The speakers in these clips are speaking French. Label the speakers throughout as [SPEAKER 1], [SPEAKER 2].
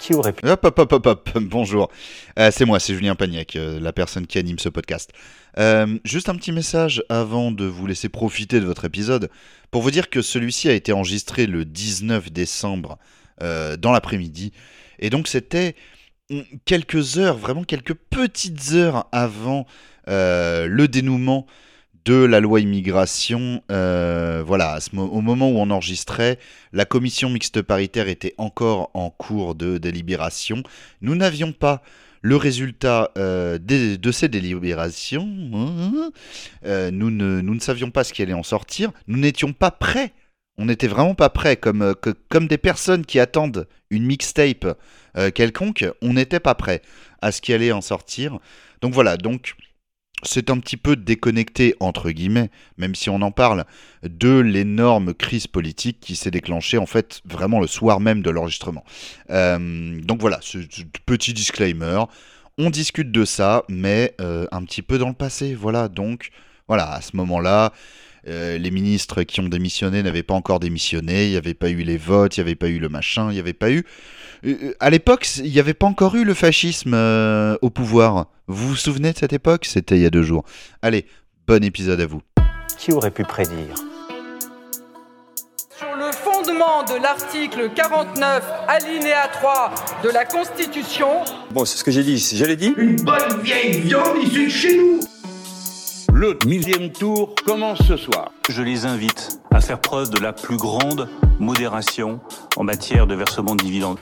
[SPEAKER 1] Qui aurait pu
[SPEAKER 2] Hop, hop, hop, hop, hop. Bonjour. Euh, c'est moi, c'est Julien Pagnac, euh, la personne qui anime ce podcast. Euh, juste un petit message avant de vous laisser profiter de votre épisode pour vous dire que celui-ci a été enregistré le 19 décembre euh, dans l'après-midi. Et donc c'était mm, quelques heures, vraiment quelques petites heures avant euh, le dénouement de la loi immigration. Euh, voilà, à ce mo- au moment où on enregistrait, la commission mixte paritaire était encore en cours de délibération. Nous n'avions pas le résultat euh, des- de ces délibérations. Euh, nous, ne, nous ne savions pas ce qui allait en sortir. Nous n'étions pas prêts. On n'était vraiment pas prêts, comme, euh, que- comme des personnes qui attendent une mixtape euh, quelconque. On n'était pas prêts à ce qui allait en sortir. Donc voilà, donc c'est un petit peu déconnecté, entre guillemets, même si on en parle, de l'énorme crise politique qui s'est déclenchée, en fait, vraiment le soir même de l'enregistrement. Euh, donc voilà, ce, ce petit disclaimer. On discute de ça, mais euh, un petit peu dans le passé. Voilà, donc, voilà, à ce moment-là, euh, les ministres qui ont démissionné n'avaient pas encore démissionné, il n'y avait pas eu les votes, il n'y avait pas eu le machin, il n'y avait pas eu. Euh, euh, à l'époque, c- il n'y avait pas encore eu le fascisme euh, au pouvoir. Vous vous souvenez de cette époque C'était il y a deux jours. Allez, bon épisode à vous.
[SPEAKER 1] Qui aurait pu prédire
[SPEAKER 3] Sur le fondement de l'article 49, alinéa 3 de la Constitution,
[SPEAKER 4] Bon, c'est ce que j'ai dit, je l'ai dit.
[SPEAKER 5] Une bonne vieille viande issue de chez nous.
[SPEAKER 6] Le millième tour commence ce soir.
[SPEAKER 7] Je les invite à faire preuve de la plus grande modération en matière de versement de dividendes.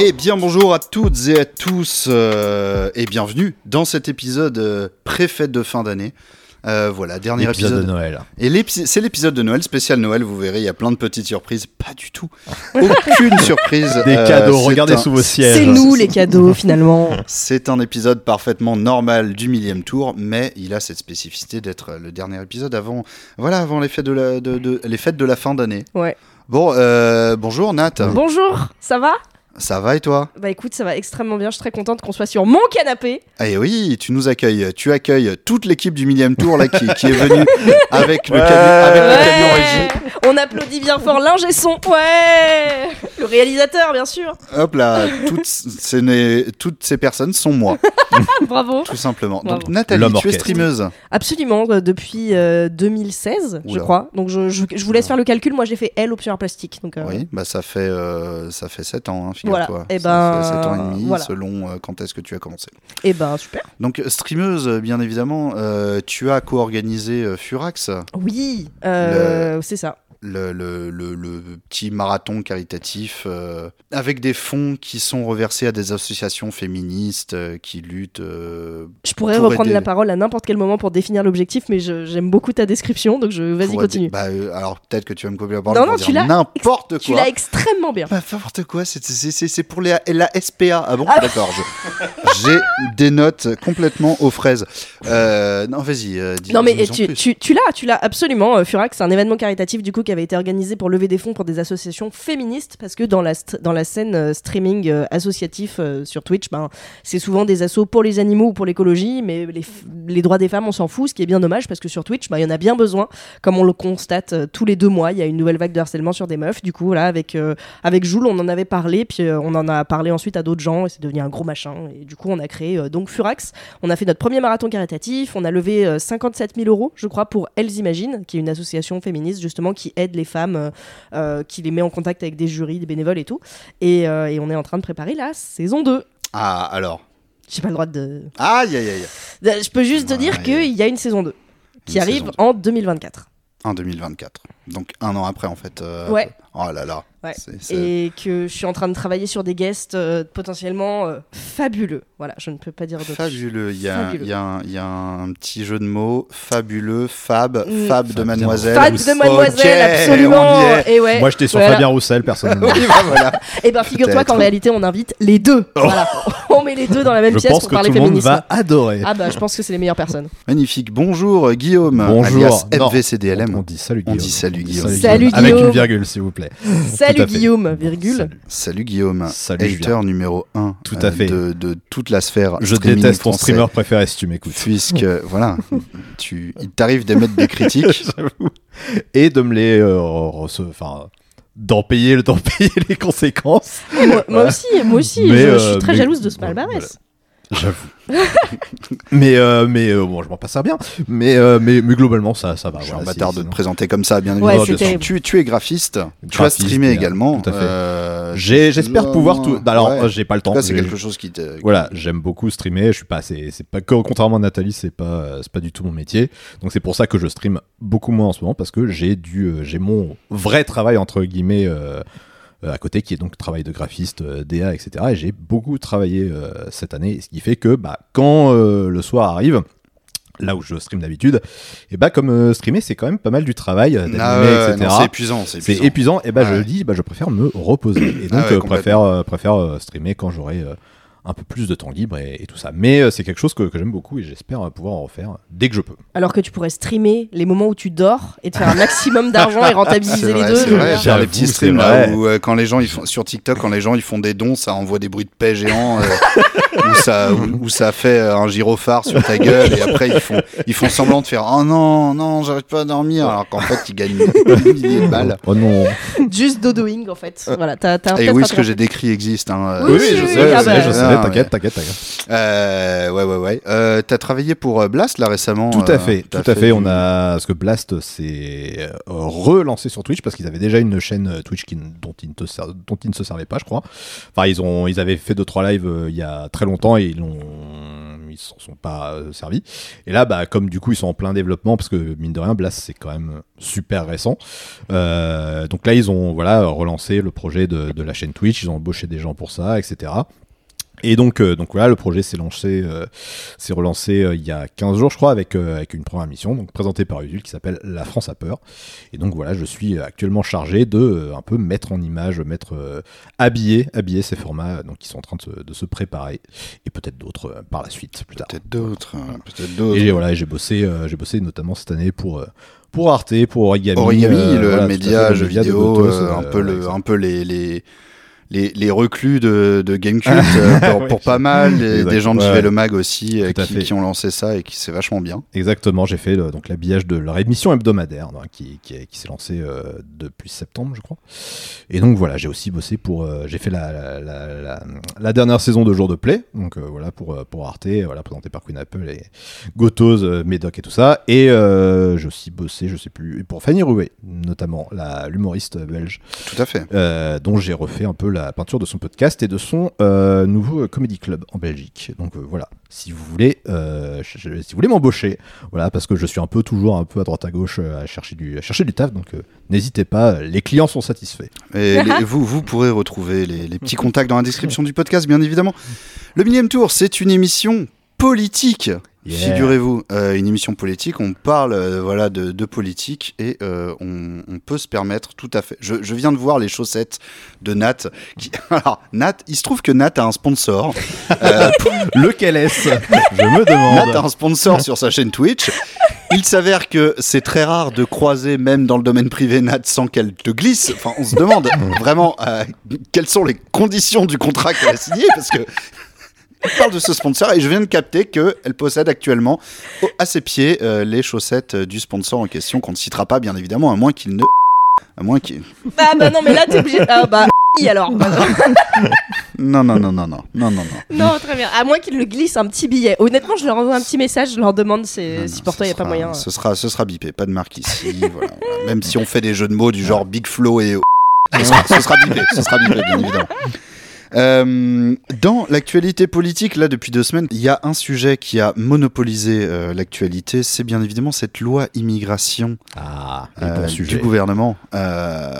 [SPEAKER 2] Eh bien bonjour à toutes et à tous euh, et bienvenue dans cet épisode euh, préfet de fin d'année. Euh, voilà, dernier épisode.
[SPEAKER 8] Épisode de Noël.
[SPEAKER 2] Et l'épi- c'est l'épisode de Noël, spécial Noël, vous verrez, il y a plein de petites surprises. Pas du tout. Aucune surprise.
[SPEAKER 8] Des
[SPEAKER 2] Euh,
[SPEAKER 8] cadeaux,
[SPEAKER 2] c'est
[SPEAKER 8] regardez
[SPEAKER 2] un-
[SPEAKER 8] sous vos sièges.
[SPEAKER 9] C'est nous les cadeaux finalement.
[SPEAKER 2] C'est un épisode parfaitement normal du millième tour, mais il a cette spécificité d'être euh, le dernier épisode avant, voilà, avant les fêtes de la, de- de- les fêtes de la fin d'année.
[SPEAKER 9] Ouais.
[SPEAKER 2] Bon, euh, bonjour Nat.
[SPEAKER 9] Bonjour, ça va
[SPEAKER 2] Ça va et toi
[SPEAKER 9] Bah écoute, ça va extrêmement bien. Je suis très contente qu'on soit sur mon canapé.
[SPEAKER 2] Eh oui, tu nous accueilles, tu accueilles toute l'équipe du millième tour là qui, qui est venue avec le,
[SPEAKER 8] Ouais.
[SPEAKER 2] camion- avec le
[SPEAKER 8] Ouais.
[SPEAKER 2] camion régie.
[SPEAKER 9] On applaudit bien fort l'ingé son. Ouais Le réalisateur, bien sûr.
[SPEAKER 2] Hop là, toutes, ce n'est- toutes ces personnes sont moi,
[SPEAKER 9] Bravo.
[SPEAKER 2] tout simplement. Donc
[SPEAKER 9] Bravo.
[SPEAKER 2] Nathalie,
[SPEAKER 8] L'homme
[SPEAKER 2] tu es
[SPEAKER 8] orchestre.
[SPEAKER 2] streameuse.
[SPEAKER 9] Absolument, euh, depuis euh, 2016, je
[SPEAKER 2] Oula.
[SPEAKER 9] crois. Donc je, je- je vous laisse faire le calcul. Moi, j'ai fait L option art plastique. Donc, euh,
[SPEAKER 2] Oui, bah ça fait euh, ça fait 7 ans, hein,
[SPEAKER 9] Voilà.
[SPEAKER 2] figure-toi.
[SPEAKER 9] Eh
[SPEAKER 2] Ça
[SPEAKER 9] ben,
[SPEAKER 2] fait 7 ans et demi
[SPEAKER 9] voilà.
[SPEAKER 2] selon euh, quand est-ce que tu as commencé.
[SPEAKER 9] Et ben super.
[SPEAKER 2] Donc streameuse, euh, bien évidemment, euh, tu as co-organisé euh, Furax,
[SPEAKER 9] Oui, euh, c'est ça.
[SPEAKER 2] le, le- le- le petit marathon caritatif euh, avec des fonds qui sont reversés à des associations féministes euh, qui luttent. euh,
[SPEAKER 9] Je pourrais
[SPEAKER 2] pour
[SPEAKER 9] reprendre
[SPEAKER 2] aider-
[SPEAKER 9] la parole à n'importe quel moment pour définir l'objectif, mais je- j'aime beaucoup ta description, donc je vas-y
[SPEAKER 2] pour aider-
[SPEAKER 9] continue.
[SPEAKER 2] Bah, euh, alors peut-être que tu vas me couper la parole
[SPEAKER 9] Non,
[SPEAKER 2] pour
[SPEAKER 9] non,
[SPEAKER 2] dire
[SPEAKER 9] tu l'as-
[SPEAKER 2] n'importe quoi.
[SPEAKER 9] Tu l'as extrêmement bien.
[SPEAKER 2] Bah, N'importe quoi, c'est- c'est c'est- c'est pour les, la SPA. Ah bon D'accord, je- j'ai des notes complètement aux fraises. Euh, non, vas-y, euh, dis
[SPEAKER 9] Non mais
[SPEAKER 2] dis-nous en
[SPEAKER 9] tu,
[SPEAKER 2] plus.
[SPEAKER 9] tu, tu l'as, tu l'as absolument. euh, Furax, c'est un événement caritatif du coup qui avait été organisé pour lever des fonds pour des associations féministes parce que dans la, st- dans la scène euh, streaming euh, associatif euh, sur Twitch, ben, c'est souvent des assos pour les animaux ou pour l'écologie, mais les, f- les droits des femmes on s'en fout, ce qui est bien dommage parce que sur Twitch, ben, il y en a bien besoin. Comme on le constate euh, tous les deux mois, il y a une nouvelle vague de harcèlement sur des meufs. Du coup, là, avec, euh, avec Joule, on en avait parlé, puis euh, on en a parlé ensuite à d'autres gens et c'est devenu un gros machin. Et du coup, on a créé euh, donc Furax. On a fait notre premier marathon caritatif, on a levé euh, 57 000 euros, je crois, pour Elles Imagine, qui est une association féministe justement qui aide les femmes, euh, euh, qui les met en contact avec des jurys, des bénévoles et tout. Et, euh, et on est en train de préparer la saison 2.
[SPEAKER 2] Ah, alors.
[SPEAKER 9] J'ai pas le droit de.
[SPEAKER 2] Aïe, aïe, aïe.
[SPEAKER 9] de- Je peux juste te dire
[SPEAKER 2] Ouais.
[SPEAKER 9] qu'il y a une saison 2 qui
[SPEAKER 2] Une
[SPEAKER 9] arrive
[SPEAKER 2] saison
[SPEAKER 9] en 2024.
[SPEAKER 2] En 2024. Donc un an après, en fait. euh,
[SPEAKER 9] Ouais.
[SPEAKER 2] Oh là là.
[SPEAKER 9] Ouais.
[SPEAKER 2] C'est- c'est-
[SPEAKER 9] Et que je suis en train de travailler sur des guests euh, potentiellement euh, fabuleux. Voilà, je ne peux pas dire d'autres.
[SPEAKER 2] Fabuleux. Il y, a,
[SPEAKER 9] Fabuleux.
[SPEAKER 2] il y a un, il y a un petit jeu de mots. Fabuleux. Fab.
[SPEAKER 9] Mm.
[SPEAKER 2] Fab de
[SPEAKER 8] Fabien.
[SPEAKER 2] Mademoiselle.
[SPEAKER 9] Fan de mademoiselle,
[SPEAKER 2] Ok,
[SPEAKER 9] absolument.
[SPEAKER 2] on y est.
[SPEAKER 9] Et ouais.
[SPEAKER 8] Moi, j'étais sur
[SPEAKER 9] Voilà.
[SPEAKER 8] Fabien Roussel, personnellement.
[SPEAKER 2] Oui, bah, voilà.
[SPEAKER 9] Eh ben, figure-toi
[SPEAKER 2] Peut-être.
[SPEAKER 9] qu'en réalité, on invite les deux. Voilà. On met les deux dans la même
[SPEAKER 8] Je
[SPEAKER 9] pièce
[SPEAKER 8] pense
[SPEAKER 9] pour
[SPEAKER 8] que tout
[SPEAKER 9] parler
[SPEAKER 8] le monde
[SPEAKER 9] féminisme.
[SPEAKER 8] va adorer.
[SPEAKER 9] Ah bah, je pense que c'est les meilleures personnes.
[SPEAKER 2] Magnifique. Bonjour euh, Guillaume. Alias
[SPEAKER 8] Bonjour. Non,
[SPEAKER 2] FVCDLM.
[SPEAKER 8] On dit salut
[SPEAKER 2] On
[SPEAKER 8] Guillaume.
[SPEAKER 2] dit salut, Guillaume.
[SPEAKER 9] Salut,
[SPEAKER 8] Avec
[SPEAKER 9] Guillaume.
[SPEAKER 8] une virgule, s'il vous plaît. Tout
[SPEAKER 9] Salut
[SPEAKER 8] à fait.
[SPEAKER 9] Guillaume, virgule.
[SPEAKER 8] Salut.
[SPEAKER 2] Salut Guillaume.
[SPEAKER 8] Salut,
[SPEAKER 2] hater
[SPEAKER 8] Julien.
[SPEAKER 2] numéro 1
[SPEAKER 8] Tout à fait.
[SPEAKER 2] De, de toute la sphère.
[SPEAKER 8] Je
[SPEAKER 2] streaming
[SPEAKER 8] déteste ton
[SPEAKER 2] français.
[SPEAKER 8] streamer préféré si tu m'écoutes.
[SPEAKER 2] Puisque, voilà, tu, il t'arrive d'émettre des critiques.
[SPEAKER 8] Et de me les. euh, rece- Enfin. d'en payer, le d'en payer les conséquences.
[SPEAKER 9] moi, moi aussi, moi aussi,
[SPEAKER 8] Mais,
[SPEAKER 9] je, je
[SPEAKER 8] euh,
[SPEAKER 9] suis très
[SPEAKER 8] mais-
[SPEAKER 9] jalouse de ce
[SPEAKER 8] voilà.
[SPEAKER 9] palmarès.
[SPEAKER 8] J'avoue. mais euh, mais euh, bon, je m'en passe à bien. Mais, euh, mais, mais globalement, ça, ça va.
[SPEAKER 2] Je suis
[SPEAKER 8] Ah, voilà,
[SPEAKER 2] un
[SPEAKER 8] c'est-
[SPEAKER 2] bâtard de te
[SPEAKER 8] sinon-
[SPEAKER 2] présenter comme ça, bien
[SPEAKER 9] Ouais,
[SPEAKER 2] évidemment.
[SPEAKER 9] c'est
[SPEAKER 8] bien sûr.
[SPEAKER 9] terrible.
[SPEAKER 2] tu, tu es graphiste, tu as
[SPEAKER 8] Graphiste,
[SPEAKER 2] streamé
[SPEAKER 8] bien,
[SPEAKER 2] également.
[SPEAKER 8] tout à fait.
[SPEAKER 2] euh,
[SPEAKER 8] J'ai- J'espère
[SPEAKER 2] non,
[SPEAKER 8] pouvoir
[SPEAKER 2] non,
[SPEAKER 8] tout. Alors,
[SPEAKER 2] ouais.
[SPEAKER 8] euh, j'ai pas le temps.
[SPEAKER 2] Là, c'est
[SPEAKER 8] j'ai-
[SPEAKER 2] quelque chose qui te.
[SPEAKER 8] Voilà, j'aime beaucoup streamer. Je suis pas, c'est c'est pas contrairement à Nathalie, c'est pas, euh, c'est pas du tout mon métier. Donc c'est pour ça que je stream beaucoup moins en ce moment parce que j'ai dû, euh, j'ai mon vrai travail entre guillemets euh, euh, à côté qui est donc travail de graphiste, euh, DA, etc. Et j'ai beaucoup travaillé euh, cette année, ce qui fait que bah, quand euh, le soir arrive. Là où je stream d'habitude, et bah comme euh, streamer c'est quand même pas mal du travail, euh, d'animer,
[SPEAKER 2] Ah ouais,
[SPEAKER 8] etc.
[SPEAKER 2] non, C'est épuisant, c'est
[SPEAKER 8] C'est
[SPEAKER 2] épuisant.
[SPEAKER 8] épuisant. Et ben
[SPEAKER 2] Ouais.
[SPEAKER 8] je dis, bah, je préfère me reposer. Et donc,
[SPEAKER 2] Ah ouais,
[SPEAKER 8] euh,
[SPEAKER 2] complètement.
[SPEAKER 8] préfère, euh, préfère euh, streamer quand j'aurai euh, un peu plus de temps libre et, et tout ça. Mais euh, c'est quelque chose que, que j'aime beaucoup et j'espère euh, pouvoir en refaire dès que je peux.
[SPEAKER 9] Alors que tu pourrais streamer les moments où tu dors et te faire un maximum d'argent et
[SPEAKER 2] C'est
[SPEAKER 9] rentabiliser les
[SPEAKER 2] vrai,
[SPEAKER 9] deux.
[SPEAKER 2] c'est vrai.
[SPEAKER 8] j'avoue,
[SPEAKER 2] Faire les petits
[SPEAKER 8] c'est
[SPEAKER 2] streams là
[SPEAKER 8] vrai.
[SPEAKER 2] où euh, quand les gens ils font sur TikTok, quand les gens ils font des dons, ça envoie des bruits de paix géants, euh, où ça où, où ça fait euh, un gyrophare sur ta gueule et après ils font ils font semblant de faire oh non non j'arrive pas à dormir alors qu'en fait ils gagnent des milliers de balles.
[SPEAKER 8] Oh non.
[SPEAKER 9] Juste dodoing en fait. Voilà, t'as t'as
[SPEAKER 2] Et
[SPEAKER 9] peut-être
[SPEAKER 2] oui,
[SPEAKER 9] un
[SPEAKER 2] ce que
[SPEAKER 9] truc.
[SPEAKER 2] j'ai décrit existe. Hein,
[SPEAKER 9] Oui, Oui, oui, je oui, sais, oui, je ah sais, bah.
[SPEAKER 8] je sais,
[SPEAKER 2] Non,
[SPEAKER 8] t'inquiète, t'inquiète, t'inquiète.
[SPEAKER 2] mais, euh, ouais, ouais, ouais. Euh, T'as travaillé pour euh, Blast là récemment.
[SPEAKER 8] Tout
[SPEAKER 2] euh,
[SPEAKER 8] à fait, tout
[SPEAKER 2] t'as
[SPEAKER 8] à fait. On
[SPEAKER 2] du-
[SPEAKER 8] a parce que Blast s'est euh, relancé sur Twitch parce qu'ils avaient déjà une chaîne euh, Twitch qui, n- dont, ils ne te ser- dont ils ne se servaient pas, je crois. Enfin, ils ont, ils avaient fait deux trois lives euh, il y a très longtemps et ils l'ont, ils s'en sont pas euh, servis. Et là, bah, comme du coup, ils sont en plein développement parce que mine de rien, Blast c'est quand même euh, super récent. Euh, donc là, ils ont voilà relancé le projet de, de la chaîne Twitch. Ils ont embauché des gens pour ça, etc. Et donc, euh, donc voilà, le projet s'est lancé, euh, s'est relancé euh, il y a 15 jours, je crois, avec, euh, avec une première mission, donc présentée par Usul, qui s'appelle La France a peur. Et donc voilà, je suis actuellement chargé de euh, un peu mettre en image, mettre euh, habiller, habiller ces formats, euh, donc qui sont en train de se, de se préparer, et peut-être d'autres euh, par la suite, plus tard.
[SPEAKER 2] peut-être d'autres, hein, peut-être
[SPEAKER 8] Et
[SPEAKER 2] d'autres.
[SPEAKER 8] j'ai- voilà, j'ai bossé, euh, j'ai bossé notamment cette année pour euh, pour Arte, pour Origami,
[SPEAKER 2] Origami,
[SPEAKER 8] euh,
[SPEAKER 2] le
[SPEAKER 8] voilà, tout à fait,
[SPEAKER 2] média
[SPEAKER 8] le
[SPEAKER 2] jeu
[SPEAKER 8] média de
[SPEAKER 2] vidéo,
[SPEAKER 8] Gotos,
[SPEAKER 2] euh, un
[SPEAKER 8] euh,
[SPEAKER 2] peu
[SPEAKER 8] voilà,
[SPEAKER 2] le, un peu les les les, les reclus de, de Gamecult euh, pour,
[SPEAKER 8] Oui.
[SPEAKER 2] pour pas mal des,
[SPEAKER 8] Exact.
[SPEAKER 2] des gens de
[SPEAKER 8] Ouais.
[SPEAKER 2] chez le mag aussi euh,
[SPEAKER 8] Tout à
[SPEAKER 2] qui,
[SPEAKER 8] fait.
[SPEAKER 2] qui ont lancé ça et qui c'est vachement bien.
[SPEAKER 8] Exactement, j'ai fait le- donc l'habillage de leur émission hebdomadaire hein, qui, qui, est- qui s'est lancée euh, depuis septembre, je crois. Et donc voilà, j'ai aussi bossé pour, euh, j'ai fait la, la, la- la- la dernière saison de Jour de Play, donc euh, voilà pour euh, pour Arte, voilà présenté par Queen Apple et Gotos, euh, Médoc et tout ça. Et euh, j'ai aussi bossé, je sais plus, pour Fanny Rouet, notamment la l'humoriste belge,
[SPEAKER 2] Tout à fait.
[SPEAKER 8] euh, dont j'ai refait un peu la peinture de son podcast et de son euh, nouveau euh, comedy club en Belgique. Donc euh, voilà, si vous voulez, euh, ch- ch- si vous voulez m'embaucher, voilà, parce que je suis un peu toujours un peu à droite à gauche euh, à chercher du à chercher du taf, donc euh, n'hésitez pas, les clients sont satisfaits.
[SPEAKER 2] Et les- vous, vous pourrez retrouver les, les petits contacts dans la description du podcast, bien évidemment. Le millième tour, c'est une émission politique.
[SPEAKER 8] Yeah.
[SPEAKER 2] Figurez-vous, Euh, une émission politique, on parle euh, voilà de, de politique et euh, on, on peut se permettre tout à fait. Je, je viens de voir les chaussettes de Nat. Qui... Alors Nat, il se trouve que Nat a un sponsor. Euh,
[SPEAKER 8] Lequel est-ce Je me demande.
[SPEAKER 2] Nat a un sponsor sur sa chaîne Twitch. Il s'avère que c'est très rare de croiser, même dans le domaine privé, Nat sans qu'elle te glisse. Enfin, on se demande vraiment euh, quelles sont les conditions du contrat qu'elle a signé, parce que on parle de ce sponsor et je viens de capter qu'elle possède actuellement au- à ses pieds euh, les chaussettes euh, du sponsor en question, qu'on ne citera pas, bien évidemment, à moins qu'il ne. À moins qu'il.
[SPEAKER 9] Ah bah non, mais là t'es obligé. Ah bah. oui, Alors,
[SPEAKER 2] Non, non, non, non, non, non, non, non.
[SPEAKER 9] non, très bien. À moins qu'ils le glissent un petit billet. Honnêtement, je leur envoie un petit message, je leur demande c'est-
[SPEAKER 2] Non,
[SPEAKER 9] si
[SPEAKER 2] non,
[SPEAKER 9] pour toi
[SPEAKER 2] ce
[SPEAKER 9] il n'y a pas
[SPEAKER 2] sera-
[SPEAKER 9] moyen. euh.
[SPEAKER 2] Ce sera, ce sera bipé, pas de marque ici. voilà, voilà. Même si on fait des jeux de mots du genre Big Flow et. ce, sera, ce sera bipé, ce sera bipé, bien évidemment. Euh, dans l'actualité politique, là depuis deux semaines, il y a un sujet qui a monopolisé euh, l'actualité, c'est bien évidemment cette loi immigration
[SPEAKER 8] Ah, le
[SPEAKER 2] euh,
[SPEAKER 8] bon
[SPEAKER 2] du
[SPEAKER 8] sujet.
[SPEAKER 2] gouvernement. Euh,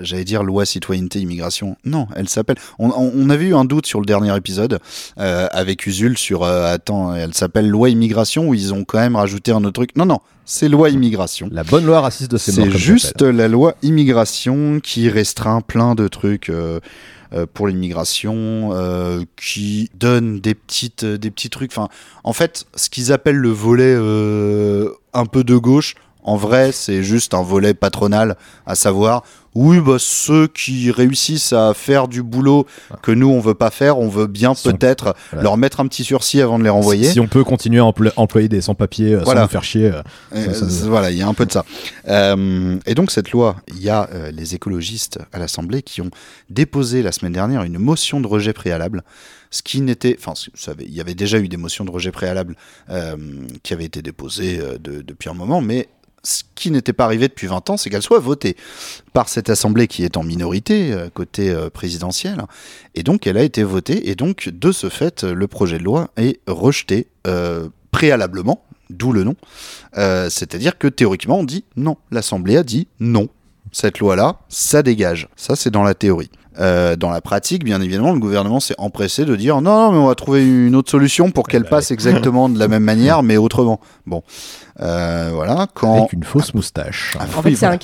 [SPEAKER 2] J'allais dire loi citoyenneté immigration. Non, elle s'appelle. On, on- on avait eu un doute sur le dernier épisode euh, avec Usul sur. euh, attends, elle s'appelle loi immigration où ils ont quand même rajouté un autre truc. Non, non, c'est loi immigration.
[SPEAKER 8] La bonne loi raciste de ces morts.
[SPEAKER 2] C'est
[SPEAKER 8] comme
[SPEAKER 2] juste
[SPEAKER 8] j'appelle.
[SPEAKER 2] la loi immigration qui restreint plein de trucs euh, euh, pour l'immigration, euh, qui donne des petites, euh, des petits trucs. Enfin, en fait, ce qu'ils appellent le volet euh, un peu de gauche. En vrai, c'est juste un volet patronal, à savoir, oui, bah, ceux qui réussissent à faire du boulot que nous, on veut pas faire, on veut bien
[SPEAKER 8] Sont-
[SPEAKER 2] peut-être
[SPEAKER 8] voilà.
[SPEAKER 2] leur mettre un petit sursis avant de les renvoyer.
[SPEAKER 8] Si on peut continuer à emplo- employer des sans-papiers euh,
[SPEAKER 2] euh, Voilà.
[SPEAKER 8] sans nous faire chier. euh,
[SPEAKER 2] Euh,
[SPEAKER 8] Ça, ça, ça.
[SPEAKER 2] Voilà, il y a un peu de ça. Euh, et donc cette loi, il y a euh, les écologistes à l'Assemblée qui ont déposé la semaine dernière une motion de rejet préalable, ce qui n'était, enfin, ce- ça avait- il y avait déjà eu des motions de rejet préalable euh, qui avaient été déposées euh, de- depuis un moment, mais ce qui n'était pas arrivé depuis 20 ans, c'est qu'elle soit votée par cette Assemblée qui est en minorité euh, côté euh, présidentiel. Et donc, elle a été votée. Et donc, de ce fait, le projet de loi est rejeté euh, préalablement, d'où le nom. Euh, C'est-à-dire que théoriquement, on dit non. L'Assemblée a dit non. Cette loi-là, ça dégage. Ça, c'est dans la théorie. Euh, dans la pratique, bien évidemment, le gouvernement s'est empressé de dire non, non, mais on va trouver une autre solution pour qu'elle
[SPEAKER 8] bah
[SPEAKER 2] passe exactement de la même manière, mais autrement. Bon, Euh, voilà. Quand
[SPEAKER 8] Avec une fausse moustache.
[SPEAKER 2] Ah,
[SPEAKER 9] En
[SPEAKER 2] oui,
[SPEAKER 9] fait, c'est
[SPEAKER 2] voilà.
[SPEAKER 9] un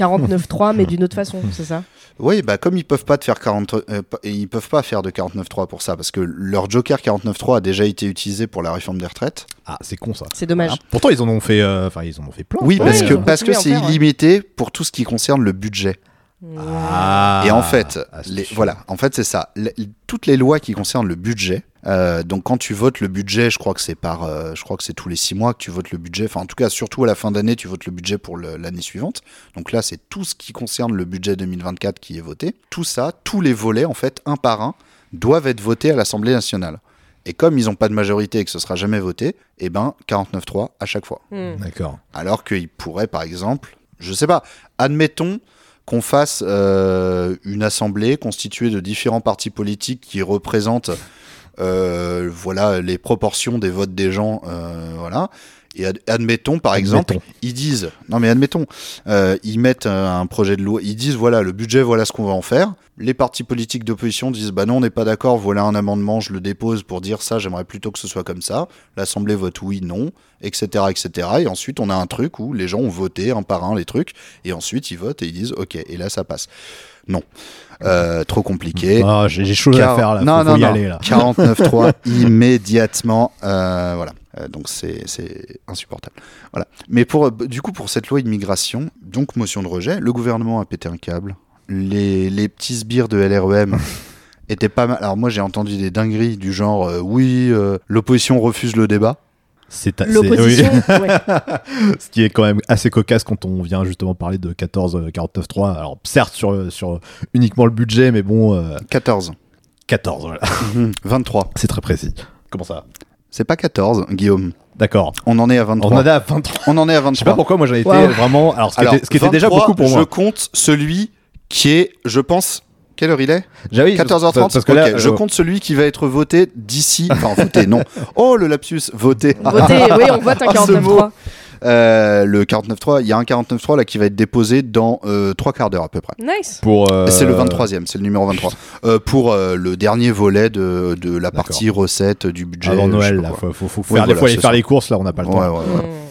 [SPEAKER 9] 49.3, mais d'une autre façon, c'est ça
[SPEAKER 2] Oui, bah comme ils peuvent pas te faire 40, euh, pa- ils peuvent pas faire de 49.3 pour ça parce que leur Joker 49.3 a déjà été utilisé pour la réforme des retraites.
[SPEAKER 8] Ah, c'est con ça.
[SPEAKER 9] C'est dommage.
[SPEAKER 8] Voilà. Pourtant, ils en ont fait, euh, enfin, ils en ont fait plein.
[SPEAKER 2] Oui,
[SPEAKER 8] quoi.
[SPEAKER 2] parce
[SPEAKER 9] ils
[SPEAKER 2] que
[SPEAKER 9] ont
[SPEAKER 2] parce que
[SPEAKER 9] continué à
[SPEAKER 2] c'est
[SPEAKER 9] en faire, Oh, ouais.
[SPEAKER 2] illimité pour tout ce qui concerne le budget.
[SPEAKER 8] Ah.
[SPEAKER 2] Et en fait,
[SPEAKER 8] astucieux.
[SPEAKER 2] les, voilà, en fait c'est ça. Les- toutes les lois qui concernent le budget. euh, donc quand tu votes le budget, je crois que c'est par, euh, je crois que c'est tous les six mois que tu votes le budget. Enfin en tout cas surtout à la fin d'année, tu votes le budget pour le- l'année suivante. Donc là c'est tout ce qui concerne le budget 2024 qui est voté. Tout ça, tous les volets en fait un par un doivent être votés à l'Assemblée nationale. Et comme ils n'ont pas de majorité et que ce sera jamais voté, eh ben 49-3 à chaque fois.
[SPEAKER 9] Hmm.
[SPEAKER 8] D'accord.
[SPEAKER 2] Alors qu'il pourrait, par exemple, je sais pas, admettons qu'on fasse euh, une assemblée constituée de différents partis politiques qui représentent euh, voilà, les proportions des votes des gens. euh, voilà. Et ad- admettons, par exemple,
[SPEAKER 8] Admettons.
[SPEAKER 2] ils disent, non mais admettons, euh, ils mettent euh, un projet de loi, ils disent voilà, le budget, voilà ce qu'on va en faire. Les partis politiques d'opposition disent bah non, on n'est pas d'accord, voilà un amendement, je le dépose pour dire ça, j'aimerais plutôt que ce soit comme ça. L'Assemblée vote oui, non, etc., etc. Et ensuite, on a un truc où les gens ont voté un par un les trucs, et ensuite ils votent et ils disent ok, et là ça passe. Non. Euh, trop compliqué.
[SPEAKER 8] Ah, j'ai j'ai chaud à
[SPEAKER 2] Car-
[SPEAKER 8] faire là.
[SPEAKER 2] Non,
[SPEAKER 8] faut,
[SPEAKER 2] non,
[SPEAKER 8] faut y
[SPEAKER 2] non.
[SPEAKER 8] aller là.
[SPEAKER 2] 49.3 immédiatement. euh, voilà. Euh, donc c'est c'est insupportable. Voilà. Mais pour euh, du coup pour cette loi immigration, donc motion de rejet, le gouvernement a pété un câble. Les, les petits sbires de LREM étaient pas mal. Alors moi j'ai entendu des dingueries du genre euh, oui euh, l'opposition refuse le débat.
[SPEAKER 8] C'est
[SPEAKER 2] Bah,
[SPEAKER 8] ta- c'est-
[SPEAKER 9] L'opposition,
[SPEAKER 8] oui.
[SPEAKER 9] ouais.
[SPEAKER 8] ce qui est quand même assez cocasse quand on vient justement parler de 14 euh, 49 3 alors certes sur euh, sur uniquement le budget mais bon euh,
[SPEAKER 2] 14.
[SPEAKER 8] 14 voilà.
[SPEAKER 2] Mhm. 23.
[SPEAKER 8] c'est très précis comment ça
[SPEAKER 2] C'est pas 14 Guillaume.
[SPEAKER 8] d'accord
[SPEAKER 2] On en est à 23.
[SPEAKER 8] on en est à 23
[SPEAKER 2] On en est à
[SPEAKER 8] je sais pas
[SPEAKER 2] 23.
[SPEAKER 8] pourquoi moi j'avais été
[SPEAKER 9] Wow.
[SPEAKER 8] vraiment alors ce qui,
[SPEAKER 2] Alors,
[SPEAKER 8] était, ce qui était déjà
[SPEAKER 2] 23,
[SPEAKER 8] beaucoup pour
[SPEAKER 2] Je
[SPEAKER 8] moi
[SPEAKER 2] compte celui qui est, je pense, quelle heure il est
[SPEAKER 8] j'avais
[SPEAKER 2] 14h30
[SPEAKER 8] parce que là
[SPEAKER 2] Ok, je
[SPEAKER 8] euh,
[SPEAKER 2] compte celui qui va être voté d'ici. Enfin, voté, non. Oh, le lapsus, voté.
[SPEAKER 9] Votez, oui, on vote un
[SPEAKER 2] Ah, ce mot.
[SPEAKER 9] 49.3.
[SPEAKER 2] Euh, le 49.3, il y a un 49.3 là qui va être déposé dans 3 quarts d'heure à peu près.
[SPEAKER 9] Nice.
[SPEAKER 8] pour euh,
[SPEAKER 2] C'est le 23e, c'est le numéro 23. Euh, pour euh, le dernier volet de, de la
[SPEAKER 8] D'accord.
[SPEAKER 2] partie recette du budget.
[SPEAKER 8] avant
[SPEAKER 2] je sais
[SPEAKER 8] Noël
[SPEAKER 2] pas
[SPEAKER 8] là
[SPEAKER 2] quoi.
[SPEAKER 8] faut faut, faut
[SPEAKER 2] Ouais,
[SPEAKER 8] faire, des
[SPEAKER 2] voilà,
[SPEAKER 8] fois aller
[SPEAKER 2] ce
[SPEAKER 8] faire
[SPEAKER 2] soir.
[SPEAKER 8] les courses là on n'a pas le temps
[SPEAKER 2] Ouais, ouais, ouais.
[SPEAKER 9] Hmm.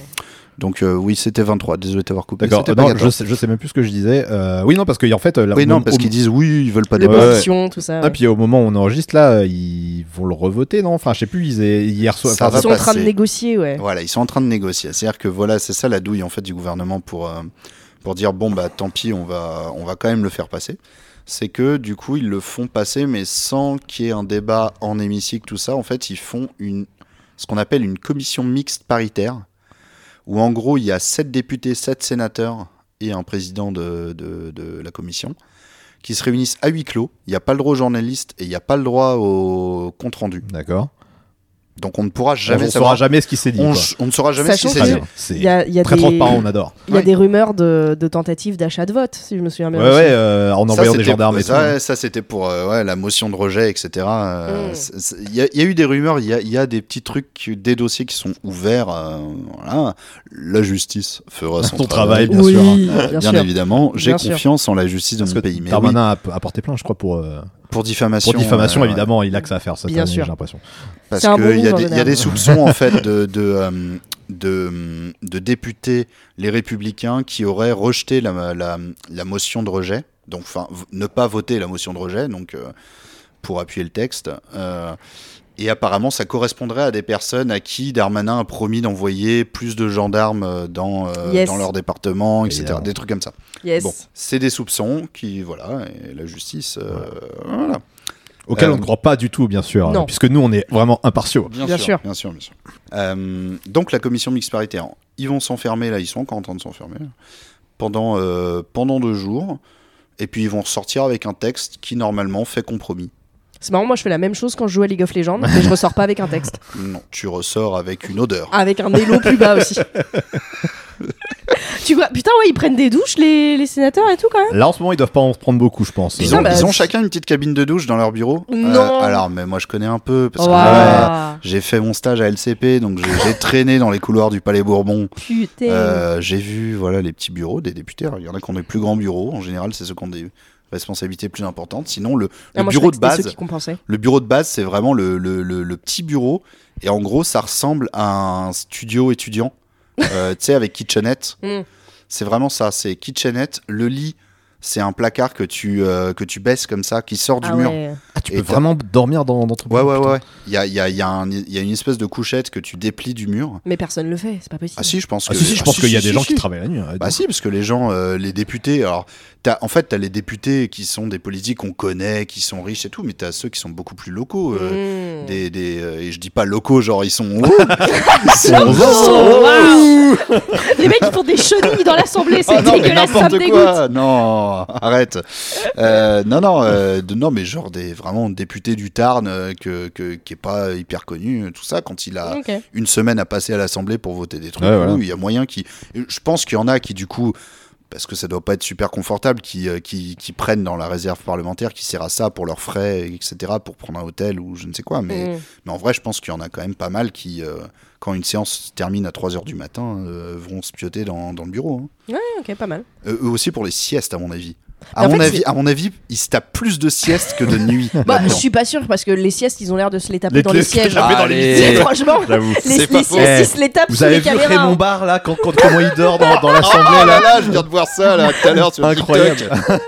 [SPEAKER 2] Donc, euh, oui, c'était 23. Désolé de t'avoir coupé.
[SPEAKER 8] D'accord,
[SPEAKER 2] C'était
[SPEAKER 8] euh,
[SPEAKER 2] pas
[SPEAKER 8] non, je
[SPEAKER 2] 14.
[SPEAKER 8] sais, je sais même plus ce que je disais. Euh, oui, non, parce que en fait, euh, là,
[SPEAKER 2] Oui,
[SPEAKER 8] au
[SPEAKER 2] non,
[SPEAKER 8] moment-
[SPEAKER 2] parce
[SPEAKER 8] au-
[SPEAKER 2] qu'ils disent oui, ils veulent
[SPEAKER 8] Eh
[SPEAKER 2] pas débattre.
[SPEAKER 9] L'opposition, tout ça.
[SPEAKER 8] Ah,
[SPEAKER 9] ouais.
[SPEAKER 8] puis au moment où on enregistre là, euh, ils vont le revoter, non Enfin, je sais plus, ils aient- hier soir.
[SPEAKER 2] Ça
[SPEAKER 8] enfin,
[SPEAKER 9] Ils sont en train de
[SPEAKER 2] passer.
[SPEAKER 9] négocier, ouais.
[SPEAKER 2] Voilà, ils sont en train de négocier. C'est-à-dire que voilà, c'est ça la douille en fait du gouvernement pour euh, pour dire bon bah tant pis, on va on va quand même le faire passer. C'est que du coup ils le font passer, mais sans qu'il y ait un débat en hémicycle tout ça. En fait, ils font une ce qu'on appelle une commission mixte paritaire, où en gros il y a sept députés, sept sénateurs et un président de, de, de la commission qui se réunissent à huis clos. Il n'y a pas le droit aux journalistes et il n'y a pas le droit au compte rendu.
[SPEAKER 8] D'accord.
[SPEAKER 2] Donc on ne pourra
[SPEAKER 8] on
[SPEAKER 2] jamais
[SPEAKER 8] ne saura
[SPEAKER 2] savoir.
[SPEAKER 8] jamais ce qui s'est dit.
[SPEAKER 2] On,
[SPEAKER 8] quoi.
[SPEAKER 2] on ne saura jamais
[SPEAKER 9] Sachant
[SPEAKER 2] si
[SPEAKER 9] que-
[SPEAKER 2] c'est dit.
[SPEAKER 8] Très bien. C'est
[SPEAKER 9] Il y a, il y a
[SPEAKER 8] très
[SPEAKER 9] des,
[SPEAKER 8] transparent, on adore.
[SPEAKER 9] il y a
[SPEAKER 2] Ouais.
[SPEAKER 9] des rumeurs de, de tentatives d'achat de vote, si je me souviens
[SPEAKER 8] Ouais,
[SPEAKER 9] bien. aussi.
[SPEAKER 8] ouais, euh, en
[SPEAKER 2] Ça,
[SPEAKER 8] envoyant des
[SPEAKER 2] c'était-
[SPEAKER 8] gendarmes et tout.
[SPEAKER 2] ça, ça, c'était pour euh, ouais, la motion de rejet, etc. Euh,
[SPEAKER 9] Mm.
[SPEAKER 2] c'est- c'est- Il y, a- il y a eu des rumeurs, il y a, il y a des petits trucs, des dossiers qui sont ouverts. euh, voilà. La justice fera son
[SPEAKER 8] Son
[SPEAKER 2] travail,
[SPEAKER 8] travail, bien
[SPEAKER 9] oui,
[SPEAKER 8] sûr. hein.
[SPEAKER 9] bien,
[SPEAKER 2] bien,
[SPEAKER 9] sûr.
[SPEAKER 2] évidemment. J'ai
[SPEAKER 9] Bien sûr.
[SPEAKER 2] confiance en la justice de
[SPEAKER 8] Parce
[SPEAKER 2] mon
[SPEAKER 8] que
[SPEAKER 2] pays. Mais oui,
[SPEAKER 8] Darmanin a p- a porté plainte, je crois, pour, euh,
[SPEAKER 2] pour diffamation,
[SPEAKER 8] pour diffamation,
[SPEAKER 2] euh,
[SPEAKER 8] évidemment. Il a que ça à faire cette
[SPEAKER 9] Bien
[SPEAKER 8] année,
[SPEAKER 9] sûr.
[SPEAKER 8] j'ai l'impression.
[SPEAKER 2] Parce
[SPEAKER 9] C'est un bon
[SPEAKER 2] qu'il y, a
[SPEAKER 9] move, en
[SPEAKER 2] des- il y a
[SPEAKER 9] général.
[SPEAKER 2] des soupçons en fait de, de, euh, de, de députés, les républicains, qui auraient rejeté la, la- la motion de rejet, donc enfin v- ne pas voter la motion de rejet, donc euh, pour appuyer le texte. euh, Et apparemment, ça correspondrait à des personnes à qui Darmanin a promis d'envoyer plus de gendarmes euh, dans, euh,
[SPEAKER 9] Yes.
[SPEAKER 2] dans leur département, etc.
[SPEAKER 8] Évidemment.
[SPEAKER 2] Des trucs comme ça.
[SPEAKER 9] Yes.
[SPEAKER 2] Bon, c'est des soupçons qui, voilà, et la justice, euh, voilà.
[SPEAKER 8] Auquel
[SPEAKER 2] Euh,
[SPEAKER 8] on ne croit pas du tout, bien sûr,
[SPEAKER 9] Non.
[SPEAKER 8] hein, puisque nous, on est vraiment impartiaux.
[SPEAKER 9] Bien sûr.
[SPEAKER 2] Bien sûr, bien sûr. Euh, donc la commission mixte paritaire, ils vont s'enfermer là, ils sont encore en train de s'enfermer là, pendant, euh, pendant deux jours, et puis ils vont ressortir avec un texte qui normalement fait compromis.
[SPEAKER 9] C'est marrant, moi je fais la même chose quand je joue à League of Legends, mais je ressors pas avec un texte.
[SPEAKER 2] Non, tu ressors avec une odeur.
[SPEAKER 9] Avec un élo plus bas aussi. tu vois, putain, ouais, ils prennent des douches, les, les sénateurs et tout quand même.
[SPEAKER 8] Là, en ce moment, ils doivent pas en prendre beaucoup, je pense.
[SPEAKER 2] Ils ont,
[SPEAKER 9] Putain, bah,
[SPEAKER 2] ils ont
[SPEAKER 9] c'est-
[SPEAKER 2] chacun une petite cabine de douche dans leur bureau. Euh,
[SPEAKER 9] Non. Oh,
[SPEAKER 2] alors, mais moi je connais un peu parce que ouais,
[SPEAKER 9] Waouh,
[SPEAKER 2] j'ai fait mon stage à LCP, donc j'ai j'ai traîné dans les couloirs du Palais Bourbon.
[SPEAKER 9] putain.
[SPEAKER 2] Euh, j'ai vu voilà les petits bureaux des députés. Alors, il y en a qui ont des plus grands bureaux. En général, c'est ceux qui ont des responsabilités plus importantes. Sinon, le, le
[SPEAKER 9] Ah, moi, je
[SPEAKER 2] bureau
[SPEAKER 9] croyais que
[SPEAKER 2] de
[SPEAKER 9] c'était
[SPEAKER 2] base,
[SPEAKER 9] Ceux qui compensaient.
[SPEAKER 2] le bureau de base, c'est vraiment le, le- le- le petit bureau. Et en gros, ça ressemble à un studio étudiant, euh, tu sais, avec kitchenette.
[SPEAKER 9] Mm.
[SPEAKER 2] C'est vraiment ça. C'est kitchenette. Le lit, c'est un placard que tu, euh, que tu baisses comme ça, qui sort du
[SPEAKER 9] Ah
[SPEAKER 2] mur.
[SPEAKER 9] ouais.
[SPEAKER 8] Ah, tu
[SPEAKER 2] Et
[SPEAKER 8] peux
[SPEAKER 2] t'as-
[SPEAKER 8] vraiment dormir dans, dans ton
[SPEAKER 2] Ouais, ouais,
[SPEAKER 8] putain.
[SPEAKER 2] ouais. Il y a, il y a- il y a un- il y a une espèce de couchette que tu déplies du mur.
[SPEAKER 9] Mais personne le fait, c'est pas possible.
[SPEAKER 2] Ah si, je pense
[SPEAKER 8] Ah,
[SPEAKER 2] que-
[SPEAKER 8] si, si, je pense qu'il y a
[SPEAKER 2] si,
[SPEAKER 8] des
[SPEAKER 2] si,
[SPEAKER 8] gens
[SPEAKER 2] si.
[SPEAKER 8] qui travaillent la nuit. hein,
[SPEAKER 2] Bah
[SPEAKER 8] donc.
[SPEAKER 2] si, parce que les gens, euh, les députés, alors, t'as- en fait, t'as les députés qui sont des politiques qu'on connaît, qui sont riches et tout, mais t'as ceux qui sont beaucoup plus locaux. euh,
[SPEAKER 9] Mm.
[SPEAKER 2] Des, des, euh, et je dis pas locaux, genre ils sont hauts. ils sont
[SPEAKER 9] Oh,
[SPEAKER 2] hauts.
[SPEAKER 9] waouh. les mecs ils font des chenilles dans l'assemblée, c'est
[SPEAKER 2] Ah non, mais
[SPEAKER 9] dégueulasse, ça me
[SPEAKER 2] n'importe
[SPEAKER 9] dégoûte.
[SPEAKER 2] quoi. Non, arrête. Euh, non, non, euh, de- non, mais genre des vraiment député du Tarn euh, que, que- qui est pas hyper connu, euh, tout ça, quand il a
[SPEAKER 9] Ah, Ok.
[SPEAKER 2] une semaine à passer à l'Assemblée pour voter des trucs.
[SPEAKER 8] Ouais, voilà.
[SPEAKER 2] où Il y a moyen qui. Je pense qu'il y en a qui, du coup, parce que ça doit pas être super confortable, qui, euh, qui, qui prennent dans la réserve parlementaire, qui sert à ça pour leurs frais, etc., pour prendre un hôtel ou je ne sais quoi. Mais,
[SPEAKER 9] Mm.
[SPEAKER 2] mais en vrai, je pense qu'il y en a quand même pas mal qui, euh, quand une séance se termine à 3 h du matin, euh, vont se pioter dans, dans le bureau. hein.
[SPEAKER 9] Ah, Ok, pas mal.
[SPEAKER 2] Euh, eux aussi pour les siestes, à mon avis.
[SPEAKER 9] Mais
[SPEAKER 2] À
[SPEAKER 9] en
[SPEAKER 2] mon,
[SPEAKER 9] fait,
[SPEAKER 2] avis,
[SPEAKER 9] c'est-
[SPEAKER 2] à mon avis, ils se tapent plus de siestes que de nuit.
[SPEAKER 9] Bah, je
[SPEAKER 2] là-dedans.
[SPEAKER 9] suis pas sûre parce que les siestes, ils ont l'air de se les taper
[SPEAKER 8] Les-
[SPEAKER 9] dans les
[SPEAKER 8] les-
[SPEAKER 9] sièges. Ah,
[SPEAKER 8] taper dans les sièges.
[SPEAKER 9] Franchement,
[SPEAKER 8] J'avoue.
[SPEAKER 9] les, les
[SPEAKER 2] C'est pas
[SPEAKER 9] siestes,
[SPEAKER 2] faux.
[SPEAKER 9] ils se les tapent
[SPEAKER 8] Vous
[SPEAKER 9] sous les hein.
[SPEAKER 8] avez vu
[SPEAKER 9] caméras.
[SPEAKER 8] Raymond Barre, là, quand, quand- comment il dort dans, dans l'assemblée,
[SPEAKER 2] Oh là
[SPEAKER 8] là
[SPEAKER 2] là, je viens de voir ça là tout à l'heure sur TikTok.
[SPEAKER 8] Incroyable.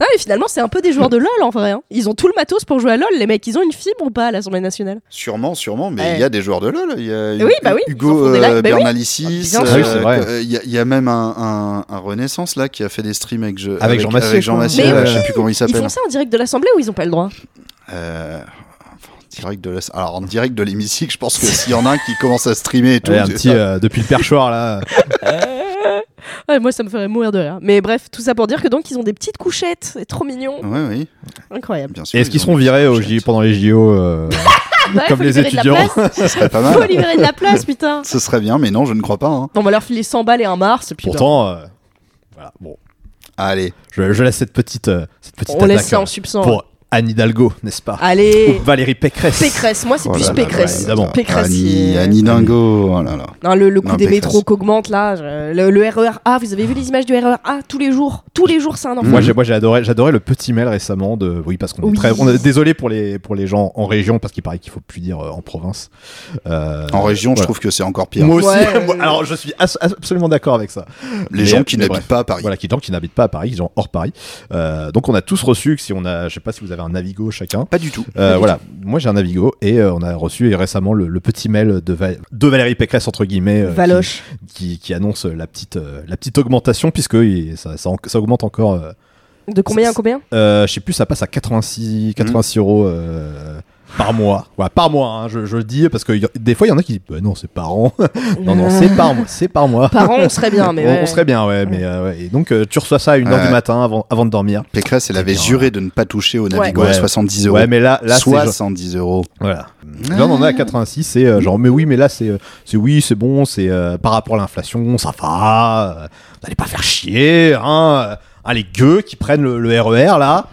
[SPEAKER 9] Ah, mais finalement, c'est un peu des joueurs de LoL en vrai. hein. Ils ont tout le matos pour jouer à LoL. Les mecs, ils ont une fibre ou pas à l'Assemblée nationale
[SPEAKER 2] Sûrement, sûrement, mais il
[SPEAKER 9] Ouais.
[SPEAKER 2] y a des joueurs de LoL. Il y a
[SPEAKER 9] Oui, bah oui, ils en
[SPEAKER 2] Hugo euh,
[SPEAKER 9] font des lives, bah oui.
[SPEAKER 2] Bernalicis.
[SPEAKER 9] Ah, bien
[SPEAKER 2] euh,
[SPEAKER 8] sûr. Ah oui, c'est vrai.
[SPEAKER 2] que- Il y, a- il y a même un, un- un Renaissance là qui a fait des streams avec, je-
[SPEAKER 8] Avec Jean Massier, je
[SPEAKER 2] Jean
[SPEAKER 8] crois.
[SPEAKER 2] Massier,
[SPEAKER 9] Mais
[SPEAKER 2] ouais,
[SPEAKER 9] oui,
[SPEAKER 2] je sais plus comment il
[SPEAKER 9] Ils
[SPEAKER 2] s'appelle.
[SPEAKER 9] font ça en direct de l'Assemblée ou ils ont pas le droit
[SPEAKER 2] Euh, enfin, en direct de la- Alors en direct de l'hémicycle, je pense que s'il y en a un qui commence à streamer et tout,
[SPEAKER 8] Ouais, un
[SPEAKER 2] c'est-
[SPEAKER 8] petit euh, depuis le perchoir là.
[SPEAKER 9] Ouais, Moi, ça me ferait mourir de rire. Mais bref, tout ça pour dire que donc, ils ont des petites couchettes. C'est trop mignon.
[SPEAKER 2] Ouais, oui,
[SPEAKER 9] Incroyable.
[SPEAKER 2] bien sûr.
[SPEAKER 8] euh, Et est-ce qu'ils
[SPEAKER 2] ils ont-
[SPEAKER 8] seront virés au J- pendant les JO euh,
[SPEAKER 9] Bah,
[SPEAKER 8] Comme
[SPEAKER 9] faut
[SPEAKER 8] les
[SPEAKER 9] libérer de la
[SPEAKER 8] étudiants.
[SPEAKER 9] place.
[SPEAKER 2] Ce serait pas
[SPEAKER 9] Faut
[SPEAKER 2] mal.
[SPEAKER 9] libérer de la place, putain.
[SPEAKER 2] Ce serait bien, mais non, je ne crois pas. hein.
[SPEAKER 9] On va leur filer 100 balles et un Mars. et Puis bah,
[SPEAKER 8] Pourtant, euh, voilà, bon,
[SPEAKER 2] Allez,
[SPEAKER 8] je, je laisse cette petite, euh, cette petite
[SPEAKER 9] on
[SPEAKER 8] attaque,
[SPEAKER 9] laisse ça
[SPEAKER 8] euh,
[SPEAKER 9] en substance.
[SPEAKER 8] pour Anne Hidalgo, n'est-ce pas
[SPEAKER 9] Allez,
[SPEAKER 8] Ou Valérie Pécresse.
[SPEAKER 9] Pécresse. Moi, c'est
[SPEAKER 2] Oh
[SPEAKER 9] plus
[SPEAKER 2] là là,
[SPEAKER 9] Pécresse.
[SPEAKER 8] ouais, évidemment.
[SPEAKER 9] Pécresse,
[SPEAKER 2] Annie,
[SPEAKER 9] il-
[SPEAKER 2] Annie Dingo, oh là là.
[SPEAKER 9] Non, le, le coût
[SPEAKER 2] Non,
[SPEAKER 9] des
[SPEAKER 2] Pécresse.
[SPEAKER 9] métros qu'augmente là, je- le, le RER A, vous avez vu les images du RER A Ah, tous les jours, tous les jours c'est un enfant.
[SPEAKER 8] Moi, j'ai, moi, j'ai adoré, j'adorais le petit mail récemment de, oui, parce qu'on
[SPEAKER 9] Mm.
[SPEAKER 8] est
[SPEAKER 9] Oui.
[SPEAKER 8] très, on est- désolé pour les, pour les gens en région, parce qu'il paraît qu'il faut plus dire euh, en province. Euh,
[SPEAKER 2] En région, je
[SPEAKER 8] voilà.
[SPEAKER 2] trouve que c'est encore pire.
[SPEAKER 8] Moi aussi,
[SPEAKER 9] Ouais.
[SPEAKER 8] moi- alors je suis as- absolument d'accord avec ça.
[SPEAKER 2] Les
[SPEAKER 8] Mais-
[SPEAKER 2] gens qui
[SPEAKER 8] mais
[SPEAKER 2] n'habitent
[SPEAKER 8] bref.
[SPEAKER 2] pas à Paris.
[SPEAKER 8] Voilà, qui gens qui n'habitent pas à Paris, qui sont hors Paris. Euh, donc on a tous reçu que si on a, je sais pas si vous avez un Navigo chacun.
[SPEAKER 2] Pas du tout.
[SPEAKER 8] Euh, voilà, moi j'ai un Navigo et euh, on a reçu récemment le, le petit mail de, Val- de Valérie Pécresse entre guillemets euh,
[SPEAKER 9] Valoche.
[SPEAKER 8] qui, qui- qui annonce la petite, euh, la petite augmentation puisque il- ça, ça en- ça augmente encore. euh,
[SPEAKER 9] De combien à
[SPEAKER 8] c'est-
[SPEAKER 9] combien
[SPEAKER 8] euh, je sais plus, ça passe à 86,
[SPEAKER 2] Hmm.
[SPEAKER 8] 86 euros euh, par mois. Ouais, par mois, hein, je, je le dis parce que y a- des fois il y en a qui disent bah non c'est par an. non non c'est par mois, c'est par mois.
[SPEAKER 9] Euh, Par an, on serait bien, mais
[SPEAKER 8] on,
[SPEAKER 9] ouais.
[SPEAKER 8] on serait bien, ouais, mais euh, ouais. Et donc euh, tu reçois ça à 1h
[SPEAKER 2] Ouais.
[SPEAKER 8] du matin avant, avant de dormir.
[SPEAKER 2] Pécresse, elle avait
[SPEAKER 8] bien,
[SPEAKER 2] juré de ne pas toucher au Navigo
[SPEAKER 8] euh, Ouais.
[SPEAKER 2] à 70 euros.
[SPEAKER 8] Ouais, mais là, là c'est genre-
[SPEAKER 2] 70 euros.
[SPEAKER 8] Voilà.
[SPEAKER 2] Ah.
[SPEAKER 8] Là, on en est à 86, c'est euh, genre, mais oui, mais là, c'est euh, c'est oui, c'est bon, c'est euh, par rapport à l'inflation, ça va, euh, vous allez pas faire chier, hein, euh, hein, les gueux qui prennent le, le RER, là.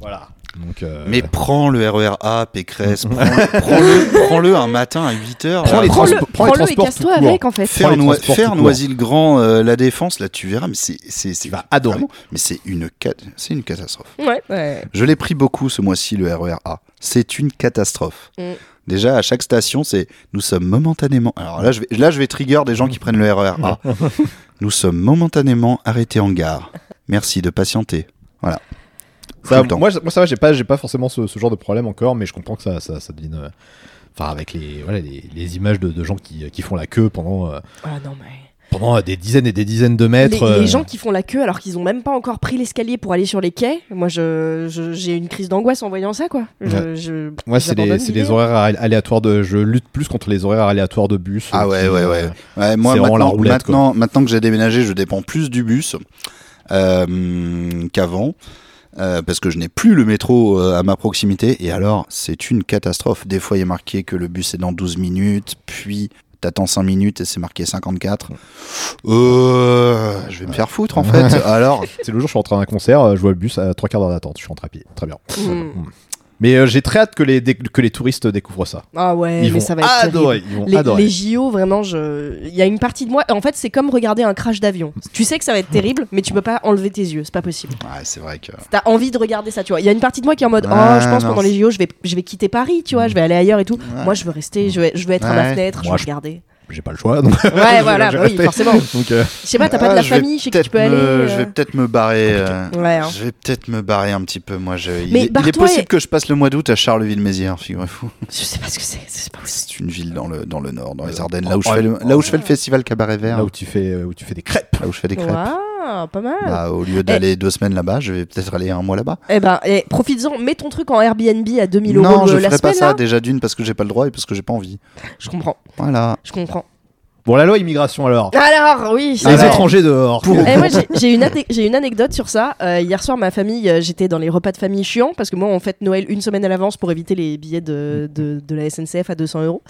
[SPEAKER 8] Voilà. Donc, euh,
[SPEAKER 2] Mais prends le RER A, Pécresse, prends-le prends-le- prends-le un matin à euh, 8h.
[SPEAKER 8] Prends les
[SPEAKER 9] Prends-le
[SPEAKER 8] trans- prends les
[SPEAKER 9] prends-le et
[SPEAKER 8] transports
[SPEAKER 9] casse-toi
[SPEAKER 8] tout court.
[SPEAKER 9] avec en fait.
[SPEAKER 8] prends
[SPEAKER 2] Faire,
[SPEAKER 8] les
[SPEAKER 2] Noi-
[SPEAKER 8] transports
[SPEAKER 2] faire
[SPEAKER 8] tout court.
[SPEAKER 2] Noisy-le-Grand, euh, la défense, là tu verras, mais c'est c'est
[SPEAKER 8] tu vas adorer.
[SPEAKER 2] mais c'est une ca- c'est une catastrophe.
[SPEAKER 9] Ouais, ouais.
[SPEAKER 2] Je l'ai pris beaucoup ce mois-ci le RER A. C'est une catastrophe.
[SPEAKER 9] Mm.
[SPEAKER 2] Déjà à chaque station, c'est nous sommes momentanément. Alors là je vais là je vais trigger des gens qui prennent le RER A. nous sommes momentanément arrêtés en gare. Merci de patienter. Voilà.
[SPEAKER 8] Ça,
[SPEAKER 2] Tout le temps.
[SPEAKER 8] moi, ça- moi, ça va, j'ai pas, j'ai pas forcément ce, ce genre de problème encore, mais je comprends que ça, ça, ça devient. euh, Enfin, avec les, voilà, les, les images de, de gens qui, qui font la queue pendant, euh,
[SPEAKER 9] Ah non, mais.
[SPEAKER 8] pendant euh, des dizaines et des dizaines de
[SPEAKER 9] Les,
[SPEAKER 8] mètres. euh,
[SPEAKER 9] les gens qui font la queue alors qu'ils ont même pas encore pris l'escalier pour aller sur les quais, moi je je- j'ai une crise d'angoisse en voyant ça quoi. Je,
[SPEAKER 8] Ouais.
[SPEAKER 9] je-
[SPEAKER 8] Moi, c'est les,
[SPEAKER 9] j'abandonne
[SPEAKER 8] c'est les
[SPEAKER 9] l'idée.
[SPEAKER 8] horaires al- aléatoires de. Je lutte plus contre les horaires aléatoires de bus.
[SPEAKER 2] Ah
[SPEAKER 8] euh,
[SPEAKER 2] ouais,
[SPEAKER 8] qui,
[SPEAKER 2] ouais, ouais.
[SPEAKER 8] euh,
[SPEAKER 2] Ouais, moi,
[SPEAKER 8] C'est vraiment la
[SPEAKER 2] maintenant,
[SPEAKER 8] roulette, quoi.
[SPEAKER 2] maintenant, maintenant que j'ai déménagé, je dépends plus du bus euh, qu'avant. euh, parce que je n'ai plus le métro euh, à ma proximité. Et alors, c'est une catastrophe. Des fois, il est marqué que le bus est dans 12 minutes, puis t'attends 5 minutes et c'est marqué 54. Euh, je vais me faire foutre, en fait. Alors,
[SPEAKER 8] C'est le jour, je suis rentré à un concert, euh, je vois le bus à trois quarts d'heure d'attente. Je suis rattrapé. Très bien.
[SPEAKER 9] Mm.
[SPEAKER 8] Mais euh, j'ai très hâte que les, dé- que les touristes découvrent ça.
[SPEAKER 9] Ah ouais,
[SPEAKER 8] Ils
[SPEAKER 9] mais
[SPEAKER 8] vont
[SPEAKER 9] ça va être terrible.
[SPEAKER 8] adorer. Ils vont
[SPEAKER 9] Les,
[SPEAKER 8] adorer.
[SPEAKER 9] les JO, vraiment, je... il y a une partie de moi. En fait, c'est comme regarder un crash d'avion. Tu sais que ça va être terrible, mais tu peux pas enlever tes yeux. C'est pas possible.
[SPEAKER 2] ouais, c'est vrai que...
[SPEAKER 9] T'as envie de regarder ça, tu vois. Il y a une partie de moi qui est en mode,
[SPEAKER 2] Ah,
[SPEAKER 9] oh, je pense
[SPEAKER 2] non,
[SPEAKER 9] pendant les JO, je vais, je vais quitter Paris, tu vois, je vais aller ailleurs et tout.
[SPEAKER 2] Ouais.
[SPEAKER 9] Moi, je veux rester, je veux, je veux être à ma
[SPEAKER 2] Ouais.
[SPEAKER 9] fenêtre, je
[SPEAKER 8] Moi, je-
[SPEAKER 9] veux regarder.
[SPEAKER 8] J'ai pas le choix. donc-
[SPEAKER 9] Ouais, voilà,
[SPEAKER 8] je
[SPEAKER 9] bah oui,
[SPEAKER 8] restais.
[SPEAKER 9] forcément.
[SPEAKER 8] Donc, euh,
[SPEAKER 9] Je sais pas, t'as pas de
[SPEAKER 2] Ah,
[SPEAKER 9] la
[SPEAKER 2] je vais
[SPEAKER 9] famille chez qui tu
[SPEAKER 2] peut-être
[SPEAKER 9] peux
[SPEAKER 2] me-
[SPEAKER 9] aller. euh.
[SPEAKER 2] Je vais peut-être me barrer. euh,
[SPEAKER 9] Ouais, hein.
[SPEAKER 2] Je vais peut-être me barrer un petit peu, moi. Je, il,
[SPEAKER 9] Mais
[SPEAKER 2] est- il est,
[SPEAKER 9] barre-toi
[SPEAKER 2] possible
[SPEAKER 9] et-
[SPEAKER 2] que je passe le mois d'août à Charleville-Mézières, figurez-vous.
[SPEAKER 9] Je sais pas ce que c'est, c'est pas possible.
[SPEAKER 2] C'est une ville dans le, dans le nord, dans les
[SPEAKER 8] Euh,
[SPEAKER 2] Ardennes,
[SPEAKER 8] en-
[SPEAKER 2] là où, je
[SPEAKER 8] en-
[SPEAKER 2] fais le, là où je fais le festival Cabaret Vert,
[SPEAKER 8] là
[SPEAKER 2] là
[SPEAKER 8] où
[SPEAKER 2] où,
[SPEAKER 8] tu fais, euh, où tu fais des crêpes.
[SPEAKER 2] je fais des crêpes.
[SPEAKER 9] Waouh, pas mal.
[SPEAKER 2] Bah, au lieu d'aller deux semaines là-bas, je vais peut-être aller un mois là-bas.
[SPEAKER 9] Eh ben, eh, profites-en, mets ton truc en Airbnb à 2000 euros
[SPEAKER 2] Non,
[SPEAKER 9] le-
[SPEAKER 2] je
[SPEAKER 9] la
[SPEAKER 2] ferai
[SPEAKER 9] semaine. hein.
[SPEAKER 2] pas ça
[SPEAKER 9] là.
[SPEAKER 2] déjà d'une parce que j'ai pas le droit et parce que j'ai pas envie.
[SPEAKER 9] Je comprends,
[SPEAKER 2] Voilà.
[SPEAKER 9] je comprends.
[SPEAKER 8] Bon, la loi immigration alors.
[SPEAKER 9] Alors, oui, c'est
[SPEAKER 8] Les
[SPEAKER 9] vrai.
[SPEAKER 8] étrangers dehors.
[SPEAKER 9] Eh, moi, j'ai- j'ai une, ane- j'ai une anecdote sur ça. Euh, hier soir, ma famille, euh, j'étais dans les repas de famille chiants parce que moi, on fête Noël une semaine à l'avance pour éviter les billets de, de, de la SNCF à 200 euros.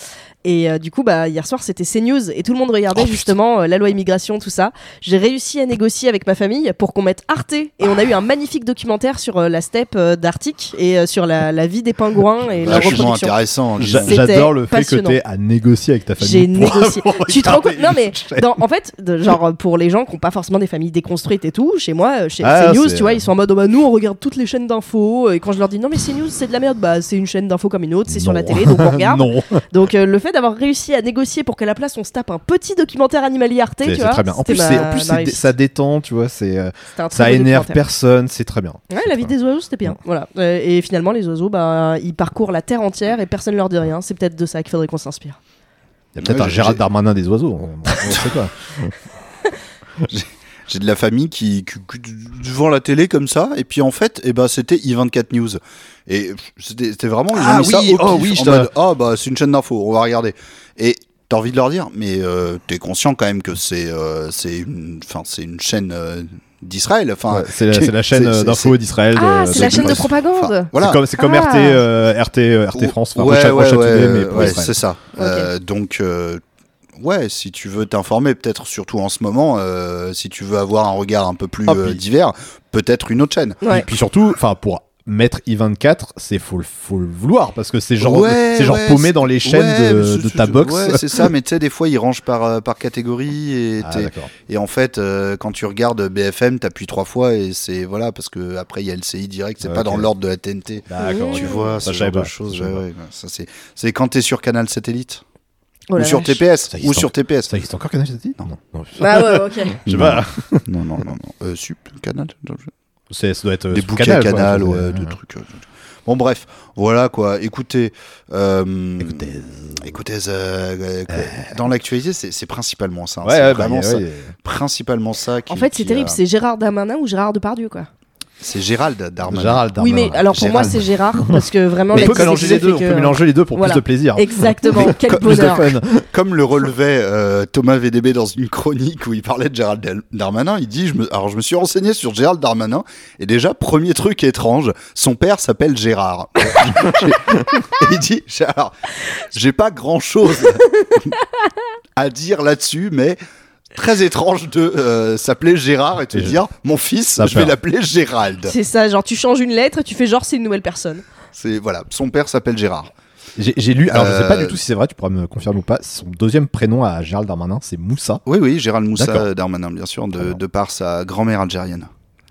[SPEAKER 9] Et euh, du coup, bah, hier soir, c'était CNews et tout le monde regardait justement euh, la loi immigration, tout ça. J'ai réussi à négocier avec ma famille pour qu'on mette Arte et on a eu un magnifique documentaire sur euh, la steppe euh, d'Arctique et euh, sur la, la vie des pingouins et leur
[SPEAKER 2] Vachement
[SPEAKER 9] reproduction.
[SPEAKER 2] intéressant.
[SPEAKER 8] J'a-
[SPEAKER 2] disons.
[SPEAKER 9] J'ai-
[SPEAKER 8] J'adore le fait que
[SPEAKER 9] passionnant.
[SPEAKER 8] t'aies à négocier avec ta famille.
[SPEAKER 9] J'ai
[SPEAKER 8] pour
[SPEAKER 9] négocié.
[SPEAKER 8] avoir
[SPEAKER 9] Tu te rends compte
[SPEAKER 8] regardé
[SPEAKER 9] Non
[SPEAKER 8] une
[SPEAKER 9] mais
[SPEAKER 8] chaîne.
[SPEAKER 9] dans- en fait, de- genre euh, pour les gens qui n'ont pas forcément des familles déconstruites et tout, chez moi, euh, chez
[SPEAKER 8] Ah,
[SPEAKER 9] CNews,
[SPEAKER 8] c'est-
[SPEAKER 9] tu vois, ils sont en mode oh, bah, nous on regarde toutes les chaînes d'infos euh, et quand je leur dis non mais CNews c'est de la merde, bah c'est une chaîne d'infos comme une autre, c'est sur la
[SPEAKER 8] Non.
[SPEAKER 9] télé donc on regarde.
[SPEAKER 8] Non,
[SPEAKER 9] donc euh, le fait d'avoir réussi à négocier pour qu'à la place on se tape un petit documentaire animalier Arte,
[SPEAKER 8] c'est
[SPEAKER 9] tu
[SPEAKER 8] c'est
[SPEAKER 9] vois.
[SPEAKER 8] très bien. En
[SPEAKER 9] c'était
[SPEAKER 8] plus, c'est-
[SPEAKER 9] ma-
[SPEAKER 8] en plus,
[SPEAKER 9] ma
[SPEAKER 8] c'est dé-
[SPEAKER 9] réussite.
[SPEAKER 8] ça détend, tu vois. C'est euh,
[SPEAKER 9] C'était un très
[SPEAKER 8] ça
[SPEAKER 9] beau
[SPEAKER 8] énerve
[SPEAKER 9] documentaire.
[SPEAKER 8] personne, c'est très bien.
[SPEAKER 9] Ouais, la vie des oiseaux, c'était bien. Voilà. Euh, Et finalement, les oiseaux, bah, ils parcourent la terre entière et personne leur dit rien. C'est peut-être de ça qu'il faudrait qu'on s'inspire.
[SPEAKER 8] Il y a peut-être
[SPEAKER 2] Ouais,
[SPEAKER 8] un
[SPEAKER 2] j'ai-
[SPEAKER 8] Gérald
[SPEAKER 2] j'ai-
[SPEAKER 8] Darmanin des oiseaux. On, on sait pas.
[SPEAKER 2] J'ai de la famille qui, qui- qui- devant la télé comme ça, et puis en fait, eh ben, c'était i24 News. Et pff, c'était c'était vraiment, ils
[SPEAKER 8] Ah
[SPEAKER 2] ont mis ça
[SPEAKER 8] oui,
[SPEAKER 2] au
[SPEAKER 8] oh
[SPEAKER 2] pif,
[SPEAKER 8] oui, je
[SPEAKER 2] en
[SPEAKER 8] te-
[SPEAKER 2] mode, ah bah c'est une chaîne d'infos, on va regarder. Et t'as envie de leur dire, mais euh, t'es conscient quand même que c'est euh, c'est une, enfin, c'est une chaîne euh, d'Israël. Enfin,
[SPEAKER 8] Ouais, c'est la, c'est la chaîne
[SPEAKER 2] c'est-
[SPEAKER 8] euh,
[SPEAKER 2] c'est-
[SPEAKER 8] d'info d'Israël.
[SPEAKER 9] Ah,
[SPEAKER 8] de-
[SPEAKER 9] c'est la chaîne de propagande.
[SPEAKER 2] enfin, voilà.
[SPEAKER 8] C'est comme, c'est comme
[SPEAKER 9] Ah.
[SPEAKER 8] RT, euh, RT, euh, RT France. Enfin, Rocha- Rocha Today, mais pour
[SPEAKER 2] ouais,
[SPEAKER 8] Israël.
[SPEAKER 2] c'est ça. Euh, donc, euh, ouais, si tu veux t'informer, peut-être surtout en ce moment, euh, si tu veux avoir un regard un peu plus
[SPEAKER 8] Ah,
[SPEAKER 2] euh,
[SPEAKER 8] puis-
[SPEAKER 2] divers, peut-être une autre chaîne.
[SPEAKER 9] Ouais.
[SPEAKER 8] Et puis surtout, enfin pour mettre I24, c'est faut, le- faut le vouloir parce que c'est genre,
[SPEAKER 2] Ouais,
[SPEAKER 8] c'est genre
[SPEAKER 2] ouais,
[SPEAKER 8] paumé
[SPEAKER 2] c'est-
[SPEAKER 8] dans les chaînes
[SPEAKER 2] Ouais,
[SPEAKER 8] de,
[SPEAKER 2] mais
[SPEAKER 8] de
[SPEAKER 2] c'est-
[SPEAKER 8] ta
[SPEAKER 2] c'est-
[SPEAKER 8] box.
[SPEAKER 2] Ouais, c'est ça, mais tu sais, des fois, ils rangent par, euh, par catégorie. Et,
[SPEAKER 8] Ah,
[SPEAKER 2] t'es-
[SPEAKER 8] d'accord.
[SPEAKER 2] et en fait, euh, quand tu regardes BFM, t'appuies trois fois et c'est. Voilà, parce que après, il y a LCI direct, c'est
[SPEAKER 8] Ouais,
[SPEAKER 2] pas
[SPEAKER 8] ok.
[SPEAKER 2] dans l'ordre de la TNT.
[SPEAKER 8] D'accord.
[SPEAKER 2] Tu
[SPEAKER 8] ok.
[SPEAKER 2] vois, ce
[SPEAKER 8] Ça, je
[SPEAKER 2] genre
[SPEAKER 8] savais
[SPEAKER 2] de
[SPEAKER 8] pas.
[SPEAKER 2] choses.
[SPEAKER 8] Je savais
[SPEAKER 2] ouais,
[SPEAKER 8] pas.
[SPEAKER 2] ouais, ça, c'est- C'est quand t'es sur Canal Satellite
[SPEAKER 9] Oh
[SPEAKER 2] ou
[SPEAKER 9] la
[SPEAKER 2] sur
[SPEAKER 9] vache.
[SPEAKER 2] TPS ou
[SPEAKER 8] Ça existe
[SPEAKER 2] sur TPS.
[SPEAKER 8] Ça existe encore Canal Satellite Non. non.
[SPEAKER 9] Ah ouais, ouais, ok.
[SPEAKER 8] Je sais pas.
[SPEAKER 2] Non, non, non. non. Euh, sup, Canal
[SPEAKER 8] C'est- Ça doit être euh,
[SPEAKER 2] des
[SPEAKER 8] sous
[SPEAKER 2] bouquets
[SPEAKER 8] Canal,
[SPEAKER 2] canal,
[SPEAKER 8] quoi.
[SPEAKER 2] ouais,
[SPEAKER 8] Euh,
[SPEAKER 2] de trucs. euh, Bon bref, voilà quoi. Écoutez, euh,
[SPEAKER 8] Écoutez.
[SPEAKER 2] écoutez, euh, quoi. dans l'actualité, c'est c'est principalement ça. hein.
[SPEAKER 8] Ouais,
[SPEAKER 2] c'est
[SPEAKER 8] ouais, bah,
[SPEAKER 2] vraiment
[SPEAKER 8] ouais,
[SPEAKER 2] ça,
[SPEAKER 8] ouais.
[SPEAKER 2] principalement ça. Qui,
[SPEAKER 9] En fait, c'est
[SPEAKER 2] qui,
[SPEAKER 9] terrible.
[SPEAKER 2] euh,
[SPEAKER 9] C'est Gérard Darmanin ou Gérard Depardieu, quoi.
[SPEAKER 2] c'est Gérald Darmanin.
[SPEAKER 8] Gérald Darmanin.
[SPEAKER 9] Oui, mais alors pour moi,
[SPEAKER 2] Gérald.
[SPEAKER 9] c'est Gérard parce que vraiment.
[SPEAKER 8] on
[SPEAKER 9] la
[SPEAKER 8] peut
[SPEAKER 9] discussion
[SPEAKER 8] mélanger les
[SPEAKER 9] fait
[SPEAKER 8] deux. On
[SPEAKER 9] que-
[SPEAKER 8] peut mélanger les deux pour
[SPEAKER 9] Voilà.
[SPEAKER 8] plus de plaisir.
[SPEAKER 9] Exactement. Quel
[SPEAKER 8] Plus de
[SPEAKER 9] bonheur.
[SPEAKER 8] fun.
[SPEAKER 2] Comme le relevait euh, Thomas VDB dans une chronique où il parlait de Gérald Del- Darmanin, il dit je me, alors je me suis renseigné sur Gérald Darmanin et déjà premier truc étrange, son père s'appelle Gérard. et il dit alors j'ai pas grand chose à dire là-dessus mais très étrange de euh, s'appeler Gérard et te
[SPEAKER 8] Et je-
[SPEAKER 2] dire mon fils
[SPEAKER 8] Ça
[SPEAKER 2] je vais
[SPEAKER 8] peur.
[SPEAKER 2] l'appeler Gérald.
[SPEAKER 9] C'est ça, genre tu changes une lettre, tu fais genre c'est une nouvelle personne.
[SPEAKER 8] Ah,
[SPEAKER 2] C'est voilà, son père s'appelle Gérard.
[SPEAKER 8] J'ai j'ai lu. Alors je sais pas
[SPEAKER 2] Euh,
[SPEAKER 8] du tout si c'est vrai. Tu pourras me confirmer ou pas. Son deuxième prénom à Gérald Darmanin, c'est Moussa.
[SPEAKER 2] Oui oui, Gérald Moussa
[SPEAKER 8] D'accord.
[SPEAKER 2] Darmanin bien sûr
[SPEAKER 8] Très
[SPEAKER 2] de,
[SPEAKER 8] bien.
[SPEAKER 2] de par sa grand-mère algérienne.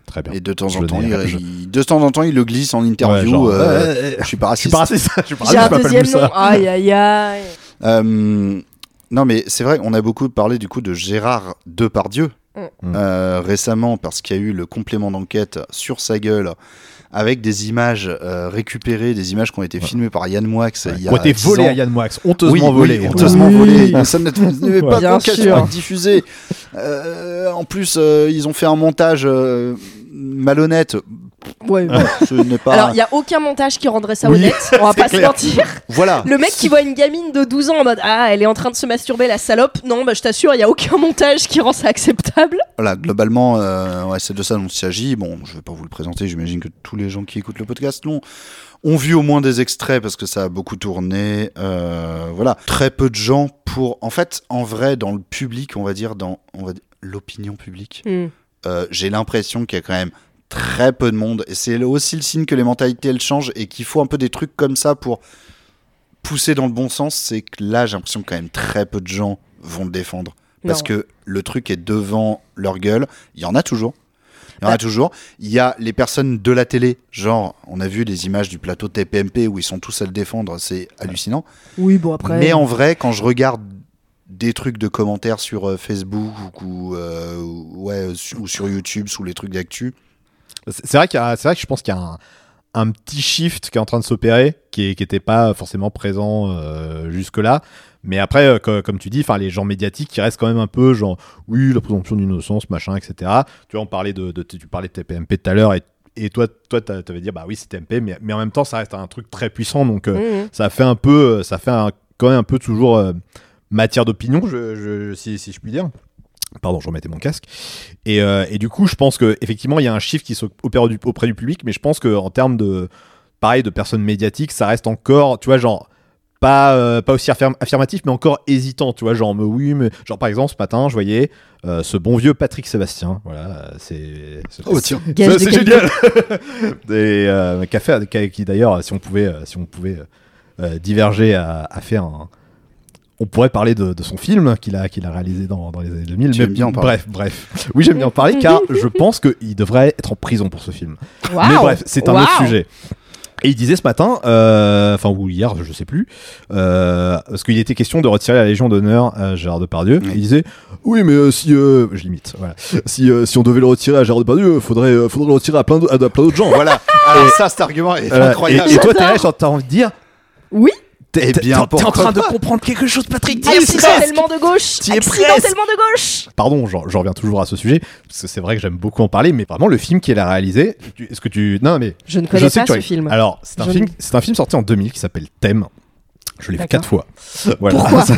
[SPEAKER 8] Très bien.
[SPEAKER 2] Et de temps
[SPEAKER 8] Je
[SPEAKER 2] en
[SPEAKER 8] le
[SPEAKER 2] temps, il,
[SPEAKER 8] dirai, je-
[SPEAKER 2] il- de temps en temps, il le glisse en interview.
[SPEAKER 8] Ouais, genre,
[SPEAKER 2] euh,
[SPEAKER 8] ouais, ouais, ouais.
[SPEAKER 2] Je suis pas
[SPEAKER 8] Je suis
[SPEAKER 2] raciste.
[SPEAKER 8] pas raciste. Je suis pas
[SPEAKER 9] J'ai
[SPEAKER 8] raciste.
[SPEAKER 9] un
[SPEAKER 8] je m'appelle
[SPEAKER 9] deuxième
[SPEAKER 8] Moussa.
[SPEAKER 9] nom. Aïe aïe aïe.
[SPEAKER 2] Euh, non, mais c'est vrai, on a beaucoup parlé du coup de Gérard Depardieu
[SPEAKER 9] Mm.
[SPEAKER 2] euh, récemment parce qu'il y a eu le complément d'enquête sur sa gueule avec des images euh, récupérées, des images qui ont été filmées par Yann Moix il y
[SPEAKER 8] Qui
[SPEAKER 2] a
[SPEAKER 8] ont été
[SPEAKER 2] 10
[SPEAKER 8] volés
[SPEAKER 2] ans.
[SPEAKER 8] à Yann Moix,
[SPEAKER 2] Oui,
[SPEAKER 8] honteusement volés.
[SPEAKER 2] oui, honteusement
[SPEAKER 9] Oui.
[SPEAKER 2] volés. Ça ne devait pas
[SPEAKER 9] Bien
[SPEAKER 2] donc être
[SPEAKER 9] sûr.
[SPEAKER 2] diffusé. Euh, en plus, euh, ils ont fait un montage euh, malhonnête.
[SPEAKER 9] Ouais.
[SPEAKER 2] Ce n'est
[SPEAKER 8] Bah.
[SPEAKER 2] pas.
[SPEAKER 9] Alors, il n'y a aucun montage qui rendrait ça
[SPEAKER 2] Oui,
[SPEAKER 9] honnête, on va
[SPEAKER 2] c'est
[SPEAKER 9] pas se
[SPEAKER 2] clair.
[SPEAKER 9] mentir.
[SPEAKER 2] Voilà.
[SPEAKER 9] Le mec qui voit une gamine de 12 ans en mode Ah, elle est en train de se masturber, la salope. Non, bah, je t'assure, il n'y a aucun montage qui rend ça acceptable.
[SPEAKER 2] Voilà, globalement, euh, ouais, c'est de ça dont il s'agit. Bon, je vais pas vous le présenter, j'imagine que tous les gens qui écoutent le podcast l'ont ont vu au moins des extraits parce que ça a beaucoup tourné. euh, voilà, très peu de gens pour... En fait, en vrai, dans le public, on va dire, dans on va dire, l'opinion publique, euh, j'ai l'impression qu'il y a quand même très peu de monde. Et c'est aussi le signe que les mentalités, elles changent et qu'il faut un peu des trucs comme ça pour pousser dans le bon sens. C'est que là, j'ai l'impression que quand même très peu de gens vont le défendre. Parce
[SPEAKER 9] Non.
[SPEAKER 2] que le truc est devant leur gueule. Il y en a toujours. Il y en
[SPEAKER 9] Bah.
[SPEAKER 2] a toujours. Il y a les personnes de la télé. Genre, on a vu les images du plateau TPMP où ils sont tous à le défendre. C'est hallucinant.
[SPEAKER 9] Oui, bon, après.
[SPEAKER 2] Mais en vrai, quand je regarde des trucs de commentaires sur euh, Facebook ou, ou, euh, ou- ouais, su- ou sur YouTube, sous les trucs d'actu,
[SPEAKER 8] C'est c'est vrai, qu'il y a- c'est vrai que je pense qu'il y a un, un petit shift qui est en train de s'opérer, qui n'était pas forcément présent euh, jusque-là. Mais après, euh, co- comme tu dis, enfin, les gens médiatiques qui restent quand même un peu genre, oui, la présomption d'innocence, machin, etc. Tu vois, on parlait de, de- tu parlais de TPMP tout à l'heure et, et toi, toi, t'as- t'avais dit, bah oui, c'est TMP, mais, mais en même temps, ça reste un truc très puissant, donc euh,
[SPEAKER 9] Mmh.
[SPEAKER 8] ça fait un peu, euh, ça fait un- quand même un peu toujours euh, matière d'opinion, je, je- si, si je puis dire. Pardon, je remettais mon casque. Et, euh, et du coup, je pense que effectivement, il y a un chiffre qui s'opère du- auprès du public, mais je pense que en termes de pareil de personnes médiatiques, ça reste encore, tu vois, genre pas euh, pas aussi affirm- affirmatif, mais encore hésitant, tu vois, genre mais oui, mais genre par exemple ce matin, je voyais euh, ce bon vieux Patrick Sébastien, voilà, euh, c'est c'est-
[SPEAKER 2] tiens.
[SPEAKER 9] Gage
[SPEAKER 8] ça,
[SPEAKER 9] de
[SPEAKER 8] c'est
[SPEAKER 9] qualité.
[SPEAKER 8] génial. Et euh, qu'a fait- qu'a- qui d'ailleurs, si on pouvait, euh, si on pouvait euh, euh, diverger, a, a fait un. On pourrait parler de, de son film qu'il a, qu'il a réalisé dans, dans les années 2000.
[SPEAKER 2] Tu
[SPEAKER 8] mais
[SPEAKER 2] aimes bien en parler.
[SPEAKER 8] Bref, bref. Oui, j'aime bien en parler car je pense qu'il devrait être en prison pour ce film.
[SPEAKER 9] Waouh.
[SPEAKER 8] Mais bref, c'est un autre
[SPEAKER 9] Waouh.
[SPEAKER 8] sujet. Et il disait ce matin, euh, enfin ou hier, je sais plus, euh, parce qu'il était question de retirer la Légion d'honneur à Gérard Depardieu.
[SPEAKER 2] Oui.
[SPEAKER 8] Il disait, oui, mais euh, si, euh, je limite, voilà, si, euh, si on devait le retirer à Gérard Depardieu, faudrait, euh, faudrait le retirer à plein d'au- à plein d'autres gens.
[SPEAKER 2] Voilà. Alors ça, cet argument est
[SPEAKER 8] Euh,
[SPEAKER 2] incroyable.
[SPEAKER 8] et, et toi, t'es là, genre, t'as envie de dire,
[SPEAKER 9] Oui,
[SPEAKER 2] T'es bien pour.
[SPEAKER 8] de comprendre quelque chose, Patrick. Dis-
[SPEAKER 9] accidentellement de gauche.
[SPEAKER 8] T'y es presque.
[SPEAKER 9] Accidentellement de gauche.
[SPEAKER 8] Pardon, j'en j'en reviens toujours à ce sujet parce que c'est vrai que j'aime beaucoup en parler, mais vraiment le film qu'il a réalisé, tu- est-ce que tu, non mais
[SPEAKER 9] Je ne
[SPEAKER 8] Je
[SPEAKER 9] connais
[SPEAKER 8] sais
[SPEAKER 9] pas
[SPEAKER 8] que tu
[SPEAKER 9] ce
[SPEAKER 8] as-
[SPEAKER 9] film.
[SPEAKER 8] Alors, c'est un,
[SPEAKER 9] Je
[SPEAKER 8] film,
[SPEAKER 9] ne-
[SPEAKER 8] c'est un film sorti en 2000 qui s'appelle Thème. Je l'ai vu
[SPEAKER 9] D'accord.
[SPEAKER 8] quatre fois. Voilà.
[SPEAKER 9] Pourquoi
[SPEAKER 8] parce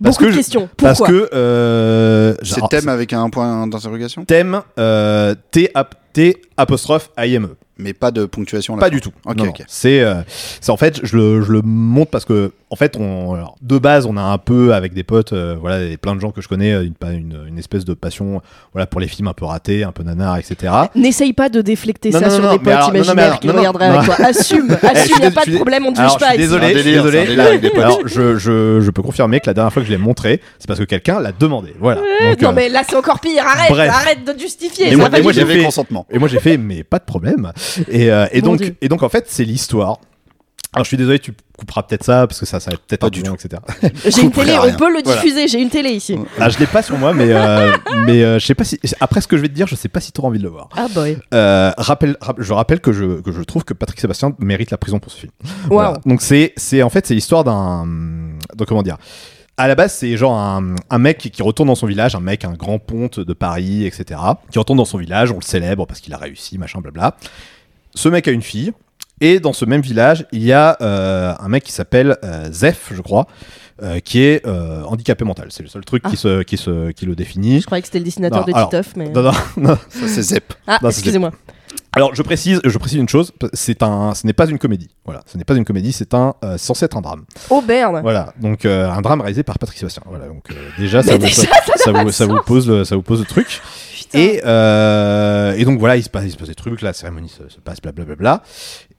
[SPEAKER 9] Beaucoup
[SPEAKER 8] que
[SPEAKER 9] de
[SPEAKER 8] je-
[SPEAKER 9] questions.
[SPEAKER 8] Parce
[SPEAKER 9] Pourquoi
[SPEAKER 8] que. euh,
[SPEAKER 2] C'est
[SPEAKER 8] alors,
[SPEAKER 2] thème avec un point d'interrogation,
[SPEAKER 8] c'est Thème, euh, T, ap- T apostrophe IME.
[SPEAKER 2] mais pas de ponctuation là.
[SPEAKER 8] Pas du tout.
[SPEAKER 2] Ok,
[SPEAKER 8] Non, non.
[SPEAKER 2] ok.
[SPEAKER 8] C'est, euh, c'est en fait, je le, je le montre parce que, en fait, on, alors, de base, on a un peu avec des potes, euh, voilà, et plein de gens que je connais, euh, une, pa- une, une espèce de passion, voilà, pour les films un peu ratés, un peu nanars, etc.
[SPEAKER 9] N'essaye pas de déflecter
[SPEAKER 8] Non,
[SPEAKER 9] ça
[SPEAKER 8] non,
[SPEAKER 9] sur
[SPEAKER 8] non,
[SPEAKER 9] des
[SPEAKER 8] mais
[SPEAKER 9] potes
[SPEAKER 8] alors- non, non, mais
[SPEAKER 9] imaginaires
[SPEAKER 8] alors-
[SPEAKER 9] qui
[SPEAKER 8] non,
[SPEAKER 9] le
[SPEAKER 8] non,
[SPEAKER 9] regardées
[SPEAKER 8] non.
[SPEAKER 9] avec toi. Assume,
[SPEAKER 8] je
[SPEAKER 9] assume,
[SPEAKER 8] suis
[SPEAKER 9] il a
[SPEAKER 8] dé-
[SPEAKER 9] pas
[SPEAKER 8] je
[SPEAKER 9] de
[SPEAKER 8] suis
[SPEAKER 9] problème, on ne te
[SPEAKER 8] Alors,
[SPEAKER 9] juge pas.
[SPEAKER 8] je suis
[SPEAKER 9] ici.
[SPEAKER 8] désolé,
[SPEAKER 2] C'est un
[SPEAKER 8] je suis
[SPEAKER 2] délire,
[SPEAKER 8] désolé.
[SPEAKER 2] c'est un délire avec des potes.
[SPEAKER 8] Alors, je, je, je peux confirmer que la dernière fois que je l'ai montré, c'est parce que quelqu'un l'a demandé. Voilà. Donc,
[SPEAKER 9] Non,
[SPEAKER 8] euh,
[SPEAKER 9] mais là, c'est encore pire. Arrête,
[SPEAKER 8] Bref.
[SPEAKER 9] arrête de justifier.
[SPEAKER 8] Mais
[SPEAKER 9] ça
[SPEAKER 8] moi-
[SPEAKER 9] va
[SPEAKER 8] mais
[SPEAKER 9] du
[SPEAKER 8] moi,
[SPEAKER 9] tout.
[SPEAKER 8] j'ai-
[SPEAKER 2] j'avais
[SPEAKER 8] fait-
[SPEAKER 2] consentement.
[SPEAKER 8] Et moi j'ai fait, mais pas de problème. Et, euh, et
[SPEAKER 9] Mon
[SPEAKER 8] donc,
[SPEAKER 9] Dieu.
[SPEAKER 8] et donc en fait, c'est l'histoire. Alors je suis désolé, tu couperas peut-être ça parce que ça, ça va être peut-être
[SPEAKER 2] Pas
[SPEAKER 8] un
[SPEAKER 2] du
[SPEAKER 8] du long, etc.
[SPEAKER 9] J'ai une
[SPEAKER 2] couperai
[SPEAKER 9] télé,
[SPEAKER 2] rien.
[SPEAKER 9] on peut le
[SPEAKER 2] Voilà.
[SPEAKER 9] diffuser. J'ai une télé ici.
[SPEAKER 8] Ah, je l'ai pas sur moi, mais euh, mais euh, je sais pas si après ce que je vais te dire, je sais pas si tu auras envie de le voir.
[SPEAKER 9] Ah boy.
[SPEAKER 8] Euh, rappel, rap- je rappelle que je que je trouve que Patrick Sébastien mérite la prison pour ce film.
[SPEAKER 9] Waouh.
[SPEAKER 8] Voilà. Donc c'est c'est en fait c'est l'histoire d'un donc comment dire. À la base, c'est genre un, un mec qui retourne dans son village, un mec, un grand ponte de Paris, etc. Qui retourne dans son village, on le célèbre parce qu'il a réussi, machin, blabla. Ce mec a une fille, et dans ce même village, il y a euh, un mec qui s'appelle euh, Zef, je crois, euh, qui est euh, handicapé mental. C'est le seul truc qui, se, qui, se, qui le définit.
[SPEAKER 9] Ah. Je croyais que c'était le dessinateur
[SPEAKER 8] Non,
[SPEAKER 9] de
[SPEAKER 8] alors-
[SPEAKER 9] Titoff, mais.
[SPEAKER 8] Non, non, non.
[SPEAKER 2] Ça, c'est Zep.
[SPEAKER 9] Ah,
[SPEAKER 8] non, c'est-
[SPEAKER 9] excusez-moi.
[SPEAKER 8] Alors je précise, je précise une chose, c'est un, ce n'est pas une comédie. Voilà, ce n'est pas une comédie, c'est un euh, censé être un drame.
[SPEAKER 9] Auberne.
[SPEAKER 8] Voilà, donc euh, un drame réalisé par Patrick Sébastien. Voilà, donc euh, déjà, ça,
[SPEAKER 9] Mais
[SPEAKER 8] vous,
[SPEAKER 9] déjà,
[SPEAKER 8] ça, ça vous, ça vous pose le, ça vous pose le truc. Et, euh, et donc voilà, il se passe, il se passe des trucs, la cérémonie se, se passe, blablabla.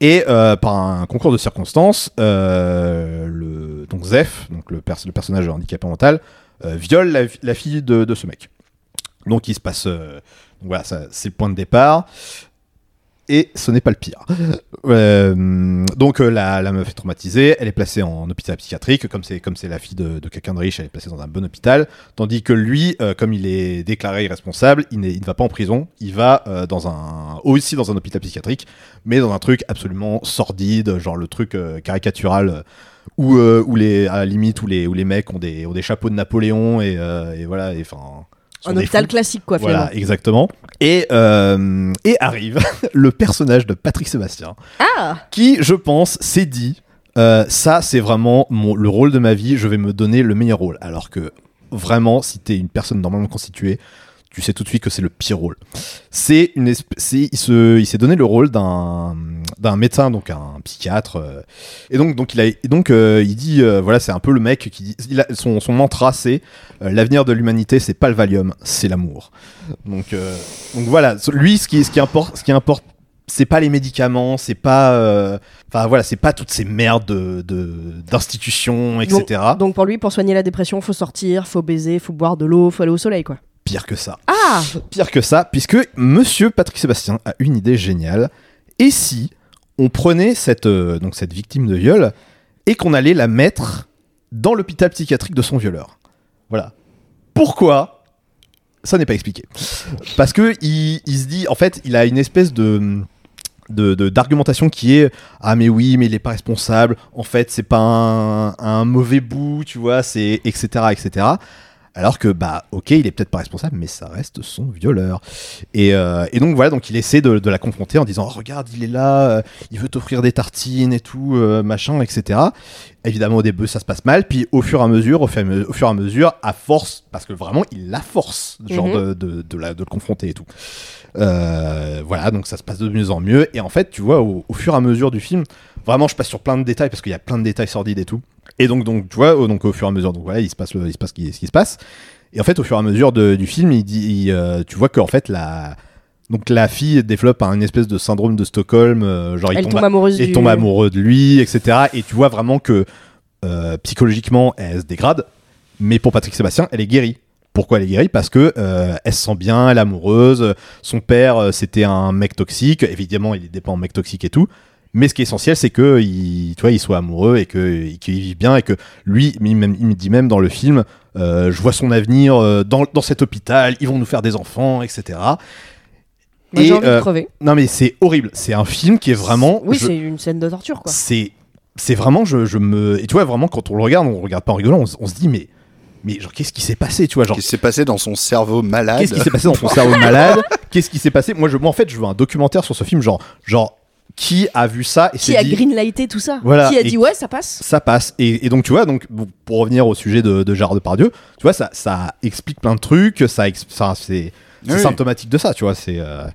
[SPEAKER 8] Et euh, par un concours de circonstances, euh, le, donc Zef, donc le, pers- le personnage handicapé mental, euh, viole la, la fille de, de ce mec. Donc il se passe, euh, donc voilà, ça, c'est le point de départ. et ce n'est pas le pire. Euh, donc euh, la, la meuf est traumatisée, elle est placée en hôpital psychiatrique, comme c'est comme c'est la fille de, de quelqu'un de riche, elle est placée dans un bon hôpital, tandis que lui, euh, comme il est déclaré irresponsable, il, n'est- il ne va pas en prison, il va euh, dans un aussi dans un hôpital psychiatrique, mais dans un truc absolument sordide, genre le truc euh, caricatural. euh, où, euh, où les à la limite où les où les mecs ont des ont des chapeaux de Napoléon et, euh, et voilà et enfin sont
[SPEAKER 9] Un
[SPEAKER 8] des
[SPEAKER 9] hôpital
[SPEAKER 8] fous.
[SPEAKER 9] classique, quoi, finalement.
[SPEAKER 8] Voilà, exactement. Et, euh, et arrive le personnage de Patrick Sébastien,
[SPEAKER 9] Ah
[SPEAKER 8] qui, je pense, s'est dit euh, ça, c'est vraiment mon, le rôle de ma vie, je vais me donner le meilleur rôle. Alors que, vraiment, si t'es une personne normalement constituée, tu sais tout de suite que c'est le pire rôle. C'est une esp- c'est- il se- il s'est donné le rôle d'un d'un médecin, donc un psychiatre. euh, et donc, donc, il, a, et donc euh, il dit euh, voilà, c'est un peu le mec qui dit il a- son, son mantra, c'est euh, l'avenir de l'humanité, c'est pas le Valium, c'est l'amour. Donc, euh, donc voilà, lui, ce qui, ce qui importe, ce qui importe, c'est pas les médicaments, c'est pas, euh, enfin voilà, c'est pas toutes ces merdes de- de- d'institutions, etc.
[SPEAKER 9] Donc pour lui, pour soigner la dépression, faut sortir, faut baiser, faut boire de l'eau, faut aller au soleil, quoi.
[SPEAKER 8] Pire que ça.
[SPEAKER 9] Ah
[SPEAKER 8] Pire que ça, puisque Monsieur Patrick Sébastien a une idée géniale. Et si on prenait cette, euh, donc cette victime de viol et qu'on allait la mettre dans l'hôpital psychiatrique de son violeur Voilà. Pourquoi Ça n'est pas expliqué. Parce que il, il se dit, en fait, il a une espèce de de- de- d'argumentation qui est ah mais oui mais il est pas responsable en fait c'est pas un, un mauvais bout tu vois c'est etc etc alors que, bah, ok, il est peut-être pas responsable, mais ça reste son violeur. Et, euh, et donc, voilà, donc il essaie de, de la confronter en disant Oh, Regarde, il est là, euh, il veut t'offrir des tartines et tout, euh, machin, etc. Évidemment, au début, ça se passe mal. Puis, au fur et à mesure, au fur et à, me- au fur et à mesure, à force, parce que vraiment, il la force, genre,
[SPEAKER 9] Mhm.
[SPEAKER 8] de, de, de la, de le confronter et tout. Euh, voilà, donc ça se passe de mieux en mieux. Et en fait, tu vois, au, au fur et à mesure du film, vraiment, je passe sur plein de détails parce qu'il y a plein de détails sordides et tout. Et donc, donc tu vois, au- donc, au fur et à mesure, donc voilà, il se passe, le- il se passe ce qui, ce qui se passe. Et en fait, au fur et à mesure de- du film, il dit, il, euh, tu vois qu'en fait, la, donc la fille développe un espèce de syndrome de Stockholm, euh, genre il
[SPEAKER 9] Elle
[SPEAKER 8] tombe,
[SPEAKER 9] tombe amoureuse
[SPEAKER 8] et
[SPEAKER 9] du...
[SPEAKER 8] tombe amoureux de lui, etc. Et tu vois vraiment que euh, psychologiquement, elle se dégrade. Mais pour Patrick Sébastien, elle est guérie. Pourquoi elle est guérie Parce que euh, elle se sent bien, elle est amoureuse. Son père, euh, c'était un mec toxique. Évidemment, il dépend mec toxique et tout. Mais ce qui est essentiel, c'est que il, tu vois, il soit amoureux et que qu'il vive bien et que lui, il, me- il me dit même dans le film, euh, je vois son avenir euh, dans, dans cet hôpital. Ils vont nous faire des enfants, etc.
[SPEAKER 9] Moi, j'ai
[SPEAKER 8] Et,
[SPEAKER 9] envie
[SPEAKER 8] euh,
[SPEAKER 9] de crever.
[SPEAKER 8] Non, mais c'est horrible. C'est un film qui est vraiment.
[SPEAKER 9] Oui,
[SPEAKER 8] je-
[SPEAKER 9] c'est une scène de torture, quoi.
[SPEAKER 8] c'est c'est vraiment je, je me et tu vois vraiment quand on le regarde on le regarde pas en rigolant on, se- on se dit mais mais genre qu'est-ce qui s'est passé tu vois genre
[SPEAKER 2] Qu'est-ce qui s'est passé dans son cerveau malade
[SPEAKER 8] qu'est-ce qui s'est passé dans ton cerveau malade qu'est-ce qui s'est passé moi je moi en fait je veux un documentaire sur ce film genre genre qui a vu ça et
[SPEAKER 9] Qui
[SPEAKER 8] s'est
[SPEAKER 9] a
[SPEAKER 8] dit
[SPEAKER 9] greenlighté tout ça
[SPEAKER 8] Voilà,
[SPEAKER 9] Qui a
[SPEAKER 8] et-
[SPEAKER 9] dit ouais, ça passe
[SPEAKER 8] ça passe et, et donc tu vois donc bon, pour revenir au sujet de, de Gérard Depardieu tu vois ça ça explique plein de trucs ça ex- ça c'est c'est
[SPEAKER 2] Oui.
[SPEAKER 8] symptomatique de ça tu vois c'est euh,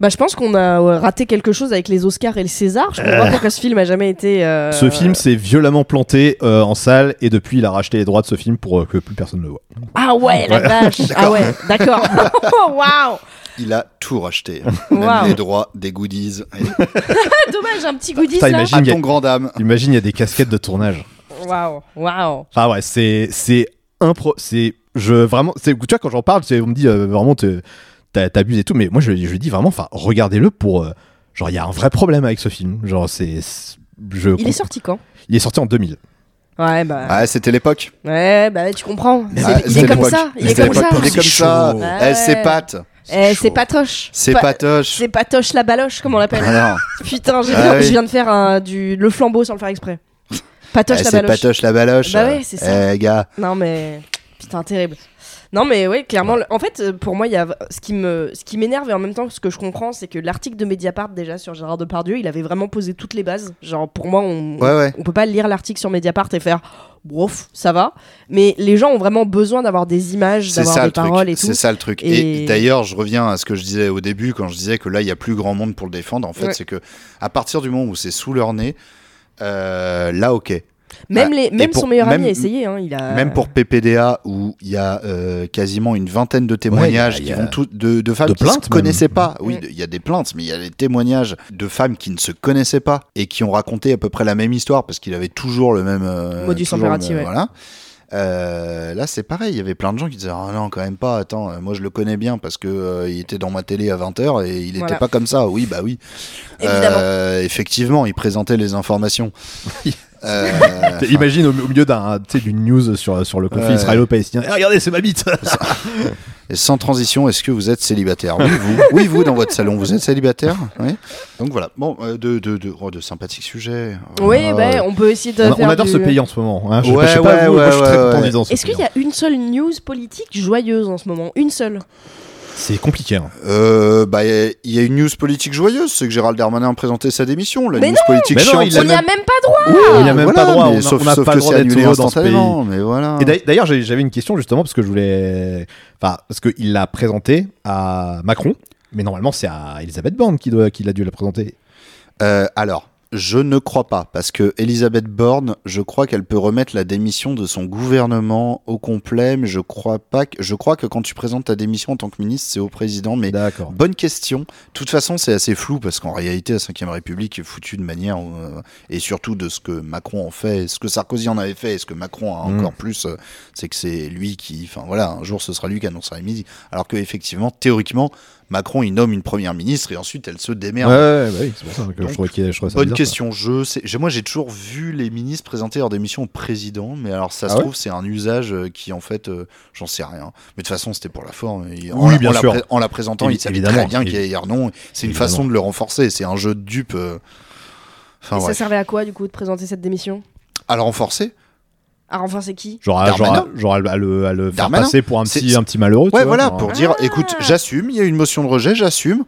[SPEAKER 9] Bah, je pense qu'on a euh, raté quelque chose avec les Oscars et le César. Je comprends pas pourquoi ce film a jamais été. euh,
[SPEAKER 8] Euh. ce film s'est violemment planté euh, en salle et depuis il a racheté les droits de ce film pour euh, que plus personne ne le voit
[SPEAKER 9] Ah ouais, la vache Ah ouais, d'accord. Oh, Waouh
[SPEAKER 2] Il a tout racheté. Même
[SPEAKER 9] Wow.
[SPEAKER 2] les droits, des goodies. Et
[SPEAKER 9] Ah, Dommage, un petit goodies
[SPEAKER 8] Putain,
[SPEAKER 9] là.
[SPEAKER 8] imagine,
[SPEAKER 2] à
[SPEAKER 8] il y a-
[SPEAKER 2] Ah, ton grand dame.
[SPEAKER 8] Imagine, il y a des casquettes de tournage.
[SPEAKER 9] Waouh, waouh.
[SPEAKER 8] Enfin, ouais, c'est. C'est impro. C'est. Je. Vraiment. c'est- Tu vois, quand j'en parle, c'est- on me dit euh, vraiment, t'es- t'as- t'abuses et tout. Mais moi, je, je dis vraiment, enfin, regardez-le pour. euh, genre, il y a un vrai problème avec ce film. Genre, c'est. c'est- Je,
[SPEAKER 9] Il est sorti quand
[SPEAKER 8] il est sorti en 2000.
[SPEAKER 9] Ouais, bah.
[SPEAKER 2] Ah, c'était l'époque.
[SPEAKER 9] Ouais, bah tu comprends. C'est-
[SPEAKER 2] Ah,
[SPEAKER 9] il est
[SPEAKER 2] c'était
[SPEAKER 9] comme
[SPEAKER 2] l'époque.
[SPEAKER 9] ça. Il est
[SPEAKER 2] C'était
[SPEAKER 9] comme ça.
[SPEAKER 2] l'époque. Il est comme ça.
[SPEAKER 9] Ah
[SPEAKER 2] Eh,
[SPEAKER 9] ouais.
[SPEAKER 2] c'est pâte.
[SPEAKER 9] Eh,
[SPEAKER 2] chaud.
[SPEAKER 9] c'est patoche.
[SPEAKER 2] C'est
[SPEAKER 9] Pa-
[SPEAKER 2] patoche.
[SPEAKER 9] C'est patoche la baloche, comme on l'appelle.
[SPEAKER 2] Alors,
[SPEAKER 9] Putain, j'ai-
[SPEAKER 2] Ah oui.
[SPEAKER 9] je viens de faire un- du, le flambeau sans le faire exprès. Patoche
[SPEAKER 2] eh,
[SPEAKER 9] la
[SPEAKER 2] c'est
[SPEAKER 9] baloche.
[SPEAKER 2] patoche la baloche.
[SPEAKER 9] Bah ouais, c'est ça.
[SPEAKER 2] Eh, gars.
[SPEAKER 9] Non mais putain terrible. Non mais ouais clairement le- en fait euh, pour moi il y a ce qui me ce qui m'énerve et en même temps ce que je comprends c'est que l'article de Mediapart déjà sur Gérard Depardieu il avait vraiment posé toutes les bases genre pour moi on
[SPEAKER 2] Ouais, ouais.
[SPEAKER 9] on peut pas lire l'article sur Mediapart et faire bof ça va mais les gens ont vraiment besoin d'avoir des images
[SPEAKER 2] C'est
[SPEAKER 9] d'avoir
[SPEAKER 2] ça
[SPEAKER 9] des
[SPEAKER 2] le
[SPEAKER 9] paroles
[SPEAKER 2] truc.
[SPEAKER 9] et tout
[SPEAKER 2] C'est ça le truc. Et,
[SPEAKER 9] Et-
[SPEAKER 2] d'ailleurs, je reviens à ce que je disais au début quand je disais que là, il y a plus grand monde pour le défendre. En fait,
[SPEAKER 9] Ouais.
[SPEAKER 2] c'est que à partir du moment où c'est sous leur nez, euh, là, ok.
[SPEAKER 9] même
[SPEAKER 2] Ah,
[SPEAKER 9] les
[SPEAKER 2] et
[SPEAKER 9] même
[SPEAKER 2] pour-
[SPEAKER 9] son meilleur ami
[SPEAKER 2] même-
[SPEAKER 9] a essayé hein, il a
[SPEAKER 2] Même pour PPDA, où il y a euh, quasiment une vingtaine de témoignages
[SPEAKER 8] Ouais, il y
[SPEAKER 2] qui
[SPEAKER 8] a-
[SPEAKER 2] vont tout- de, de femmes
[SPEAKER 8] de
[SPEAKER 2] qui ne
[SPEAKER 8] plaintes,
[SPEAKER 2] se connaissaient pas. Oui,
[SPEAKER 9] Mm.
[SPEAKER 2] de- il y a des plaintes, mais il y a des témoignages de femmes qui ne se connaissaient pas et qui ont raconté à peu près la même histoire parce qu'il avait toujours le même euh,
[SPEAKER 9] Modus
[SPEAKER 2] toujours le
[SPEAKER 9] operandi,
[SPEAKER 2] même-
[SPEAKER 9] ouais.
[SPEAKER 2] Voilà. Euh, là, c'est pareil. Il y avait plein de gens qui disaient Ah non, quand même pas. Attends, euh, moi je le connais bien parce que euh, il était dans ma télé à 20h et il n'était
[SPEAKER 9] Voilà.
[SPEAKER 2] pas comme ça. Oui, bah oui.
[SPEAKER 9] Évidemment.
[SPEAKER 2] Euh, effectivement, il présentait les informations.
[SPEAKER 8] Oui.
[SPEAKER 2] Euh,
[SPEAKER 8] Imagine au, au milieu d'un, tu sais, d'une news sur, sur le conflit
[SPEAKER 2] Ouais.
[SPEAKER 8] israélo-palestinien. Eh, regardez, c'est ma bite
[SPEAKER 2] Et sans transition, est-ce que vous êtes célibataire Oui, vous. Oui, vous, dans votre salon, vous êtes célibataire Oui. Donc voilà. Bon, euh, de, de, de, oh, de sympathiques sujets. Oh
[SPEAKER 9] Oui,
[SPEAKER 2] là là.
[SPEAKER 9] ben, on peut essayer de.
[SPEAKER 8] On,
[SPEAKER 9] faire
[SPEAKER 8] on adore
[SPEAKER 9] du- euh,
[SPEAKER 8] ce pays en ce moment. hein. Je, sais pas- je sais
[SPEAKER 2] Ouais,
[SPEAKER 8] pas
[SPEAKER 2] ouais,
[SPEAKER 8] vous, moi, je suis
[SPEAKER 2] ouais,
[SPEAKER 8] très
[SPEAKER 2] ouais,
[SPEAKER 8] content
[SPEAKER 2] ouais.
[SPEAKER 8] disant ce
[SPEAKER 9] Est-ce qu'il
[SPEAKER 8] pays.
[SPEAKER 9] y a une seule news politique joyeuse en ce moment Une seule
[SPEAKER 8] C'est compliqué. hein.
[SPEAKER 2] Euh, bah, il y a- il y a une news politique joyeuse, c'est que Gérald Darmanin a présenté sa démission. La
[SPEAKER 9] Mais
[SPEAKER 2] news
[SPEAKER 9] non
[SPEAKER 2] politique
[SPEAKER 8] Mais non,
[SPEAKER 2] chiante,
[SPEAKER 8] il
[SPEAKER 2] c'est-
[SPEAKER 8] a
[SPEAKER 9] On n'y a même
[SPEAKER 2] Ah
[SPEAKER 9] pas droit
[SPEAKER 8] on n'y a même
[SPEAKER 2] Voilà,
[SPEAKER 8] pas droit.
[SPEAKER 2] mais
[SPEAKER 8] on a-
[SPEAKER 2] sauf,
[SPEAKER 8] on n'a
[SPEAKER 2] sauf
[SPEAKER 8] pas
[SPEAKER 2] que
[SPEAKER 8] le droit
[SPEAKER 2] c'est
[SPEAKER 8] d'être
[SPEAKER 2] annulé
[SPEAKER 8] heureux dans ce pays.
[SPEAKER 2] instantanément, mais voilà.
[SPEAKER 8] Et d'ailleurs- d'ailleurs, j'ai- j'avais une question justement parce que je voulais. Enfin, parce qu'il l'a présenté à Macron, mais normalement c'est à Elisabeth Borne qui, doit, qui l'a dû la présenter.
[SPEAKER 2] Euh, alors, je ne crois pas, parce que Elisabeth Borne, je crois qu'elle peut remettre la démission de son gouvernement au complet, mais je crois pas que, je crois que quand tu présentes ta démission en tant que ministre, c'est au président, mais
[SPEAKER 8] D'accord.
[SPEAKER 2] Bonne question. De toute façon, c'est assez flou parce qu'en réalité, la 5ème République est foutue de manière. euh, et surtout de ce que Macron en fait, ce que Sarkozy en avait fait et ce que Macron a
[SPEAKER 8] Mm.
[SPEAKER 2] encore plus, euh, c'est que c'est lui qui. Enfin voilà, un jour ce sera lui qui annoncera les midi. Alors que, effectivement, théoriquement, Macron il nomme une première ministre et ensuite elle se
[SPEAKER 8] Ouais,
[SPEAKER 2] démerde.
[SPEAKER 8] ouais, bah oui, c'est pour ça que
[SPEAKER 2] Donc,
[SPEAKER 8] je trouvais, qu'il- je trouvais ça
[SPEAKER 2] Bonne
[SPEAKER 8] bizarre,
[SPEAKER 2] question. Je sais, j'ai- moi, j'ai toujours vu les ministres présenter leur démission au président, mais alors ça
[SPEAKER 8] Ah
[SPEAKER 2] se
[SPEAKER 8] ouais
[SPEAKER 2] trouve, c'est un usage euh, qui, en fait, euh, j'en sais rien. Mais de toute façon, c'était pour la forme. Et en,
[SPEAKER 8] Oui,
[SPEAKER 2] la-
[SPEAKER 8] bien
[SPEAKER 2] en la
[SPEAKER 8] sûr.
[SPEAKER 2] pré- en la présentant,
[SPEAKER 8] Évi-
[SPEAKER 2] il savait
[SPEAKER 8] évidemment.
[SPEAKER 2] très bien qu'il y a non. C'est une
[SPEAKER 8] Évidemment.
[SPEAKER 2] façon de le renforcer. C'est un jeu de dupe. euh. Enfin,
[SPEAKER 9] Et ça
[SPEAKER 2] bref.
[SPEAKER 9] servait à quoi du coup de présenter cette démission
[SPEAKER 2] À le renforcer
[SPEAKER 9] À renforcer qui
[SPEAKER 8] Genre, à, genre, à,
[SPEAKER 2] Darmanin.
[SPEAKER 8] genre à le- à le, à le faire
[SPEAKER 2] Darmanin.
[SPEAKER 8] passer pour un
[SPEAKER 2] C'est-
[SPEAKER 8] petit, un petit malheureux. tu
[SPEAKER 2] Ouais,
[SPEAKER 8] vois,
[SPEAKER 2] voilà,
[SPEAKER 8] genre,
[SPEAKER 2] pour
[SPEAKER 8] hein.
[SPEAKER 2] dire,
[SPEAKER 9] Ah.
[SPEAKER 2] écoute, j'assume, il y a une motion de rejet, j'assume.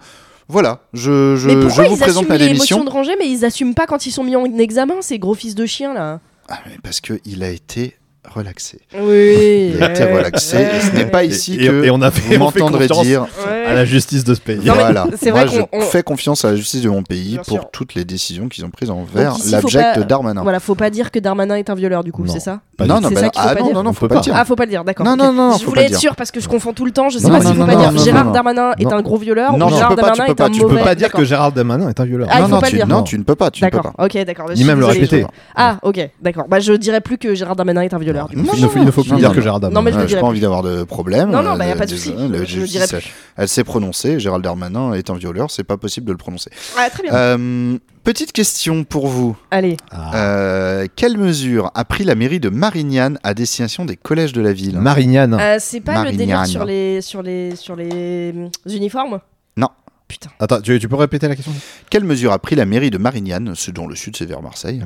[SPEAKER 2] Voilà, je, je,
[SPEAKER 9] Mais
[SPEAKER 2] je
[SPEAKER 9] pourquoi
[SPEAKER 2] vous
[SPEAKER 9] ils
[SPEAKER 2] présente
[SPEAKER 9] assument
[SPEAKER 2] ma
[SPEAKER 9] les
[SPEAKER 2] démission.
[SPEAKER 9] motions de rangée mais ils assument pas quand ils sont mis en examen ces gros fils de chiens là
[SPEAKER 2] Ah, mais parce qu'il a été relaxé.
[SPEAKER 9] Oui.
[SPEAKER 2] Il a été relaxé. et ce n'est pas
[SPEAKER 8] Et-
[SPEAKER 2] ici
[SPEAKER 8] et-
[SPEAKER 2] que
[SPEAKER 8] et on a fait-
[SPEAKER 2] vous
[SPEAKER 8] on fait
[SPEAKER 2] m'entendrez
[SPEAKER 8] confiance.
[SPEAKER 2] dire
[SPEAKER 8] à la justice de ce pays.
[SPEAKER 9] Non, mais
[SPEAKER 2] voilà.
[SPEAKER 9] c'est
[SPEAKER 2] Moi,
[SPEAKER 9] vrai
[SPEAKER 2] je
[SPEAKER 9] qu'on- on-
[SPEAKER 2] fais confiance à la justice de mon pays
[SPEAKER 9] Bien
[SPEAKER 2] pour
[SPEAKER 9] sûr.
[SPEAKER 2] toutes les décisions qu'ils ont prises envers
[SPEAKER 9] ici, faut
[SPEAKER 2] l'abject
[SPEAKER 9] pas-
[SPEAKER 2] Darmanin.
[SPEAKER 9] Voilà, faut pas dire que Darmanin est un violeur du coup,
[SPEAKER 8] Non.
[SPEAKER 9] c'est ça
[SPEAKER 8] Pas
[SPEAKER 2] non,
[SPEAKER 8] du
[SPEAKER 2] non, bah
[SPEAKER 9] tout. C'est ça
[SPEAKER 2] non,
[SPEAKER 9] qu'il faut
[SPEAKER 2] ah
[SPEAKER 9] pas
[SPEAKER 2] non,
[SPEAKER 9] dire.
[SPEAKER 2] non, non,
[SPEAKER 8] On
[SPEAKER 2] faut
[SPEAKER 8] peut
[SPEAKER 2] pas
[SPEAKER 8] pas.
[SPEAKER 2] le dire.
[SPEAKER 9] Ah, faut pas le dire, d'accord.
[SPEAKER 2] Non,
[SPEAKER 9] ok.
[SPEAKER 2] non, non, non,
[SPEAKER 9] je
[SPEAKER 2] faut
[SPEAKER 9] voulais
[SPEAKER 2] pas
[SPEAKER 9] être
[SPEAKER 2] dire.
[SPEAKER 9] sûr parce que je confonds tout le temps. Je sais
[SPEAKER 2] Non,
[SPEAKER 9] pas
[SPEAKER 2] non,
[SPEAKER 9] s'il faut
[SPEAKER 2] non,
[SPEAKER 9] pas
[SPEAKER 2] non,
[SPEAKER 9] dire
[SPEAKER 2] non,
[SPEAKER 9] Gérard
[SPEAKER 2] non, non.
[SPEAKER 9] Darmanin est
[SPEAKER 8] Non.
[SPEAKER 9] un gros violeur
[SPEAKER 2] Non,
[SPEAKER 9] ou
[SPEAKER 2] tu
[SPEAKER 9] Gérard
[SPEAKER 2] peux pas, tu
[SPEAKER 9] Darmanin
[SPEAKER 2] peux
[SPEAKER 9] est
[SPEAKER 2] pas,
[SPEAKER 9] un
[SPEAKER 2] tu
[SPEAKER 8] Tu
[SPEAKER 2] peux
[SPEAKER 9] mauvais.
[SPEAKER 8] peux pas dire
[SPEAKER 9] D'accord.
[SPEAKER 8] que Gérard Damanin est un violeur.
[SPEAKER 9] Ah, il
[SPEAKER 2] non,
[SPEAKER 9] faut
[SPEAKER 2] non,
[SPEAKER 9] pas
[SPEAKER 2] tu,
[SPEAKER 9] le dire.
[SPEAKER 2] non, tu ne peux pas, tu ne peux
[SPEAKER 9] D'accord.
[SPEAKER 2] pas.
[SPEAKER 9] Ok, d'accord. bah,
[SPEAKER 8] Ni même le répéter.
[SPEAKER 9] Ah, ok, d'accord. Bah, je dirais plus que Gérard Darmanin est un violeur. du coup.
[SPEAKER 2] Non,
[SPEAKER 8] Il ne faut, il ne faut plus
[SPEAKER 2] non,
[SPEAKER 8] dire
[SPEAKER 2] non,
[SPEAKER 8] que
[SPEAKER 2] non.
[SPEAKER 8] Gérard
[SPEAKER 9] Non, mais
[SPEAKER 8] Damanin.
[SPEAKER 2] Ouais, Euh, J'ai
[SPEAKER 9] je le dirais
[SPEAKER 2] pas envie d'avoir de problème.
[SPEAKER 9] Non, non,
[SPEAKER 2] Euh,
[SPEAKER 9] bah, y a pas de
[SPEAKER 2] désolé,
[SPEAKER 9] souci.
[SPEAKER 2] la
[SPEAKER 9] Je le
[SPEAKER 2] justice,
[SPEAKER 9] dirai plus.
[SPEAKER 2] elle- Elle s'est prononcée. Gérald Darmanin est un violeur. C'est pas possible de le prononcer.
[SPEAKER 9] Ah, très bien.
[SPEAKER 2] Euh, Petite question pour vous.
[SPEAKER 9] Allez.
[SPEAKER 8] Ah.
[SPEAKER 2] Euh, Quelle mesure a pris la mairie de Marignane à destination des collèges de la ville
[SPEAKER 8] Marignane.
[SPEAKER 9] Euh, c'est pas le délire
[SPEAKER 2] Marignane.
[SPEAKER 9] sur les, sur les, sur les hum, uniformes
[SPEAKER 2] Non.
[SPEAKER 9] Putain.
[SPEAKER 8] Attends, tu, tu peux répéter la question
[SPEAKER 2] Quelle mesure a pris la mairie de Marignane, ce dont le sud c'est vers Marseille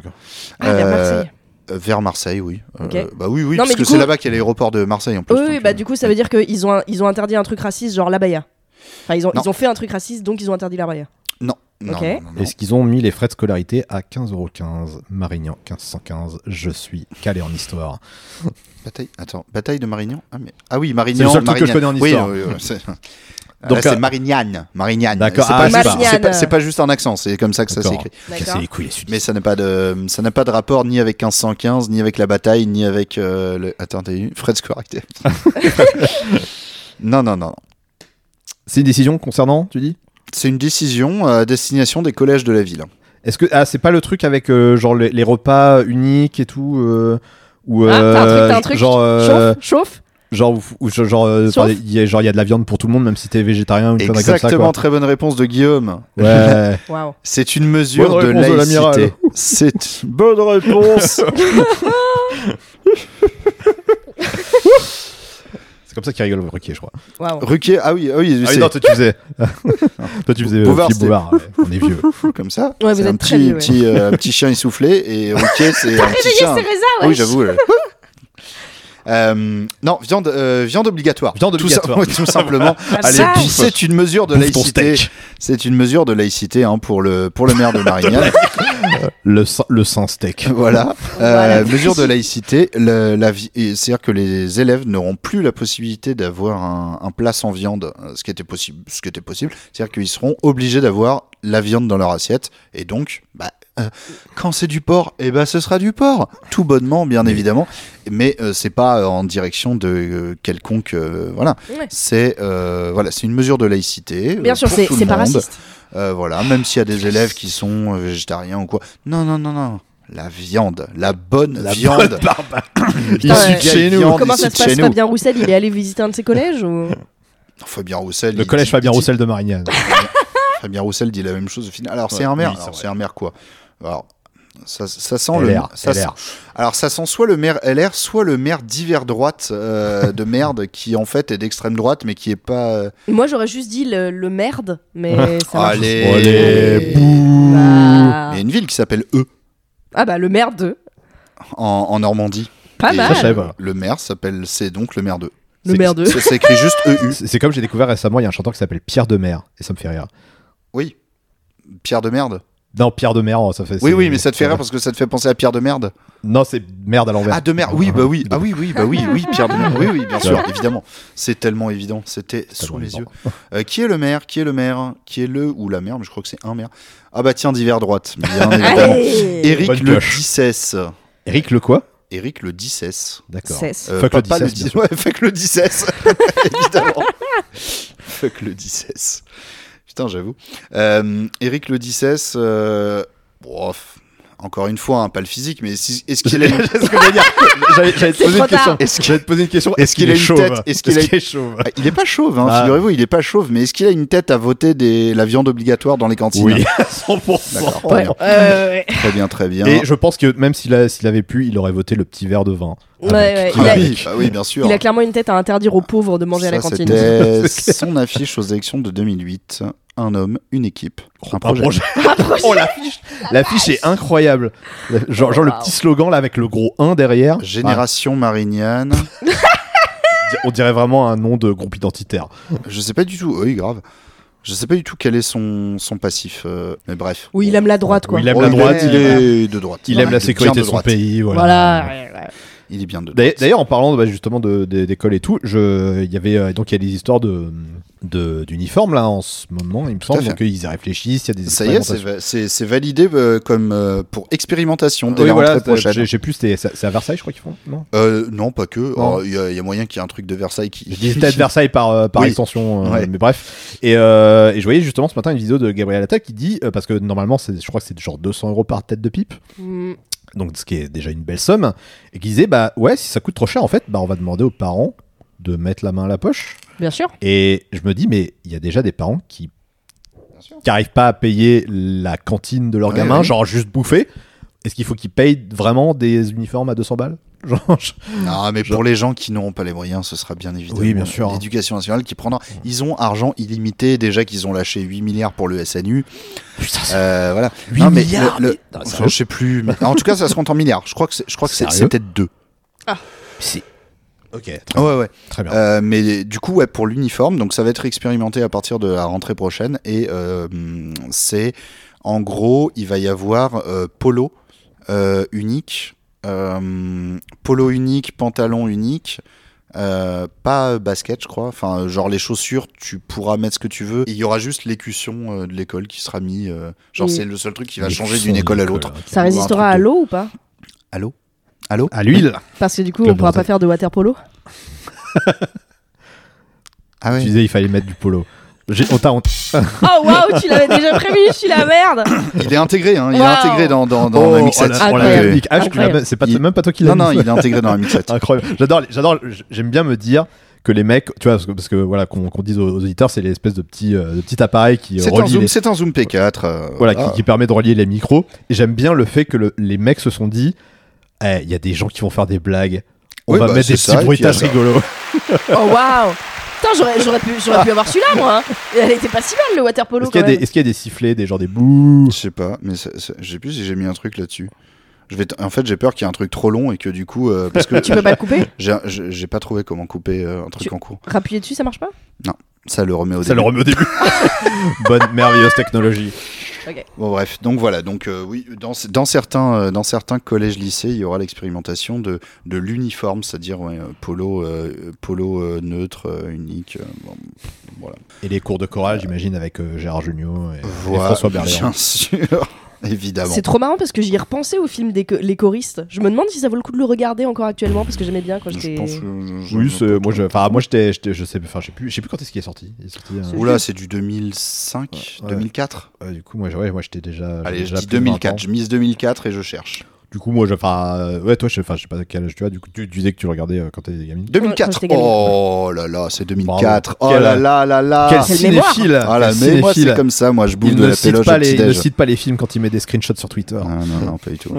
[SPEAKER 9] Ah, vers
[SPEAKER 2] Euh,
[SPEAKER 9] Marseille.
[SPEAKER 2] euh, Vers Marseille, oui. Euh,
[SPEAKER 9] Ok.
[SPEAKER 2] bah oui, oui,
[SPEAKER 9] Non, mais
[SPEAKER 2] parce
[SPEAKER 9] du
[SPEAKER 2] que
[SPEAKER 9] coup-
[SPEAKER 2] c'est là-bas qu'il y a l'aéroport de Marseille en plus.
[SPEAKER 9] Oui, oui,
[SPEAKER 2] donc,
[SPEAKER 9] bah
[SPEAKER 2] euh,
[SPEAKER 9] du coup, ça veut dire qu'ils ont, un- ils ont interdit un truc raciste, genre l'abaya. Enfin, ils ont,
[SPEAKER 2] Non.
[SPEAKER 9] ils ont fait un truc raciste, donc ils ont interdit l'abaya.
[SPEAKER 2] Non. non,
[SPEAKER 9] Ok.
[SPEAKER 2] non, non, non.
[SPEAKER 8] Est-ce qu'ils ont mis les frais de scolarité à 15,15€ Marignan 1515, je suis calé en histoire.
[SPEAKER 2] Bataille... Attends, bataille de Marignan ah, mais- ah oui,
[SPEAKER 8] C'est
[SPEAKER 2] Marignan.
[SPEAKER 8] le seul truc que je
[SPEAKER 2] Marignane.
[SPEAKER 8] connais en
[SPEAKER 2] Oui,
[SPEAKER 8] histoire.
[SPEAKER 2] oui, oui, c'est- Ah,
[SPEAKER 8] Donc,
[SPEAKER 2] là, c'est
[SPEAKER 8] euh,
[SPEAKER 2] Marignane. Marignane.
[SPEAKER 8] D'accord,
[SPEAKER 2] C'est
[SPEAKER 8] ah,
[SPEAKER 2] pas,
[SPEAKER 8] c'est
[SPEAKER 2] juste-
[SPEAKER 9] pas-
[SPEAKER 2] c'est pas- c'est pas juste un accent, c'est comme ça que ça
[SPEAKER 8] D'accord.
[SPEAKER 2] s'écrit.
[SPEAKER 9] D'accord.
[SPEAKER 8] Casser les couilles, les sudistes.
[SPEAKER 2] Mais ça n'a pas de ça n'a pas de rapport ni avec 1515, ni avec la bataille, ni avec euh, le Attends, t'as eu Fred Scoarité. non, non, non.
[SPEAKER 8] C'est une décision concernant, tu dis
[SPEAKER 2] C'est une décision à destination des collèges de la ville.
[SPEAKER 8] Est-ce que ah c'est pas le truc avec euh, genre les, les repas uniques et tout euh, ou
[SPEAKER 9] Ah, t'as un truc,
[SPEAKER 8] euh,
[SPEAKER 9] t'as un truc.
[SPEAKER 8] genre euh,
[SPEAKER 9] Chauffe, chauffe.
[SPEAKER 8] genre ou- ou genre genre, euh,
[SPEAKER 9] Sauf-
[SPEAKER 8] enfin, il y a genre il y a de la viande pour tout le monde même si t'es végétarien ou une connerie comme ça
[SPEAKER 2] Exactement,
[SPEAKER 8] quoi.
[SPEAKER 2] très bonne réponse de Guillaume.
[SPEAKER 8] Ouais.
[SPEAKER 9] Waouh.
[SPEAKER 2] C'est une mesure
[SPEAKER 8] Bonne
[SPEAKER 2] de
[SPEAKER 8] réponse de l'amiral.
[SPEAKER 2] laïcité. C'est une bonne réponse.
[SPEAKER 8] c'est comme ça qu'il rigole Ruquier je crois.
[SPEAKER 9] Waouh.
[SPEAKER 2] Ruquier, ah oui, ah oui,
[SPEAKER 8] Ah oui,
[SPEAKER 2] c'est
[SPEAKER 8] non, toi tu faisais toi tu faisais euh,
[SPEAKER 2] Bouvard,
[SPEAKER 8] Philippe
[SPEAKER 2] c'était-
[SPEAKER 8] Bouvard, ouais, on est vieux.
[SPEAKER 2] comme ça.
[SPEAKER 9] Ouais, vous
[SPEAKER 2] c'est
[SPEAKER 9] êtes
[SPEAKER 2] un
[SPEAKER 9] très
[SPEAKER 2] petit,
[SPEAKER 9] vieux, ouais.
[SPEAKER 2] petit, euh, petit chien essoufflé et Ruquier, c'est un petit chien. Ah oui, j'avoue. euh. Euh, non, viande, euh, viande obligatoire.
[SPEAKER 8] Viande
[SPEAKER 2] Tout ça-
[SPEAKER 8] obligatoire.
[SPEAKER 2] oui, Tout, simplement.
[SPEAKER 9] Ah,
[SPEAKER 2] Allez,
[SPEAKER 9] ça.
[SPEAKER 2] puis c'est une mesure de
[SPEAKER 8] Bouffe ton
[SPEAKER 2] laïcité.
[SPEAKER 8] steak.
[SPEAKER 2] C'est une mesure de laïcité hein, pour le pour le maire de Marignane.
[SPEAKER 8] Le sang- le sang steak.
[SPEAKER 2] voilà.
[SPEAKER 9] Voilà.
[SPEAKER 2] Euh, mesure de laïcité. le- la vi- et C'est-à-dire que les élèves n'auront plus la possibilité d'avoir un, un plat sans viande, euh, ce qui était possible. Ce qui était possible. C'est-à-dire qu'ils seront obligés d'avoir la viande dans leur assiette. Et donc, bah, euh, quand c'est du porc, eh ben, ce sera du porc, tout bonnement, bien évidemment. Mais euh, c'est pas euh, en direction de euh, quelconque. euh, voilà.
[SPEAKER 9] Ouais.
[SPEAKER 2] C'est euh, voilà, c'est une mesure de laïcité. euh,
[SPEAKER 9] Bien sûr,
[SPEAKER 2] pour
[SPEAKER 9] c'est
[SPEAKER 2] tout le
[SPEAKER 9] c'est pas
[SPEAKER 2] monde.
[SPEAKER 9] raciste.
[SPEAKER 2] Euh, voilà, même s'il y a des élèves qui sont euh, végétariens ou quoi. Non, non, non, non. la viande, la bonne
[SPEAKER 8] La
[SPEAKER 2] viande.
[SPEAKER 8] bonne barbe.
[SPEAKER 2] Issue
[SPEAKER 9] ouais.
[SPEAKER 2] de chez nous.
[SPEAKER 9] Comment ça
[SPEAKER 2] Issue
[SPEAKER 9] se
[SPEAKER 2] de
[SPEAKER 9] passe
[SPEAKER 2] chez nous.
[SPEAKER 9] Fabien Roussel Il est allé visiter un de ses collèges ou...
[SPEAKER 2] Fabien Roussel.
[SPEAKER 8] Le
[SPEAKER 2] il
[SPEAKER 8] collège
[SPEAKER 2] dit-
[SPEAKER 8] Fabien
[SPEAKER 2] il dit-
[SPEAKER 8] Roussel de Marignane.
[SPEAKER 2] Fabien Roussel dit la même chose au final. Alors c'est
[SPEAKER 8] Ouais,
[SPEAKER 2] un maire.
[SPEAKER 8] oui, c'est
[SPEAKER 2] Alors,
[SPEAKER 8] vrai.
[SPEAKER 2] c'est un maire quoi Alors ça, ça sent
[SPEAKER 8] LR,
[SPEAKER 2] le. Ça,
[SPEAKER 8] LR.
[SPEAKER 2] Alors ça sent soit le maire LR, soit le maire d'hiver droite euh, de merde qui en fait est d'extrême droite mais qui est pas. euh,
[SPEAKER 9] Moi, j'aurais juste dit le, le merde, mais ça marche.
[SPEAKER 2] Allez.
[SPEAKER 8] Bon, allez, bouh.
[SPEAKER 9] Bah...
[SPEAKER 2] Il y a une ville qui s'appelle E
[SPEAKER 9] Ah bah le merde,
[SPEAKER 2] en, en Normandie.
[SPEAKER 9] pas
[SPEAKER 2] Et
[SPEAKER 8] Ça, je
[SPEAKER 9] mal.
[SPEAKER 8] savais pas.
[SPEAKER 2] Le maire s'appelle c'est donc le maire de.
[SPEAKER 9] Le
[SPEAKER 2] C'est-
[SPEAKER 9] maire de.
[SPEAKER 2] C'est c'est écrit juste E EU.
[SPEAKER 8] C'est c'est comme j'ai découvert récemment, il y a un chanteur qui s'appelle Pierre de Mer, et ça me fait rire.
[SPEAKER 2] Oui. Pierre de merde.
[SPEAKER 8] Non, Pierre de Mer, ça fait.
[SPEAKER 2] Oui
[SPEAKER 8] c'est-
[SPEAKER 2] oui mais ça te fait rire parce que ça te fait penser à Pierre de merde.
[SPEAKER 8] Non, c'est merde à l'envers.
[SPEAKER 2] Ah de merde. Oui bah oui. Ah oui oui bah oui oui Pierre de merde. Oui oui bien sûr
[SPEAKER 8] Ouais.
[SPEAKER 2] évidemment. C'est tellement évident. C'était sous
[SPEAKER 8] Tellement
[SPEAKER 2] les
[SPEAKER 8] évident.
[SPEAKER 2] yeux. Euh, qui est le maire Qui est le maire Qui est le ou la mère Mais je crois que c'est un maire. Ah bah tiens, d'hiver droite. Bien évidemment.
[SPEAKER 9] Allez
[SPEAKER 2] Éric
[SPEAKER 8] Bonne
[SPEAKER 2] le
[SPEAKER 8] pioche.
[SPEAKER 2] 16.
[SPEAKER 8] Eric le quoi
[SPEAKER 2] Éric le 16.
[SPEAKER 8] D'accord.
[SPEAKER 9] Cesse.
[SPEAKER 8] Fuck le
[SPEAKER 2] Euh, papa
[SPEAKER 8] 16, bien
[SPEAKER 2] 10.
[SPEAKER 8] sûr.
[SPEAKER 2] Ouais, fuck le 16. évidemment. Fuck le 16. Putain, j'avoue. Euh, Éric le 16. Euh... bof. Encore une fois, hein, pas le physique, mais si- est-ce qu'il a une-
[SPEAKER 8] C'est ce que j'allais dire. J'allais j'allais te
[SPEAKER 9] C'est
[SPEAKER 8] poser
[SPEAKER 9] trop
[SPEAKER 8] une question.
[SPEAKER 9] tard.
[SPEAKER 2] Est-ce
[SPEAKER 8] J'allais te poser une question. Est-ce qu'il
[SPEAKER 2] qu'il a
[SPEAKER 8] est
[SPEAKER 2] une
[SPEAKER 8] chauve
[SPEAKER 2] tête Est-ce qu'il a-
[SPEAKER 8] est chauve
[SPEAKER 2] Ah, Il est pas chauve, hein,
[SPEAKER 8] Ah.
[SPEAKER 2] figurez-vous, il est pas chauve, mais est-ce qu'il a une tête à voter des... la viande obligatoire dans les cantines
[SPEAKER 8] Oui,
[SPEAKER 2] D'accord,
[SPEAKER 8] 100%.
[SPEAKER 2] très, bien,
[SPEAKER 9] Euh, ouais.
[SPEAKER 2] très bien, très bien.
[SPEAKER 8] Et je pense que même s'il a- s'il avait pu, il aurait voté le petit verre de vin.
[SPEAKER 9] Ouais, ouais,
[SPEAKER 2] Ah
[SPEAKER 9] il a-
[SPEAKER 2] oui, bah oui, bien sûr.
[SPEAKER 9] Il a clairement une tête à interdire aux pauvres de manger à la
[SPEAKER 2] Ça,
[SPEAKER 9] cantine.
[SPEAKER 2] C'était son affiche aux élections de 2008. Un homme, une équipe, un projet.
[SPEAKER 8] oh, l'affiche L'affiche
[SPEAKER 9] Ah,
[SPEAKER 8] est incroyable. Le- Genre, genre le petit slogan là avec le gros 1 derrière.
[SPEAKER 2] Génération Marignane.
[SPEAKER 8] Ah, di- on dirait vraiment un nom de groupe identitaire.
[SPEAKER 2] Je sais pas du tout. Oui, grave. Je sais pas du tout quel est son, son passif. euh, mais bref.
[SPEAKER 9] Oui, il aime la droite, quoi.
[SPEAKER 8] Oui, il aime
[SPEAKER 2] Oh,
[SPEAKER 8] la droite,
[SPEAKER 2] est-
[SPEAKER 8] il,
[SPEAKER 2] il
[SPEAKER 8] aime,
[SPEAKER 2] est de droite.
[SPEAKER 8] il aime
[SPEAKER 2] est
[SPEAKER 8] la
[SPEAKER 2] bien
[SPEAKER 8] sécurité de son
[SPEAKER 2] droite.
[SPEAKER 8] pays. Voilà.
[SPEAKER 9] Voilà. ouais, ouais.
[SPEAKER 2] Il est bien de
[SPEAKER 8] D'ailleurs-
[SPEAKER 2] droite.
[SPEAKER 8] D'ailleurs, en parlant de- bah, justement de- de- d'école et tout, je, il y avait euh, donc il y a des histoires de de- d'uniformes là en ce moment, il me semble.
[SPEAKER 2] fait.
[SPEAKER 8] Donc euh, ils y réfléchissent, il y a des
[SPEAKER 2] Ça y est,
[SPEAKER 8] expérimentations.
[SPEAKER 2] c'est va- c'est c'est validé euh, comme euh, pour expérimentation dès
[SPEAKER 8] Oui,
[SPEAKER 2] la
[SPEAKER 8] voilà,
[SPEAKER 2] rentrée
[SPEAKER 8] c'est- j'ai-
[SPEAKER 2] prochaine.
[SPEAKER 8] j'ai plus, c'était- c'est c'est à Versailles, je crois qu'ils font. Non
[SPEAKER 2] Euh, non, pas que. Alors, Il y, a- il y a moyen qu'il y ait un truc de Versailles qui.
[SPEAKER 8] Je dis peut-être Versailles par, euh, par
[SPEAKER 2] Oui.
[SPEAKER 8] extension, euh,
[SPEAKER 2] Ouais.
[SPEAKER 8] mais bref. Et, euh, et je voyais justement ce matin une vidéo de Gabriel Attal qui dit, euh, parce que normalement, c'est- je crois que c'est genre 200 euros par tête de pipe,
[SPEAKER 9] Mm.
[SPEAKER 8] donc ce qui est déjà une belle somme, et qui disait, bah ouais, si ça coûte trop cher, en fait, bah on va demander aux parents de mettre la main à la poche.
[SPEAKER 9] Bien sûr.
[SPEAKER 8] Et je me dis, mais il y a déjà des parents qui
[SPEAKER 2] Bien sûr.
[SPEAKER 8] qui n'arrivent pas à payer la cantine de leur
[SPEAKER 2] Ouais,
[SPEAKER 8] gamin,
[SPEAKER 2] ouais.
[SPEAKER 8] genre juste bouffer. Est-ce qu'il faut qu'ils payent vraiment des uniformes à 200 balles Genre, je-
[SPEAKER 2] Non, mais pour les gens qui n'auront pas les moyens, ce sera bien évidemment
[SPEAKER 8] Oui, bien sûr. hein.
[SPEAKER 2] l'éducation nationale qui prendra. Ils ont argent illimité, déjà qu'ils ont lâché 8 milliards pour le SNU.
[SPEAKER 8] Putain, c'est
[SPEAKER 2] Euh, voilà.
[SPEAKER 8] 8
[SPEAKER 2] Non, mais
[SPEAKER 8] milliards
[SPEAKER 2] le-
[SPEAKER 8] mais-
[SPEAKER 2] le-
[SPEAKER 8] Non,
[SPEAKER 2] Enfin,
[SPEAKER 8] sérieux
[SPEAKER 2] je sais plus. mais- En tout cas, ça se compte en milliards. Je crois que c'est- je crois que c'est-
[SPEAKER 8] Sérieux
[SPEAKER 2] c'était deux.
[SPEAKER 8] Ok, très,
[SPEAKER 2] Ah Ouais, ouais.
[SPEAKER 8] très bien.
[SPEAKER 2] Euh, mais du coup, ouais, pour l'uniforme, donc ça va être expérimenté à partir de la rentrée prochaine. Et euh, hum, c'est en gros, il va y avoir euh, polo euh, unique, euh, polo unique, pantalon unique. euh, pas euh, basket, je crois. Enfin, euh, genre les chaussures, tu pourras mettre ce que tu veux. Et Il y aura juste l'écusson euh, de l'école qui sera mis. euh, genre,
[SPEAKER 9] Oui.
[SPEAKER 2] c'est le seul truc qui va
[SPEAKER 8] Les
[SPEAKER 2] changer
[SPEAKER 8] cuissons
[SPEAKER 2] d'une école à
[SPEAKER 8] d'école,
[SPEAKER 2] l'autre.
[SPEAKER 8] hein.
[SPEAKER 9] Ça
[SPEAKER 2] Ou un
[SPEAKER 9] résistera
[SPEAKER 2] truc
[SPEAKER 9] à
[SPEAKER 2] de-
[SPEAKER 9] l'eau ou pas
[SPEAKER 2] Allô Allô
[SPEAKER 8] À l'huile
[SPEAKER 9] Parce que du coup,
[SPEAKER 8] Club
[SPEAKER 9] on pourra pas
[SPEAKER 8] Dante.
[SPEAKER 9] faire de water polo.
[SPEAKER 2] Ah ouais.
[SPEAKER 8] Tu disais il fallait mettre du polo. J'ai- On t'a on-
[SPEAKER 9] Oh waouh, tu l'avais déjà prévu, je suis la merde.
[SPEAKER 2] Il est intégré, hein, il est
[SPEAKER 9] Wow.
[SPEAKER 2] intégré dans, dans, dans
[SPEAKER 8] Oh,
[SPEAKER 2] la
[SPEAKER 8] on
[SPEAKER 2] mixette.
[SPEAKER 8] l'a- on l'a
[SPEAKER 9] Incroyable.
[SPEAKER 8] mis, Nick H, tu l'as
[SPEAKER 9] Incroyable.
[SPEAKER 8] même- c'est pas
[SPEAKER 2] Il-
[SPEAKER 8] même pas toi qui l'as
[SPEAKER 2] Non, non,
[SPEAKER 8] mis.
[SPEAKER 2] il est intégré dans la mixette.
[SPEAKER 8] Incroyable. J'adore, les- j'adore, j'aime bien me dire que les mecs, tu vois, parce que, parce que voilà, qu'on qu'on dise aux, aux auditeurs, c'est l'espèce de petit, euh, de petit appareil qui euh,
[SPEAKER 2] C'est un,
[SPEAKER 8] relie
[SPEAKER 2] zoom,
[SPEAKER 8] les,
[SPEAKER 2] c'est un zoom P4. euh,
[SPEAKER 8] voilà, qui, qui permet de relier les micros. Et j'aime bien le fait que le- les mecs se sont dit, Eh, il y a des gens qui vont faire des blagues. On
[SPEAKER 2] Oui,
[SPEAKER 8] va
[SPEAKER 2] bah,
[SPEAKER 8] mettre
[SPEAKER 2] c'est
[SPEAKER 8] des
[SPEAKER 2] ça,
[SPEAKER 8] petits
[SPEAKER 2] et puis,
[SPEAKER 8] bruitages
[SPEAKER 2] euh,
[SPEAKER 8] rigolos.
[SPEAKER 9] Oh waouh. Putain, j'aurais, j'aurais pu, j'aurais pu avoir celui-là, moi. hein. Elle était pas si mal, le water polo.
[SPEAKER 8] Est-ce qu'il y,
[SPEAKER 9] quand
[SPEAKER 8] a des-
[SPEAKER 9] même.
[SPEAKER 8] est-ce qu'il y a des sifflets, des genre des bouh
[SPEAKER 2] Je sais pas, mais ça- ça- je sais plus si j'ai mis un truc là-dessus. Je vais t- en fait, j'ai peur qu'il y ait un truc trop long et que du coup, euh, parce que
[SPEAKER 9] Tu peux pas le couper
[SPEAKER 2] j'ai j'ai- j'ai pas trouvé comment couper euh, un truc
[SPEAKER 9] Tu-
[SPEAKER 2] en cours.
[SPEAKER 9] Rappuyer dessus, ça marche pas
[SPEAKER 2] Ça le remet au
[SPEAKER 8] Ça
[SPEAKER 2] début.
[SPEAKER 8] le remet au début. Bonne, merveilleuse technologie.
[SPEAKER 2] Bon bref, donc voilà, donc euh, oui, dans, ce- dans certains euh, dans certains collèges lycées, il y aura l'expérimentation de de l'uniforme, c'est-à-dire ouais, euh, polo euh, polo euh, neutre euh, unique. euh, bon, voilà.
[SPEAKER 8] Et les cours de chorale, j'imagine, avec euh, Gérard Jugnot et, et
[SPEAKER 2] Voilà,
[SPEAKER 8] François
[SPEAKER 2] bien
[SPEAKER 8] Berléand.
[SPEAKER 2] sûr, évidemment.
[SPEAKER 9] C'est trop marrant parce que j'y ai repensé au film des co- Les choristes. Je me demande si ça vaut le coup de le regarder encore actuellement parce que j'aimais bien quand
[SPEAKER 2] Je
[SPEAKER 9] j'étais.
[SPEAKER 2] pense que je- je-
[SPEAKER 8] Oui, c'est- moi, je, enfin, moi, j'étais, j'étais- je sais, enfin, je sais plus, je sais plus quand est-ce qu'il est sorti. Il est sorti, euh,
[SPEAKER 2] Oula, Oh c'est du 2005,
[SPEAKER 8] Ouais, ouais.
[SPEAKER 2] 2004.
[SPEAKER 8] ouais, du coup, moi, je- ouais, moi, j'étais déjà. j'avais
[SPEAKER 2] Allez, je
[SPEAKER 8] déjà
[SPEAKER 2] dis
[SPEAKER 8] plus de 20 ans.
[SPEAKER 2] 2004. Je mise 2004 et je cherche.
[SPEAKER 8] Du coup, moi, je. Enfin, euh, ouais, toi, je, enfin, je sais pas quel âge tu as. Du coup, tu, tu disais que tu le regardais euh, quand t'étais gamine.
[SPEAKER 2] 2004.
[SPEAKER 9] j'étais gamine.
[SPEAKER 2] Oh là là, c'est 2004.
[SPEAKER 8] Bravo.
[SPEAKER 2] Oh là
[SPEAKER 8] Quel-
[SPEAKER 2] là là là.
[SPEAKER 8] quel
[SPEAKER 9] Quelle
[SPEAKER 8] cinéphile
[SPEAKER 2] Ah là,
[SPEAKER 8] Quel
[SPEAKER 2] mais moi
[SPEAKER 8] cinéphile.
[SPEAKER 2] c'est comme ça, moi je bouffe
[SPEAKER 8] il
[SPEAKER 2] de
[SPEAKER 8] ne,
[SPEAKER 2] la
[SPEAKER 8] cite
[SPEAKER 2] péloche
[SPEAKER 8] pas
[SPEAKER 2] au
[SPEAKER 8] les, il ne
[SPEAKER 2] petit-déj.
[SPEAKER 8] cite pas les films quand il met des screenshots sur Twitter.
[SPEAKER 2] Ah, non, non, pas du tout.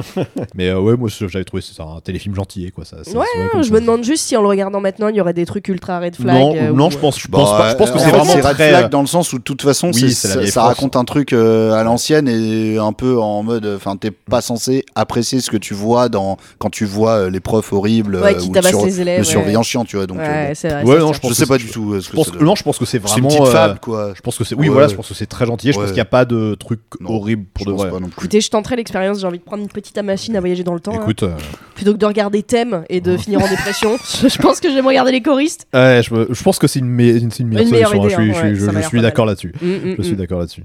[SPEAKER 8] Mais euh, ouais, moi je- j'avais trouvé c'est ça, un téléfilm gentil eh, quoi. Ça, ça-
[SPEAKER 9] Ouais,
[SPEAKER 8] ça va comme
[SPEAKER 9] je
[SPEAKER 8] ça.
[SPEAKER 9] me demande juste si en le regardant maintenant, il y aurait des trucs ultra red flag.
[SPEAKER 8] Non,
[SPEAKER 9] euh,
[SPEAKER 8] non,
[SPEAKER 9] ou-
[SPEAKER 8] je pense, je pense pas. Je pense que
[SPEAKER 2] Bah,
[SPEAKER 8] c'est
[SPEAKER 2] en fait,
[SPEAKER 8] vraiment
[SPEAKER 2] red
[SPEAKER 8] très. euh,
[SPEAKER 2] flag dans le sens où de toute façon
[SPEAKER 8] Oui,
[SPEAKER 2] c'est-
[SPEAKER 8] c'est la
[SPEAKER 2] ça,
[SPEAKER 8] vieille
[SPEAKER 2] ça
[SPEAKER 8] France.
[SPEAKER 2] raconte un truc euh, à l'ancienne et un peu en mode euh, enfin t'es
[SPEAKER 8] Mm.
[SPEAKER 2] pas censé apprécier ce que tu vois dans quand tu vois euh, les profs horribles euh,
[SPEAKER 9] Ouais, qui
[SPEAKER 2] ou
[SPEAKER 9] tabasse
[SPEAKER 2] le, sur-
[SPEAKER 9] les élèves.
[SPEAKER 2] le
[SPEAKER 9] ouais.
[SPEAKER 2] surveillant chiant tu vois donc euh,
[SPEAKER 9] Ouais, c'est vrai.
[SPEAKER 8] Ouais,
[SPEAKER 9] ça
[SPEAKER 8] non,
[SPEAKER 9] se
[SPEAKER 8] je
[SPEAKER 2] je
[SPEAKER 9] tient.
[SPEAKER 8] pense
[SPEAKER 2] sais
[SPEAKER 8] que
[SPEAKER 2] pas
[SPEAKER 8] c'est-
[SPEAKER 2] du tout euh, ce
[SPEAKER 8] je
[SPEAKER 2] que
[SPEAKER 8] pense
[SPEAKER 2] ça
[SPEAKER 8] que-
[SPEAKER 2] donne.
[SPEAKER 8] non, je pense que c'est
[SPEAKER 2] c'est une
[SPEAKER 8] vraiment.
[SPEAKER 2] petite
[SPEAKER 8] euh,
[SPEAKER 2] fable quoi
[SPEAKER 8] Je pense que c'est.
[SPEAKER 2] Ouais,
[SPEAKER 8] Oui, voilà,
[SPEAKER 2] ouais.
[SPEAKER 8] je pense que c'est très gentil. et Je pense
[SPEAKER 2] Ouais.
[SPEAKER 8] qu'il n'y a pas de truc
[SPEAKER 2] Non,
[SPEAKER 8] horrible pour
[SPEAKER 2] Je
[SPEAKER 8] de
[SPEAKER 2] pense
[SPEAKER 8] vrai.
[SPEAKER 2] pas non plus.
[SPEAKER 9] Écoutez, je tenterai l'expérience. J'ai envie de prendre une petite machine à voyager dans le temps. hein.
[SPEAKER 8] Écoute, Oh. euh,
[SPEAKER 9] Plutôt que de regarder Thème et de finir en dépression, je je pense que j'aime regarder les choristes.
[SPEAKER 8] ouais, je, me- je pense que c'est une, me- une- c'est une meilleure
[SPEAKER 9] Une meilleure
[SPEAKER 8] solution. hein,
[SPEAKER 9] idée,
[SPEAKER 8] je
[SPEAKER 9] hein,
[SPEAKER 8] suis, je suis-
[SPEAKER 9] ouais,
[SPEAKER 8] je-
[SPEAKER 9] ça m'a
[SPEAKER 8] je
[SPEAKER 9] l'air
[SPEAKER 8] suis
[SPEAKER 9] pas
[SPEAKER 8] d'accord là-dessus.
[SPEAKER 9] Mm, mm,
[SPEAKER 8] Je suis
[SPEAKER 9] mm.
[SPEAKER 8] d'accord là-dessus.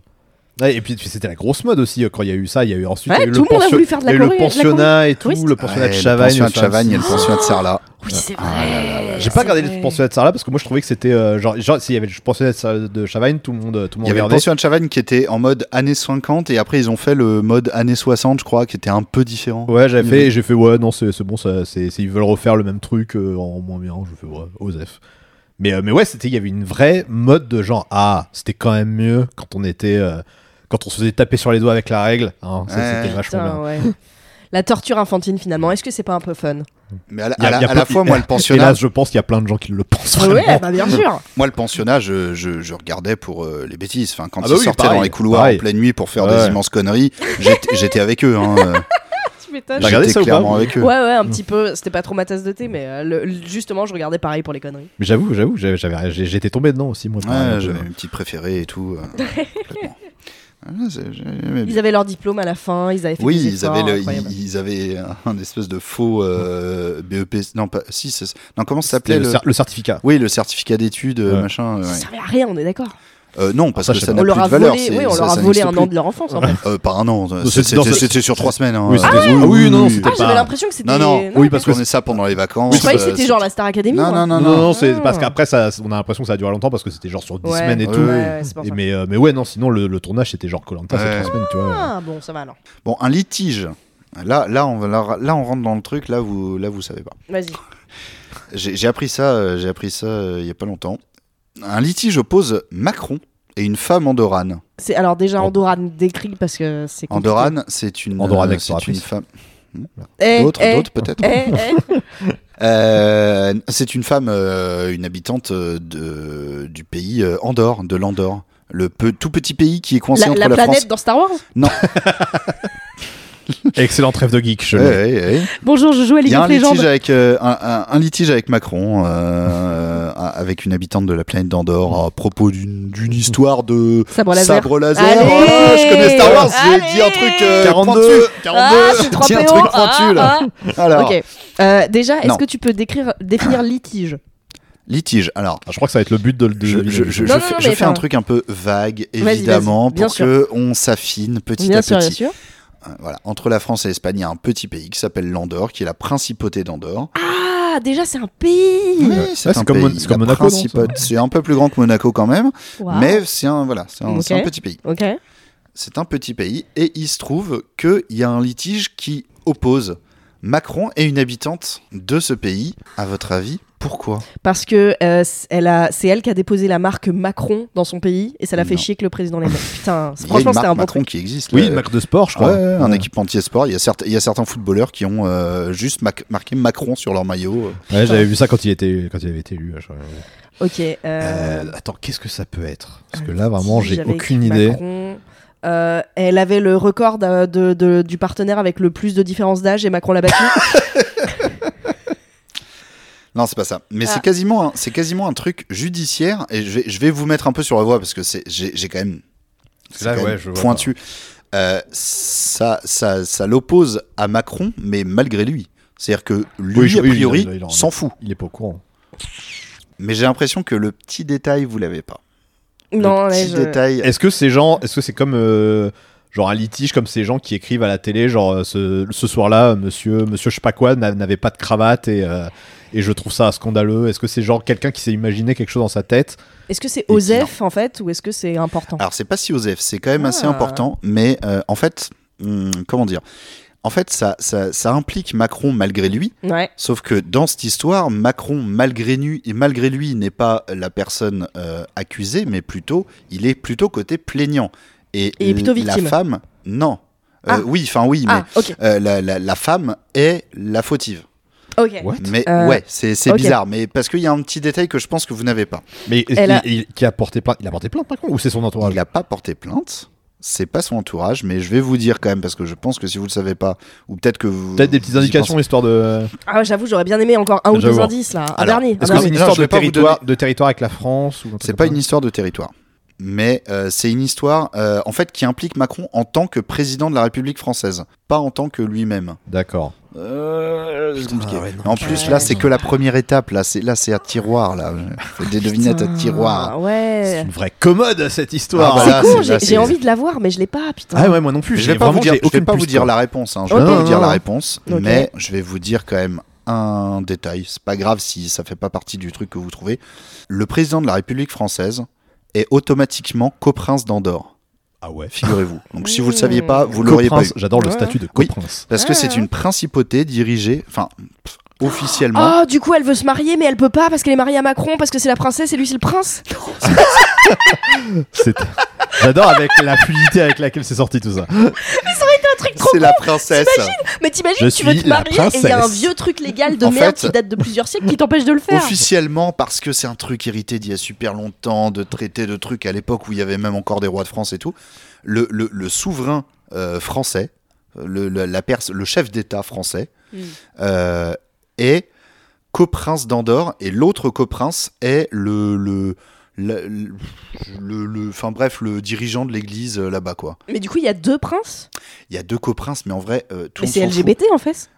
[SPEAKER 8] Ouais, et puis puis c'était la grosse mode aussi euh, quand il y a eu ça. Il y a eu ensuite
[SPEAKER 9] Ouais,
[SPEAKER 8] il y a eu
[SPEAKER 9] tout le monde a
[SPEAKER 8] pension-
[SPEAKER 9] voulu faire de la
[SPEAKER 8] il y a eu le
[SPEAKER 9] Corée- de la
[SPEAKER 8] pensionnat et
[SPEAKER 9] touriste.
[SPEAKER 8] tout, le pensionnat de
[SPEAKER 2] Ouais,
[SPEAKER 8] Chavagne.
[SPEAKER 2] le pensionnat de
[SPEAKER 8] enfin,
[SPEAKER 2] Chavagne et le pensionnat de Sarlat.
[SPEAKER 9] Oui, c'est
[SPEAKER 8] Ah
[SPEAKER 9] vrai.
[SPEAKER 8] J'ai pas
[SPEAKER 9] C'est
[SPEAKER 8] regardé
[SPEAKER 9] vrai.
[SPEAKER 8] le pensionnat de Sarlat parce que moi je trouvais que c'était euh, genre, genre s'il y avait le pensionnat de Sarlat- de Chavagne, tout le monde euh, tout le
[SPEAKER 2] Il
[SPEAKER 8] monde
[SPEAKER 2] y avait le
[SPEAKER 8] regardait.
[SPEAKER 2] pensionnat de Chavagne qui était en mode années 50 et après ils ont fait le mode années 60 je crois qui était un peu différent.
[SPEAKER 8] Ouais, j'avais
[SPEAKER 2] Il y
[SPEAKER 8] fait
[SPEAKER 2] avait-
[SPEAKER 8] et j'ai fait ouais non c'est c'est bon ça c'est c'est- ils veulent refaire le même truc euh, en moins bien, je fais ouais, Osef. Mais euh, mais ouais, c'était il y avait une vraie mode de genre ah, c'était quand même mieux quand on était euh, quand on se faisait taper sur les doigts avec la règle, hein, ça,
[SPEAKER 2] Ouais.
[SPEAKER 8] c'était vachement bien.
[SPEAKER 9] Putain, ouais. La torture infantile, finalement, est-ce que c'est pas un peu
[SPEAKER 8] Ah,
[SPEAKER 9] fun
[SPEAKER 2] Mais à la,
[SPEAKER 8] Il y a-
[SPEAKER 2] à la-
[SPEAKER 8] il y a
[SPEAKER 2] à
[SPEAKER 8] peu-
[SPEAKER 2] la fois moi le pensionnat,
[SPEAKER 8] Hélas, je pense qu'il y a plein de gens qui le pensent vraiment.
[SPEAKER 9] Ouais, bah bien sûr.
[SPEAKER 2] moi le pensionnat je, je, je regardais pour euh, les bêtises. Enfin quand
[SPEAKER 8] Ah bah
[SPEAKER 2] ils
[SPEAKER 8] oui,
[SPEAKER 2] sortaient
[SPEAKER 8] pareil,
[SPEAKER 2] dans les couloirs
[SPEAKER 8] pareil.
[SPEAKER 2] en pleine nuit pour faire
[SPEAKER 8] Ouais.
[SPEAKER 2] des immenses conneries, j'étais j'étais avec eux. Hein, euh,
[SPEAKER 9] tu m'étonnes.
[SPEAKER 8] T'as regardé
[SPEAKER 2] j'étais
[SPEAKER 8] ça ou pas,
[SPEAKER 2] clairement
[SPEAKER 8] vous
[SPEAKER 2] avec eux.
[SPEAKER 9] Ouais, ouais,
[SPEAKER 8] Mm.
[SPEAKER 9] un petit peu. C'était pas trop ma tasse de thé, mais euh, le- le- justement, je regardais pareil pour les conneries.
[SPEAKER 8] Mais j'avoue, j'avoue, j'avais- j'avais j'ai- j'étais tombé dedans aussi moi. euh,
[SPEAKER 2] Ouais,
[SPEAKER 8] pareil, un peu.
[SPEAKER 2] j'avais mes petites préférées et tout. euh, complètement. Ah, c'est- j'aimais bien.
[SPEAKER 9] Ils avaient leur diplôme à la fin, ils avaient fait
[SPEAKER 2] Oui,
[SPEAKER 9] des
[SPEAKER 2] ils avaient,
[SPEAKER 9] efforts
[SPEAKER 2] le,
[SPEAKER 9] incroyables.
[SPEAKER 2] ils, ils avaient un espèce de faux euh, BEP. Non, pas, si, c'est- non, comment ça
[SPEAKER 8] C'était
[SPEAKER 2] s'appelait
[SPEAKER 8] le,
[SPEAKER 2] le-
[SPEAKER 8] cer- le certificat.
[SPEAKER 2] Oui, le certificat d'études, euh,
[SPEAKER 8] Ouais.
[SPEAKER 2] machin.
[SPEAKER 9] Ça
[SPEAKER 2] ouais.
[SPEAKER 9] servait à rien, on est d'accord.
[SPEAKER 2] Euh, non, parce
[SPEAKER 8] Ah, ça,
[SPEAKER 2] que
[SPEAKER 8] je
[SPEAKER 2] ça
[SPEAKER 8] sais
[SPEAKER 2] n'a
[SPEAKER 9] On
[SPEAKER 2] plus
[SPEAKER 9] leur a
[SPEAKER 2] de valeur.
[SPEAKER 9] volé,
[SPEAKER 2] c'est-
[SPEAKER 9] oui, on
[SPEAKER 2] ça-
[SPEAKER 9] leur a
[SPEAKER 2] ça
[SPEAKER 9] volé
[SPEAKER 2] n'existe
[SPEAKER 9] un
[SPEAKER 2] plus.
[SPEAKER 9] an de leur enfance en fait.
[SPEAKER 2] Euh, par un an,
[SPEAKER 8] c'est-
[SPEAKER 2] c'est-
[SPEAKER 8] non,
[SPEAKER 2] c'était
[SPEAKER 8] c'est-
[SPEAKER 2] c'était sur trois semaines. hein.
[SPEAKER 8] Oui, c'était-
[SPEAKER 2] Euh,
[SPEAKER 8] ah oui, non,
[SPEAKER 9] Ah,
[SPEAKER 8] c'était
[SPEAKER 9] j'avais
[SPEAKER 8] pas.
[SPEAKER 9] l'impression que c'était.
[SPEAKER 2] Non, non,
[SPEAKER 8] Oui,
[SPEAKER 9] je
[SPEAKER 8] parce
[SPEAKER 2] parce
[SPEAKER 8] que
[SPEAKER 2] qu'on est ça pendant les vacances.
[SPEAKER 9] croyais que
[SPEAKER 2] euh,
[SPEAKER 9] c'était genre la Star Academy.
[SPEAKER 2] Non,
[SPEAKER 9] moi.
[SPEAKER 2] non, non,
[SPEAKER 8] Non, non,
[SPEAKER 2] non.
[SPEAKER 8] c'est
[SPEAKER 9] Ah.
[SPEAKER 8] parce qu'après, ça, on a l'impression que ça a duré longtemps parce que c'était genre sur 10
[SPEAKER 9] Ouais.
[SPEAKER 8] semaines et
[SPEAKER 2] Ouais,
[SPEAKER 8] tout.
[SPEAKER 9] Ouais, ouais, c'est pour
[SPEAKER 8] Et
[SPEAKER 9] ça.
[SPEAKER 8] mais, euh, mais ouais, non, sinon le, le tournage c'était genre Colanta, c'est
[SPEAKER 2] Ouais.
[SPEAKER 8] trois semaines, tu vois.
[SPEAKER 9] Ah bon, ça va alors.
[SPEAKER 2] Bon, un litige. Là, là, on, va- là, là, on rentre dans le truc. Là, vous, là, vous savez pas.
[SPEAKER 9] Vas-y.
[SPEAKER 2] J'ai j'ai appris ça. euh, J'ai appris ça euh, il y a pas longtemps. Un litige oppose Macron et une femme andorane.
[SPEAKER 9] C'est alors déjà Andorane décrit parce que c'est compliqué.
[SPEAKER 2] Andorane, c'est une,
[SPEAKER 8] Andorane
[SPEAKER 2] euh, c'est une
[SPEAKER 8] exploratrice.
[SPEAKER 2] femme.
[SPEAKER 9] Eh,
[SPEAKER 2] D'autres,
[SPEAKER 9] eh,
[SPEAKER 2] d'autres peut-être.
[SPEAKER 9] eh, eh.
[SPEAKER 2] Euh, c'est une femme, euh, une habitante euh, de, du pays euh, Andorre, de l'Andorre, le peu- tout petit pays qui est coincé
[SPEAKER 9] La,
[SPEAKER 2] entre
[SPEAKER 9] la
[SPEAKER 2] la,
[SPEAKER 9] planète
[SPEAKER 2] France.
[SPEAKER 9] dans Star Wars.
[SPEAKER 8] Excellent trêve de geek, je
[SPEAKER 2] Ouais,
[SPEAKER 8] l'ai.
[SPEAKER 2] ouais, ouais.
[SPEAKER 9] Bonjour, je joue à
[SPEAKER 2] Eh, Il
[SPEAKER 9] League
[SPEAKER 2] y a
[SPEAKER 9] of
[SPEAKER 2] un litige
[SPEAKER 9] Legends.
[SPEAKER 2] avec euh, un, un- un litige avec Macron, euh, a- avec une habitante de la planète d'Andorre à propos d'une d'une histoire de
[SPEAKER 9] Sabre laser.
[SPEAKER 2] sabre laser.
[SPEAKER 9] Allez
[SPEAKER 2] Voilà, je connais Star Wars,
[SPEAKER 9] Allez
[SPEAKER 2] j'ai dit un truc euh,
[SPEAKER 8] 42,
[SPEAKER 2] pointu.
[SPEAKER 9] Ah, c'est 3PO.
[SPEAKER 2] J'ai dit un truc pointu là.
[SPEAKER 9] Ah, ah.
[SPEAKER 2] Alors,
[SPEAKER 9] Ok. Euh, déjà, est-ce
[SPEAKER 2] Non. Ah.
[SPEAKER 9] que tu peux décrire, définir litige
[SPEAKER 2] litige. Alors,
[SPEAKER 8] Ah, Je crois que ça va être le but de. de
[SPEAKER 2] je,
[SPEAKER 8] de-
[SPEAKER 2] je-
[SPEAKER 8] de-
[SPEAKER 2] je-
[SPEAKER 9] Non,
[SPEAKER 2] je
[SPEAKER 9] non,
[SPEAKER 2] fais,
[SPEAKER 9] non,
[SPEAKER 2] je
[SPEAKER 9] mais
[SPEAKER 2] fais un
[SPEAKER 9] enfin-
[SPEAKER 2] truc un peu vague,
[SPEAKER 9] vas-y,
[SPEAKER 2] évidemment,
[SPEAKER 9] bien
[SPEAKER 2] pour
[SPEAKER 9] sûr.
[SPEAKER 2] que on s'affine petit
[SPEAKER 9] Bien
[SPEAKER 2] à
[SPEAKER 9] sûr, bien
[SPEAKER 2] petit.
[SPEAKER 9] sûr.
[SPEAKER 2] Euh, Voilà, entre la France et l'Espagne, il y a un petit pays qui s'appelle l'Andorre, qui est la principauté d'Andorre.
[SPEAKER 9] Ah, déjà, c'est un pays.
[SPEAKER 2] Ouais,
[SPEAKER 8] Ouais, Ah, c'est
[SPEAKER 2] un
[SPEAKER 8] comme
[SPEAKER 2] pays,
[SPEAKER 8] Mon- c'est comme
[SPEAKER 2] la
[SPEAKER 8] Monaco, non, ça
[SPEAKER 2] principauté- C'est un peu plus grand que Monaco quand même,
[SPEAKER 9] Waouh.
[SPEAKER 2] mais c'est un voilà, c'est un, c'est un
[SPEAKER 9] Ok.
[SPEAKER 2] petit pays.
[SPEAKER 9] Ok.
[SPEAKER 2] C'est un petit pays et il se trouve qu'il y a un litige qui oppose Macron et une habitante de ce pays. À votre avis, pourquoi
[SPEAKER 9] Parce que euh, c- elle a, c'est elle qui a déposé la marque Macron dans son pays et ça l'a fait
[SPEAKER 2] Non.
[SPEAKER 9] chier que le président l'ait. Putain,
[SPEAKER 2] Il y a
[SPEAKER 9] franchement,
[SPEAKER 2] une marque
[SPEAKER 9] c'était un bon
[SPEAKER 2] Macron
[SPEAKER 9] truc.
[SPEAKER 2] qui existe.
[SPEAKER 8] Oui,
[SPEAKER 2] là.
[SPEAKER 8] une marque de sport, je
[SPEAKER 2] Ouais,
[SPEAKER 8] crois.
[SPEAKER 2] un équipementier sport. Il y, a certes- il y a certains footballeurs qui ont euh, juste mac- marqué Macron sur leur maillot. euh.
[SPEAKER 8] Ouais, j'avais vu ça quand il, était, quand il avait été élu. je crois.
[SPEAKER 9] Ok. euh,
[SPEAKER 8] Euh, attends, qu'est-ce que ça peut être Parce
[SPEAKER 9] Ah,
[SPEAKER 8] que là, vraiment,
[SPEAKER 9] litige
[SPEAKER 8] j'ai
[SPEAKER 9] avec
[SPEAKER 8] aucune idée.
[SPEAKER 9] Macron. Euh, elle avait le record d'a- de- de- du partenaire avec le plus de différence d'âge et Macron l'a battu.
[SPEAKER 2] Non, c'est pas ça. Mais
[SPEAKER 9] Ah.
[SPEAKER 2] c'est quasiment, un- c'est quasiment un truc judiciaire. Et je vais, je vais vous mettre un peu sur la voie parce que c'est, j'ai, j'ai quand même, c'est
[SPEAKER 8] Là,
[SPEAKER 2] quand
[SPEAKER 8] ouais,
[SPEAKER 2] même
[SPEAKER 8] je vois
[SPEAKER 2] pointu. Euh, ça, ça, ça l'oppose à Macron, mais malgré lui. C'est-à-dire que lui,
[SPEAKER 8] Oui, je-
[SPEAKER 2] a
[SPEAKER 8] oui,
[SPEAKER 2] priori,
[SPEAKER 8] il a- il a-
[SPEAKER 2] s'en fout.
[SPEAKER 8] Il est pas au courant.
[SPEAKER 2] Mais j'ai l'impression que le petit détail, vous l'avez pas.
[SPEAKER 9] non,
[SPEAKER 2] le
[SPEAKER 9] là,
[SPEAKER 2] petit
[SPEAKER 9] je...
[SPEAKER 2] détail.
[SPEAKER 8] Est-ce que ces gens, est-ce que c'est comme euh, genre un litige comme ces gens qui écrivent à la télé genre euh, ce, ce soir-là euh, monsieur monsieur je sais pas quoi n'a- n'avait pas de cravate et euh, et je trouve ça scandaleux. Est-ce que c'est genre quelqu'un qui s'est imaginé quelque chose dans sa tête
[SPEAKER 9] Est-ce que c'est Osef en fait ou est-ce que c'est
[SPEAKER 2] Ah,
[SPEAKER 9] important
[SPEAKER 2] Alors, c'est pas si Osef, c'est quand même assez
[SPEAKER 9] Ah.
[SPEAKER 2] important, mais euh, en fait, hum, hmm, comment dire en fait, ça, ça, ça implique Macron malgré lui.
[SPEAKER 9] Ouais.
[SPEAKER 2] Sauf que dans cette histoire, Macron, malgré lui, et malgré lui n'est pas la personne euh, accusée, mais plutôt, il est plutôt côté plaignant. Et,
[SPEAKER 9] Il est plutôt
[SPEAKER 2] l- la
[SPEAKER 9] victime.
[SPEAKER 2] femme, non. Euh,
[SPEAKER 9] Ah.
[SPEAKER 2] Oui, enfin oui,
[SPEAKER 9] Ah, ok.
[SPEAKER 2] mais euh, la, la- la femme est la fautive.
[SPEAKER 9] Ok.
[SPEAKER 8] What
[SPEAKER 2] Mais
[SPEAKER 9] Euh,
[SPEAKER 2] ouais, c'est c'est
[SPEAKER 9] ok.
[SPEAKER 2] bizarre, mais parce qu'il y a un petit détail que je pense que vous n'avez pas.
[SPEAKER 8] Mais est-ce
[SPEAKER 9] Elle
[SPEAKER 8] qu'il-
[SPEAKER 9] a-
[SPEAKER 8] il, qui a porté plainte, il a porté plainte, Macron, ou c'est son entourage
[SPEAKER 2] Il n'a pas porté plainte. C'est pas son entourage, mais je vais vous dire quand même parce que je pense que si vous le savez pas, ou peut-être que vous
[SPEAKER 8] Peut-être des
[SPEAKER 2] vous
[SPEAKER 8] petites
[SPEAKER 2] y
[SPEAKER 8] indications, histoire de.
[SPEAKER 9] Ah, j'avoue, j'aurais bien aimé encore un ou deux
[SPEAKER 8] J'avoue.
[SPEAKER 9] indices là. Un
[SPEAKER 2] Alors,
[SPEAKER 9] dernier.
[SPEAKER 2] est-ce
[SPEAKER 9] un
[SPEAKER 8] Est-ce que
[SPEAKER 2] non,
[SPEAKER 8] c'est
[SPEAKER 9] dernier.
[SPEAKER 8] une
[SPEAKER 2] non,
[SPEAKER 8] histoire
[SPEAKER 2] je vais
[SPEAKER 8] de
[SPEAKER 2] pas vous
[SPEAKER 8] territoire, de territoire avec la France ou un truc
[SPEAKER 2] C'est
[SPEAKER 8] comme
[SPEAKER 2] pas
[SPEAKER 8] ça
[SPEAKER 2] une histoire de territoire, mais euh, c'est une histoire euh, en fait qui implique Macron en tant que président de la République française, pas en tant que lui-même.
[SPEAKER 8] D'accord.
[SPEAKER 2] c'est compliqué. en
[SPEAKER 8] euh,
[SPEAKER 2] plus, là, c'est que la première étape. Là, c'est là, c'est à tiroir. Là, Faut des devinettes à tiroir.
[SPEAKER 9] Ah,
[SPEAKER 8] C'est
[SPEAKER 9] Ouais.
[SPEAKER 8] une vraie commode cette
[SPEAKER 2] Ah,
[SPEAKER 8] histoire.
[SPEAKER 2] bah
[SPEAKER 9] C'est
[SPEAKER 2] là,
[SPEAKER 9] con,
[SPEAKER 2] c'est- là,
[SPEAKER 9] j'ai-
[SPEAKER 2] c'est-
[SPEAKER 9] j'ai envie de l'avoir, mais je l'ai pas, putain.
[SPEAKER 8] Ah ouais, moi non plus.
[SPEAKER 2] Mais je
[SPEAKER 8] j'ai
[SPEAKER 2] vais pas
[SPEAKER 8] vraiment-
[SPEAKER 2] vous dire,
[SPEAKER 8] j'ai
[SPEAKER 2] je vais
[SPEAKER 8] aucune
[SPEAKER 2] pas vous
[SPEAKER 8] piste,
[SPEAKER 2] dire
[SPEAKER 8] quoi.
[SPEAKER 2] la réponse. hein, Je
[SPEAKER 8] Ok.
[SPEAKER 2] vais pas
[SPEAKER 8] Non,
[SPEAKER 2] vous dire
[SPEAKER 8] non,
[SPEAKER 2] la
[SPEAKER 8] non.
[SPEAKER 2] réponse,
[SPEAKER 9] Ok.
[SPEAKER 2] mais je vais vous dire quand même un détail. C'est pas grave si ça fait pas partie du truc que vous trouvez. Le président de la République française est automatiquement coprince d'Andorre.
[SPEAKER 8] Ah ouais.
[SPEAKER 2] Figurez-vous. Donc, si vous le saviez pas, vous l'auriez pas eu.
[SPEAKER 8] Coprince, j'adore le
[SPEAKER 9] Ouais.
[SPEAKER 8] statut de
[SPEAKER 2] Oui.
[SPEAKER 8] coprince.
[SPEAKER 2] Parce que
[SPEAKER 9] Ah,
[SPEAKER 2] c'est
[SPEAKER 9] ouais.
[SPEAKER 2] une principauté dirigée, enfin, pff, officiellement.
[SPEAKER 9] Oh, du coup, elle veut se marier, mais elle peut pas parce qu'elle est mariée à Macron, parce que c'est la princesse et lui, c'est le prince.
[SPEAKER 8] C'est- J'adore avec la fluidité avec laquelle c'est sorti tout ça.
[SPEAKER 9] Un truc Oh, trop
[SPEAKER 2] c'est la princesse.
[SPEAKER 9] Mais t'imagines,
[SPEAKER 8] Je
[SPEAKER 9] tu veux
[SPEAKER 8] suis
[SPEAKER 9] te
[SPEAKER 8] la
[SPEAKER 9] marier et il y a un
[SPEAKER 8] princesse.
[SPEAKER 9] vieux truc légal de
[SPEAKER 2] En
[SPEAKER 9] merde
[SPEAKER 2] fait-
[SPEAKER 9] qui date de plusieurs siècles qui t'empêche de le faire.
[SPEAKER 2] Officiellement, parce que c'est un truc hérité d'il y a super longtemps, de traités, de trucs à l'époque où il y avait même encore des rois de France et tout. Le, le- le souverain euh, français, le, le- la Perse, le chef d'État français,
[SPEAKER 9] Mm.
[SPEAKER 2] euh, est coprince d'Andorre et l'autre coprince est le. le le, le- le- le- enfin bref, le dirigeant de l'église euh, là-bas, quoi.
[SPEAKER 9] Mais du coup, il y a deux princes.
[SPEAKER 2] Il y a deux coprinces, mais en vrai, euh, tout
[SPEAKER 9] Mais
[SPEAKER 2] le
[SPEAKER 9] c'est
[SPEAKER 2] monde s'en fout.
[SPEAKER 9] LGBT en fait.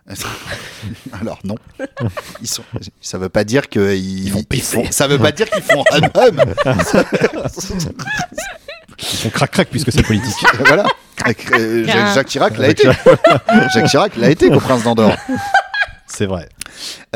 [SPEAKER 2] Alors non, ils sont. Ça veut pas dire que ils,
[SPEAKER 8] Ils vont
[SPEAKER 2] ils
[SPEAKER 8] baiser.
[SPEAKER 2] font- Ça veut pas dire qu'ils font un homme.
[SPEAKER 8] Ils font crac crac puisque c'est politique.
[SPEAKER 2] voilà. Avec, euh, Jacques, Jacques Chirac l'a été. Jacques Chirac l'a été coprince d'Andorre.
[SPEAKER 8] C'est vrai.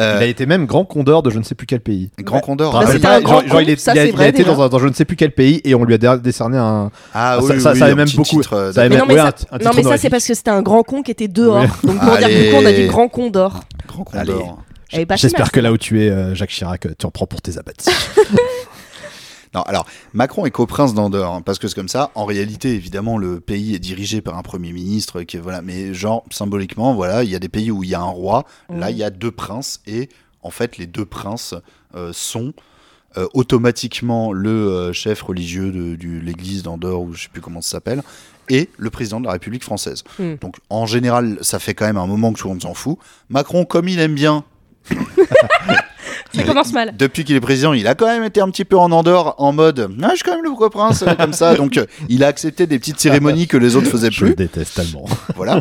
[SPEAKER 2] Euh,
[SPEAKER 8] Il a été même grand condor de je ne sais plus quel pays.
[SPEAKER 2] Grand Condor. Ah,
[SPEAKER 9] Bah,
[SPEAKER 8] Rappelle
[SPEAKER 9] c'est
[SPEAKER 8] pas,
[SPEAKER 9] pas un grand
[SPEAKER 8] genre, genre, il, est-
[SPEAKER 9] con, ça,
[SPEAKER 8] il a,
[SPEAKER 9] c'est
[SPEAKER 8] il a
[SPEAKER 9] vrai,
[SPEAKER 8] été
[SPEAKER 9] déjà.
[SPEAKER 8] dans, un, dans je ne sais plus quel pays et on lui a dé- décerné un.
[SPEAKER 2] Ah
[SPEAKER 8] Ah,
[SPEAKER 2] oui,
[SPEAKER 8] ça-
[SPEAKER 2] oui,
[SPEAKER 8] ça-
[SPEAKER 2] oui,
[SPEAKER 8] ça avait
[SPEAKER 2] un
[SPEAKER 8] même
[SPEAKER 2] petit
[SPEAKER 8] beaucoup-
[SPEAKER 2] titre, euh,
[SPEAKER 8] ça avait
[SPEAKER 2] d'accord.
[SPEAKER 8] Mais
[SPEAKER 9] non,
[SPEAKER 8] ouais,
[SPEAKER 9] mais ça,
[SPEAKER 8] un t- un titre
[SPEAKER 9] non, mais ça,
[SPEAKER 8] honorifique.
[SPEAKER 9] c'est parce que c'était un grand con qui était dehors.
[SPEAKER 8] Oui.
[SPEAKER 9] Donc pour dire du
[SPEAKER 2] Allez.
[SPEAKER 9] coup, on a du grand con d'or.
[SPEAKER 2] Grand
[SPEAKER 8] Allez.
[SPEAKER 2] Condor.
[SPEAKER 9] J'avais pas fait mal.
[SPEAKER 8] J'espère que là où tu es, euh, Jacques Chirac, euh, tu en prends pour tes abattis.
[SPEAKER 2] Non, alors Macron est coprince d'Andorre hein, parce que c'est comme ça. En réalité, évidemment, le pays est dirigé par un premier ministre qui est- voilà, mais genre symboliquement, voilà, il y a des pays où il y a un roi, là il y a deux princes et en fait les deux princes euh, sont euh, automatiquement le euh, chef religieux de, de l'église d'Andorre ou je sais plus comment ça s'appelle et le président de la République française.
[SPEAKER 9] Mm.
[SPEAKER 2] Donc en général, ça fait quand même un moment que tout le monde s'en fout. Macron, comme il aime bien
[SPEAKER 9] Ça commence mal.
[SPEAKER 2] depuis qu'il est président, il a quand même été un petit peu en Andorre en mode ah, je suis quand même le coprince euh, comme ça. Donc euh, il a accepté des petites cérémonies que les autres faisaient
[SPEAKER 8] je le
[SPEAKER 2] plus.
[SPEAKER 8] déteste tellement.
[SPEAKER 2] Voilà.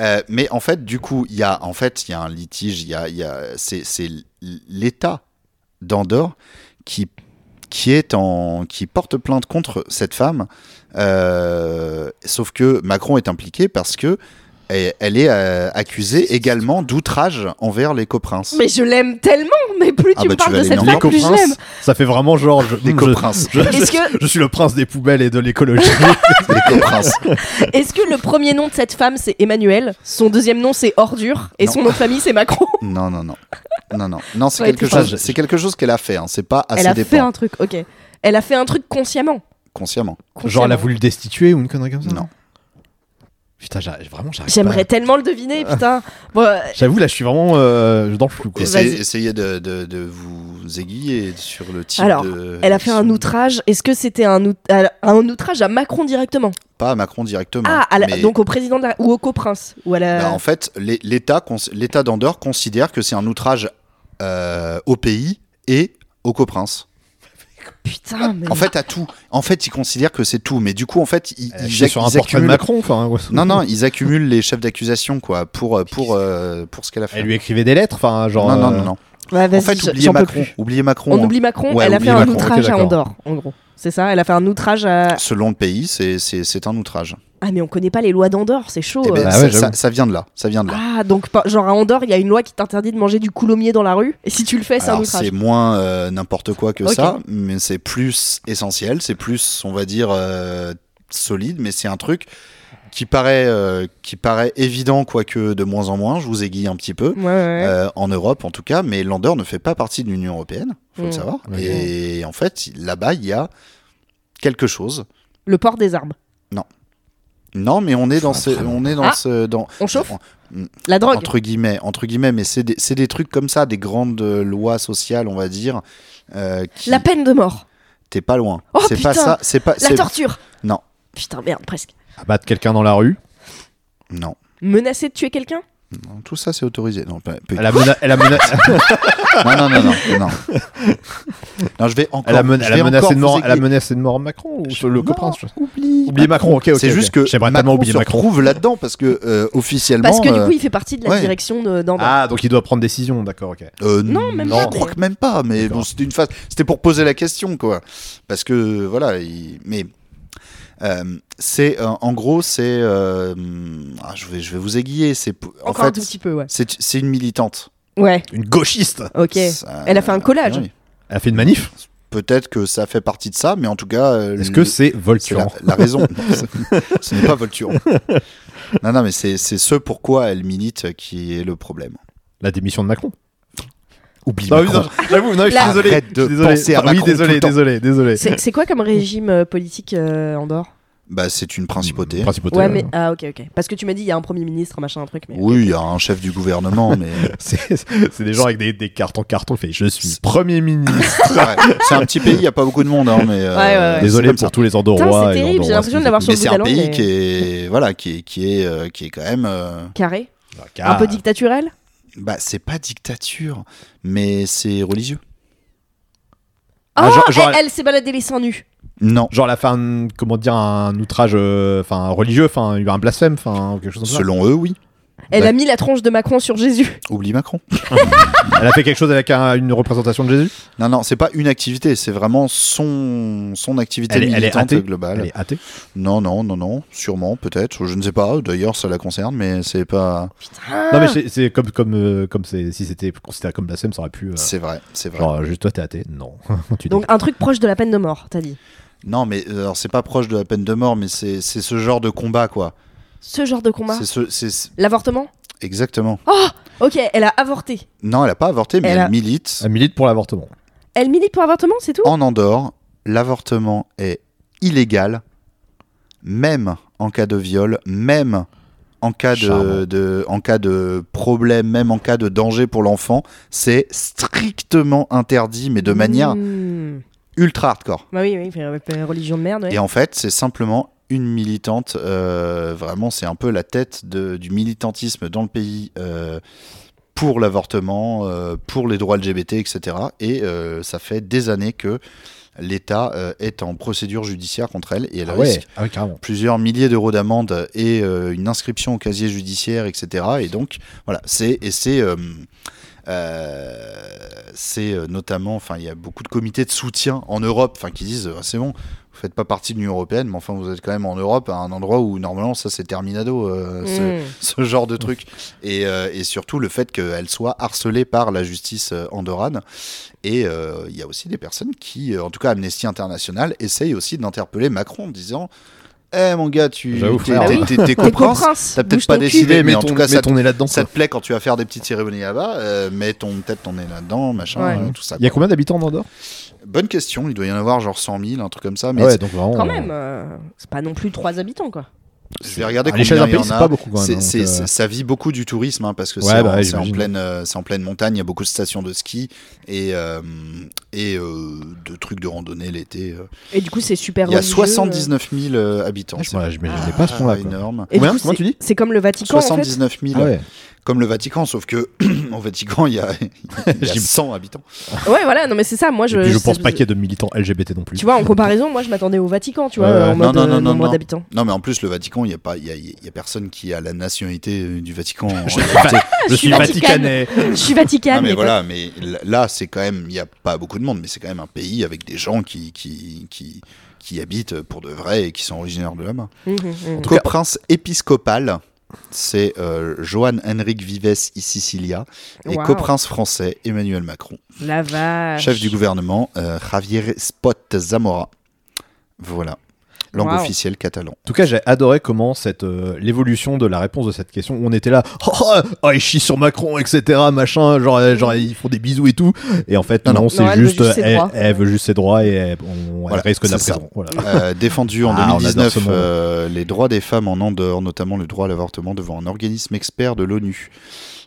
[SPEAKER 2] Euh, mais en fait, du coup, il y a en fait il y a un litige. Il y a, il y a- c'est c'est l'État d'Andorre qui qui est en qui porte plainte contre cette femme. Euh, sauf que Macron est impliqué parce que elle elle est euh, accusée également d'outrage envers les coprinces.
[SPEAKER 9] Mais je l'aime tellement. Mais plus
[SPEAKER 2] Ah
[SPEAKER 9] tu
[SPEAKER 2] bah, tu
[SPEAKER 9] me parles
[SPEAKER 2] vas
[SPEAKER 9] de
[SPEAKER 2] aller
[SPEAKER 9] cette
[SPEAKER 2] dans
[SPEAKER 9] femme,
[SPEAKER 2] les
[SPEAKER 9] plus je l'aime.
[SPEAKER 8] Ça fait vraiment genre. Je,
[SPEAKER 2] Les
[SPEAKER 8] je-
[SPEAKER 2] coprinces.
[SPEAKER 8] je- je-
[SPEAKER 9] Est-ce que-
[SPEAKER 8] je suis le prince des poubelles et de l'écologie.
[SPEAKER 2] Les coprinces.
[SPEAKER 9] Est-ce que le premier nom de cette femme c'est Emmanuel, son deuxième nom c'est Ordure et
[SPEAKER 2] Non.
[SPEAKER 9] son nom de famille c'est Macron
[SPEAKER 2] Non, non, non. Non, non. Non, c'est
[SPEAKER 9] Ouais,
[SPEAKER 2] quelque,
[SPEAKER 9] t'es pas-
[SPEAKER 2] chose- c'est quelque chose qu'elle a fait. hein. C'est pas à
[SPEAKER 9] Elle
[SPEAKER 2] ses
[SPEAKER 9] a fait
[SPEAKER 2] dépens,
[SPEAKER 9] un truc, ok. Elle a fait un truc consciemment.
[SPEAKER 2] consciemment.
[SPEAKER 8] genre, elle a
[SPEAKER 9] Consciemment.
[SPEAKER 8] voulu le destituer ou une connerie comme ça
[SPEAKER 2] Non.
[SPEAKER 8] Putain, j'a- vraiment, j'arrive pas.
[SPEAKER 9] J'aimerais tellement le
[SPEAKER 2] Ah.
[SPEAKER 9] deviner, putain. Bon, euh,
[SPEAKER 8] J'avoue, là, je suis vraiment euh, dans le flou. Quoi.
[SPEAKER 9] Et Vas-y.
[SPEAKER 2] Essayez, essayez de, de- de vous aiguiller sur le type
[SPEAKER 9] Alors,
[SPEAKER 2] de-
[SPEAKER 9] elle a fait un outrage. Est-ce que c'était un, out- à- un outrage à Macron directement
[SPEAKER 2] Pas à Macron directement.
[SPEAKER 9] Ah, à la-
[SPEAKER 2] mais-
[SPEAKER 9] donc euh, au président de la- ou au coprince ou à la-
[SPEAKER 2] Bah, en fait, l'é- l'État cons- l'État d'Andorre considère que c'est un outrage euh, au pays et au coprince.
[SPEAKER 9] Putain, mais.
[SPEAKER 2] bah, En fait, à tout. En fait, ils considèrent que c'est tout. Mais du coup, en fait, ils,
[SPEAKER 8] Elle a
[SPEAKER 2] ils
[SPEAKER 8] chié
[SPEAKER 2] acc-
[SPEAKER 8] sur un
[SPEAKER 2] ils
[SPEAKER 8] portrait de
[SPEAKER 2] accumulent-
[SPEAKER 8] Macron. enfin, ouais.
[SPEAKER 2] Non, non, ils accumulent les chefs d'accusation, quoi, pour, euh, pour, euh, pour ce qu'elle a fait.
[SPEAKER 8] Elle lui écrivait des lettres. Enfin, genre.
[SPEAKER 2] non, non,
[SPEAKER 8] euh,
[SPEAKER 2] non, non.
[SPEAKER 9] Ouais,
[SPEAKER 2] En
[SPEAKER 9] vas-y,
[SPEAKER 2] fait,
[SPEAKER 9] je-
[SPEAKER 2] oubliez
[SPEAKER 9] j'en peux
[SPEAKER 2] Macron.
[SPEAKER 9] plus.
[SPEAKER 2] Oubliez Macron.
[SPEAKER 9] On
[SPEAKER 2] hein.
[SPEAKER 9] oublie Macron,
[SPEAKER 2] Ouais,
[SPEAKER 9] elle a fait
[SPEAKER 2] oubliez
[SPEAKER 9] un
[SPEAKER 2] Macron, ok,
[SPEAKER 9] outrage à
[SPEAKER 8] d'accord.
[SPEAKER 9] Andorre, en gros. C'est ça, elle a fait un outrage à.
[SPEAKER 2] Selon le pays, c'est- c'est c'est un outrage.
[SPEAKER 9] Ah, mais on connaît pas les lois d'Andorre, c'est chaud.
[SPEAKER 2] Eh ben,
[SPEAKER 9] euh.
[SPEAKER 8] bah
[SPEAKER 2] ça,
[SPEAKER 8] ouais,
[SPEAKER 2] ça-
[SPEAKER 8] j'avoue.
[SPEAKER 2] ça vient de là. Ça vient de là.
[SPEAKER 9] Ah, donc, par- genre à Andorre, il y a une loi qui t'interdit de manger du coulommier dans la rue. Et si tu le fais, c'est un
[SPEAKER 2] Alors,
[SPEAKER 9] outrage.
[SPEAKER 2] c'est moins euh, n'importe quoi que
[SPEAKER 9] Ok.
[SPEAKER 2] ça, mais c'est plus essentiel, c'est plus, on va dire, euh, solide, mais c'est un truc qui paraît, euh, qui paraît évident, quoique de moins en moins, je vous aiguille un petit peu,
[SPEAKER 9] Ouais, ouais, ouais.
[SPEAKER 2] euh, en Europe en tout cas, mais Lander ne fait pas partie de l'Union Européenne, faut
[SPEAKER 9] Mm.
[SPEAKER 2] le savoir.
[SPEAKER 8] Ouais.
[SPEAKER 2] Et en fait, là-bas, il y a quelque chose.
[SPEAKER 9] Le port des arbres.
[SPEAKER 2] Non, mais on est dans ce,
[SPEAKER 8] Vraiment.
[SPEAKER 2] on est dans
[SPEAKER 9] Ah.
[SPEAKER 2] ce, dans,
[SPEAKER 9] On chauffe
[SPEAKER 2] en-
[SPEAKER 9] La drogue.
[SPEAKER 2] entre guillemets, entre guillemets, mais c'est des, c'est des trucs comme ça, des grandes euh, lois sociales, on va dire. euh, qui-
[SPEAKER 9] La peine de mort.
[SPEAKER 2] T'es pas loin.
[SPEAKER 9] Oh,
[SPEAKER 2] c'est pas
[SPEAKER 9] putain.
[SPEAKER 2] ça. C'est pas.
[SPEAKER 9] La
[SPEAKER 2] c'est-
[SPEAKER 9] torture.
[SPEAKER 2] Non.
[SPEAKER 9] Putain, merde, presque.
[SPEAKER 8] Abattre quelqu'un dans la rue.
[SPEAKER 2] Non.
[SPEAKER 9] Menacer de tuer quelqu'un
[SPEAKER 2] Non, Tout ça, c'est autorisé. Non, pas- pas-
[SPEAKER 8] Elle a, mena- elle a mena-
[SPEAKER 2] non, non, non, non, non. Non, je vais encore.
[SPEAKER 8] elle a men-
[SPEAKER 2] je
[SPEAKER 8] elle a
[SPEAKER 2] vais
[SPEAKER 8] menacé
[SPEAKER 2] encore
[SPEAKER 8] de mort.
[SPEAKER 2] vous
[SPEAKER 8] Elle a
[SPEAKER 2] aiguiller.
[SPEAKER 8] menacé de mort Macron ou
[SPEAKER 2] Je-
[SPEAKER 8] le
[SPEAKER 2] non,
[SPEAKER 8] coprince. je-
[SPEAKER 2] Oublie.
[SPEAKER 8] Oubliez Macron. Ok. ok,
[SPEAKER 2] C'est
[SPEAKER 8] ok.
[SPEAKER 2] juste que
[SPEAKER 8] j'aimerais
[SPEAKER 2] Macron
[SPEAKER 8] tellement oublier
[SPEAKER 2] se
[SPEAKER 8] Macron.
[SPEAKER 2] retrouve là-dedans parce que euh, officiellement.
[SPEAKER 9] Parce que du
[SPEAKER 2] euh,
[SPEAKER 9] coup, il fait partie de la
[SPEAKER 2] ouais.
[SPEAKER 9] direction de- d'en bas.
[SPEAKER 8] Ah, donc il doit prendre décision. D'accord. Ok.
[SPEAKER 2] euh,
[SPEAKER 9] Non, même
[SPEAKER 2] je
[SPEAKER 9] pas,
[SPEAKER 2] crois
[SPEAKER 9] mais-
[SPEAKER 2] que même pas. Mais
[SPEAKER 8] D'accord.
[SPEAKER 2] bon, c'était une phase. C'était pour poser la question, quoi. Parce que voilà, il- mais euh, c'est euh, en gros, c'est. euh, ah, je vais, je vais vous aiguiller. C'est p- en
[SPEAKER 9] Encore un
[SPEAKER 2] fait,
[SPEAKER 9] tout petit peu, ouais.
[SPEAKER 2] c'est c'est une militante.
[SPEAKER 9] Ouais,
[SPEAKER 8] Une gauchiste.
[SPEAKER 9] ok.
[SPEAKER 2] Ça- euh,
[SPEAKER 9] Elle a fait un collage.
[SPEAKER 2] oui.
[SPEAKER 8] Elle a fait une manif.
[SPEAKER 2] Peut-être que ça fait partie de ça, mais en tout cas. euh,
[SPEAKER 8] Est-ce
[SPEAKER 2] le-
[SPEAKER 8] que c'est
[SPEAKER 2] C'est la,
[SPEAKER 8] Volturant
[SPEAKER 2] la raison. Non, c'est- ce n'est pas Volturon. Non, non, mais c'est c'est ce pourquoi elle milite qui est le problème. Bah
[SPEAKER 8] La démission de Macron.
[SPEAKER 2] Oublie
[SPEAKER 8] Non,
[SPEAKER 2] Macron.
[SPEAKER 8] non, j'avoue, non, je suis
[SPEAKER 9] La-
[SPEAKER 8] désolé.
[SPEAKER 2] Arrête
[SPEAKER 8] je
[SPEAKER 2] de
[SPEAKER 8] suis désolé.
[SPEAKER 2] penser à
[SPEAKER 8] Enfin, oui,
[SPEAKER 2] Macron tout
[SPEAKER 8] désolé,
[SPEAKER 2] le temps.
[SPEAKER 8] désolé, désolé.
[SPEAKER 9] C'est c'est quoi comme régime euh, politique euh, en dehors
[SPEAKER 2] Bah, c'est une principauté.
[SPEAKER 8] Principauté,
[SPEAKER 9] Ouais,
[SPEAKER 8] ouais.
[SPEAKER 9] mais. Ah, ok, ok. Parce que tu m'as dit, il y a un premier ministre, machin, un truc, mais.
[SPEAKER 2] Oui, il y a un chef du gouvernement, mais
[SPEAKER 8] C'est c'est des gens avec des, des cartes en carton. Fait, je suis premier ministre.
[SPEAKER 2] Ouais, c'est un petit pays, il n'y a pas beaucoup de monde, hein, mais euh,
[SPEAKER 9] Ouais, ouais, ouais.
[SPEAKER 2] c'est
[SPEAKER 8] Désolé
[SPEAKER 2] comme
[SPEAKER 8] pour
[SPEAKER 2] ça.
[SPEAKER 8] tous les
[SPEAKER 9] Putain,
[SPEAKER 8] Andorrois.
[SPEAKER 9] c'est
[SPEAKER 8] et
[SPEAKER 9] terrible, j'ai
[SPEAKER 8] Andorroises
[SPEAKER 9] l'impression
[SPEAKER 8] qui-
[SPEAKER 9] d'avoir sur
[SPEAKER 2] Mais
[SPEAKER 9] le bout
[SPEAKER 2] c'est
[SPEAKER 9] de
[SPEAKER 2] un
[SPEAKER 9] la
[SPEAKER 2] pays
[SPEAKER 9] langue.
[SPEAKER 2] qui
[SPEAKER 9] mais-
[SPEAKER 2] est voilà, qui est qui est euh, qui est quand même. euh,
[SPEAKER 9] Carré
[SPEAKER 8] Ah,
[SPEAKER 9] Un peu dictaturel
[SPEAKER 2] bah, c'est pas dictature, mais c'est religieux.
[SPEAKER 8] Ah,
[SPEAKER 9] Oh,
[SPEAKER 8] genre- genre-
[SPEAKER 9] elle, elle s'est baladée les seins nus.
[SPEAKER 2] Non,
[SPEAKER 8] Ah, Genre la fin, comment dire, un outrage, euh, enfin religieux, enfin un blasphème, enfin quelque chose comme ça.
[SPEAKER 2] selon eux, oui.
[SPEAKER 9] Elle
[SPEAKER 2] Bah,
[SPEAKER 9] a mis la tronche de Macron sur Jésus.
[SPEAKER 2] Oublie Macron.
[SPEAKER 8] Elle a fait quelque chose avec un- une représentation de Jésus.
[SPEAKER 2] Non, non, c'est pas une activité, c'est vraiment son son activité
[SPEAKER 8] Elle est- elle est
[SPEAKER 2] militante
[SPEAKER 8] athée
[SPEAKER 2] globale.
[SPEAKER 8] Elle est athée.
[SPEAKER 2] Non, non, non, non, sûrement, peut-être, je ne sais pas. D'ailleurs, ça la concerne, mais c'est pas.
[SPEAKER 9] Ah.
[SPEAKER 8] Non mais c'est- c'est comme comme euh, comme c'est- si c'était considéré comme blasphème, ça aurait pu. euh,
[SPEAKER 2] C'est vrai, c'est vrai.
[SPEAKER 8] genre euh, juste toi t'es athée. Non. tu
[SPEAKER 9] Ah. Donc un truc proche de la peine de mort, t'as dit.
[SPEAKER 2] Non, mais euh, alors, c'est pas proche de la peine de mort, mais c'est c'est ce genre de combat, quoi.
[SPEAKER 9] Ce genre de combat
[SPEAKER 2] C'est ce, c'est
[SPEAKER 9] L'avortement Oh,
[SPEAKER 2] exactement.
[SPEAKER 9] Ok, elle a avorté.
[SPEAKER 2] Non, elle a pas avorté, mais
[SPEAKER 9] Elle
[SPEAKER 2] elle,
[SPEAKER 9] a-
[SPEAKER 2] milite.
[SPEAKER 8] Elle milite pour l'avortement.
[SPEAKER 9] Elle milite pour avortement, c'est tout
[SPEAKER 2] En Andorre, l'avortement est illégal, même en cas de viol, même en cas
[SPEAKER 8] Charmant.
[SPEAKER 2] de, de- en cas de problème, même en cas de danger pour l'enfant. C'est strictement interdit, mais de
[SPEAKER 9] Mm.
[SPEAKER 2] manière
[SPEAKER 9] Hmm.
[SPEAKER 2] ultra hardcore.
[SPEAKER 9] Bah oui, oui, fait- euh, fait religion de merde, ouais.
[SPEAKER 2] Et en fait, c'est simplement une militante. euh, vraiment, c'est un peu la tête de- du militantisme dans le pays. euh, pour l'avortement, euh, pour les droits LGBT, etc. Et euh, ça fait des années que l'État euh, est en procédure judiciaire contre elle et elle
[SPEAKER 8] Ah
[SPEAKER 2] risque
[SPEAKER 8] ouais. Ah ouais, carrément.
[SPEAKER 2] plusieurs milliers d'euros d'amende et euh, une inscription au casier judiciaire, etc. Et donc, voilà, c'est et c'est euh, euh, c'est euh, notamment, enfin, il y a beaucoup de comités de soutien en Europe, enfin, qui disent, Ah, c'est bon, vous faites pas partie de l'Union européenne, mais enfin, vous êtes quand même en Europe, à un endroit où normalement ça c'est terminado, euh, ce-
[SPEAKER 9] Hmm.
[SPEAKER 2] ce genre de truc. Et, euh, et surtout le fait qu'elle soit harcelée par la justice euh, andorrane. Et euh, il y a aussi des personnes qui, euh, en tout cas Amnesty International, essayent aussi d'interpeller Macron en disant Eh mon gars, tu
[SPEAKER 8] J'avoue,
[SPEAKER 2] t'es-
[SPEAKER 8] frère.
[SPEAKER 2] t'es-
[SPEAKER 9] Bah
[SPEAKER 2] t'es- t'es
[SPEAKER 9] T'es
[SPEAKER 2] comprince.
[SPEAKER 9] comprince,
[SPEAKER 2] T'as
[SPEAKER 9] bouge
[SPEAKER 2] peut-être pas
[SPEAKER 9] ton cul.
[SPEAKER 2] décidé, mais en tout cas, ça te-
[SPEAKER 8] on est là-dedans.
[SPEAKER 2] ça te plaît quand tu vas faire des petites cérémonies là-bas, euh, mets ton tête, ton nez là-dedans, machin,
[SPEAKER 9] Ouais.
[SPEAKER 2] euh, tout ça.
[SPEAKER 8] Il y a
[SPEAKER 2] quoi.
[SPEAKER 8] combien d'habitants en Andorre Ah
[SPEAKER 2] Bonne question, il doit y en avoir genre 100 000, un truc comme ça, mais
[SPEAKER 8] Ouais, donc vraiment.
[SPEAKER 9] Quand même, euh, c'est pas non plus trois habitants, quoi.
[SPEAKER 2] je vais regarder
[SPEAKER 8] À l'échelle
[SPEAKER 2] combien
[SPEAKER 8] d'un
[SPEAKER 2] il y
[SPEAKER 8] pays,
[SPEAKER 2] en
[SPEAKER 8] c'est
[SPEAKER 2] a.
[SPEAKER 8] pas beaucoup quand même.
[SPEAKER 2] C'est-
[SPEAKER 8] donc,
[SPEAKER 2] c'est-
[SPEAKER 8] euh,
[SPEAKER 2] c'est- ça vit beaucoup du tourisme hein, parce que
[SPEAKER 8] Ouais,
[SPEAKER 2] c'est en-
[SPEAKER 8] bah ouais,
[SPEAKER 2] c'est en,
[SPEAKER 8] j'imagine.
[SPEAKER 2] pleine, euh, c'est en pleine montagne, il y a beaucoup de stations de ski et, euh, et euh, de trucs de randonnée l'été. euh.
[SPEAKER 9] Et du coup, c'est super
[SPEAKER 2] Il y a
[SPEAKER 9] religieux, euh.
[SPEAKER 2] 79 000 euh, habitants.
[SPEAKER 8] ouais, je
[SPEAKER 2] c'est Ah,
[SPEAKER 8] voilà, je m'imaginais Ah, pas ce point-là. quoi.
[SPEAKER 2] énorme.
[SPEAKER 9] Et du
[SPEAKER 8] Combien
[SPEAKER 9] coup,
[SPEAKER 8] Comment
[SPEAKER 9] c'est-
[SPEAKER 8] tu dis
[SPEAKER 9] C'est comme le Vatican, en fait.
[SPEAKER 2] 79 000,
[SPEAKER 8] Ah ouais.
[SPEAKER 2] euh, comme le Vatican, sauf que au Vatican, il y a, il y a 100 habitants.
[SPEAKER 9] Ouais, voilà, non mais c'est ça, moi je...
[SPEAKER 8] Et puis je
[SPEAKER 9] ça-
[SPEAKER 8] pense pas qu'il y ait de militants LGBT non plus.
[SPEAKER 9] Tu vois, en comparaison, moi je m'attendais au Vatican, tu vois,
[SPEAKER 8] Ouais, ouais.
[SPEAKER 9] en
[SPEAKER 2] Non,
[SPEAKER 9] mode
[SPEAKER 2] non,
[SPEAKER 9] euh,
[SPEAKER 2] non, non,
[SPEAKER 9] nombre
[SPEAKER 2] non.
[SPEAKER 9] d'habitants.
[SPEAKER 2] Non, mais en plus, le Vatican, il n'y a, pas- il y a, il y a personne qui a la nationalité euh, du Vatican.
[SPEAKER 8] Je suis va- je suis vaticanais.
[SPEAKER 9] Je suis Vatican,
[SPEAKER 2] Non, mais
[SPEAKER 9] mais
[SPEAKER 2] voilà, mais l- là, c'est quand même, il n'y a pas beaucoup de monde, mais c'est quand même un pays avec des gens qui, qui, qui, qui habitent pour de vrai et qui sont originaires de là-bas.
[SPEAKER 9] quoi. Mhm, mhm.
[SPEAKER 2] Coprince épiscopal, c'est euh, Johan Henrik Vives y Sicilia, et
[SPEAKER 9] Wow.
[SPEAKER 2] coprince français Emmanuel Macron,
[SPEAKER 9] mmh. La vache.
[SPEAKER 2] chef du gouvernement euh, Javier Spot Zamora. Voilà. langue
[SPEAKER 9] Wow.
[SPEAKER 2] officielle catalan.
[SPEAKER 8] En tout cas, j'ai adoré comment cette euh, l'évolution de la réponse de cette question. On était là, oh, oh, oh, ils chient sur Macron, etc. Machin, genre, euh, genre ils font des bisous et tout. Et en fait,
[SPEAKER 2] Non,
[SPEAKER 8] non,
[SPEAKER 2] non.
[SPEAKER 8] c'est
[SPEAKER 9] Non, elle veut
[SPEAKER 8] juste,
[SPEAKER 9] juste ses
[SPEAKER 8] elle,
[SPEAKER 9] droits.
[SPEAKER 8] elle veut juste ses droits et elle, on- elle
[SPEAKER 2] Voilà,
[SPEAKER 8] risque de la
[SPEAKER 2] c'est ça.
[SPEAKER 8] prison. Voilà.
[SPEAKER 2] Euh, défendu en
[SPEAKER 8] Ah, on adore
[SPEAKER 2] 2019
[SPEAKER 8] ce mot.
[SPEAKER 2] euh, les droits des femmes en Andorre, notamment le droit à l'avortement devant un organisme expert de l'ONU.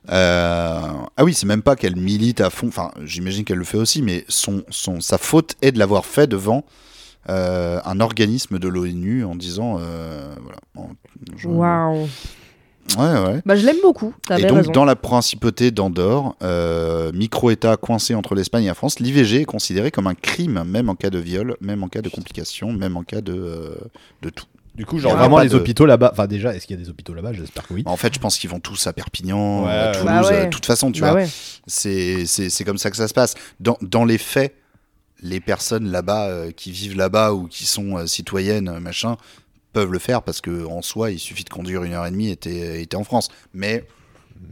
[SPEAKER 2] Euh, ah oui, c'est même pas qu'elle milite à fond, enfin j'imagine qu'elle le fait aussi, mais son, son, sa faute est de l'avoir fait devant euh, un organisme de l'ONU en disant... euh, voilà, en- je-
[SPEAKER 9] Waouh.
[SPEAKER 2] Ouais, ouais.
[SPEAKER 9] Bah, je l'aime beaucoup.
[SPEAKER 2] Et
[SPEAKER 9] T'avais
[SPEAKER 2] donc,
[SPEAKER 9] raison.
[SPEAKER 2] dans la principauté d'Andorre, euh, micro-État coincé entre l'Espagne et la France, l'IVG est considéré comme un crime, même en cas de viol, même en cas de complications, même en cas de, euh, de tout.
[SPEAKER 8] Du coup, genre
[SPEAKER 2] Il y a
[SPEAKER 8] vraiment
[SPEAKER 2] pas
[SPEAKER 8] les
[SPEAKER 2] de-
[SPEAKER 8] hôpitaux là-bas. Enfin, déjà, est-ce qu'il y a des hôpitaux là-bas J'espère que oui.
[SPEAKER 2] En fait, je pense qu'ils vont tous à Perpignan,
[SPEAKER 8] Ouais,
[SPEAKER 2] à
[SPEAKER 8] ouais.
[SPEAKER 2] Toulouse,
[SPEAKER 9] Bah ouais.
[SPEAKER 2] euh, de toute façon, tu
[SPEAKER 9] Bah
[SPEAKER 2] vois.
[SPEAKER 9] ouais.
[SPEAKER 2] C'est- C'est c'est comme ça que ça se passe. Dans, dans les faits, les personnes là-bas, euh, qui vivent là-bas ou qui sont euh, citoyennes, euh, machin, peuvent le faire parce que en soi, il suffit de conduire une heure et demie et t'es et t'es en France. Mais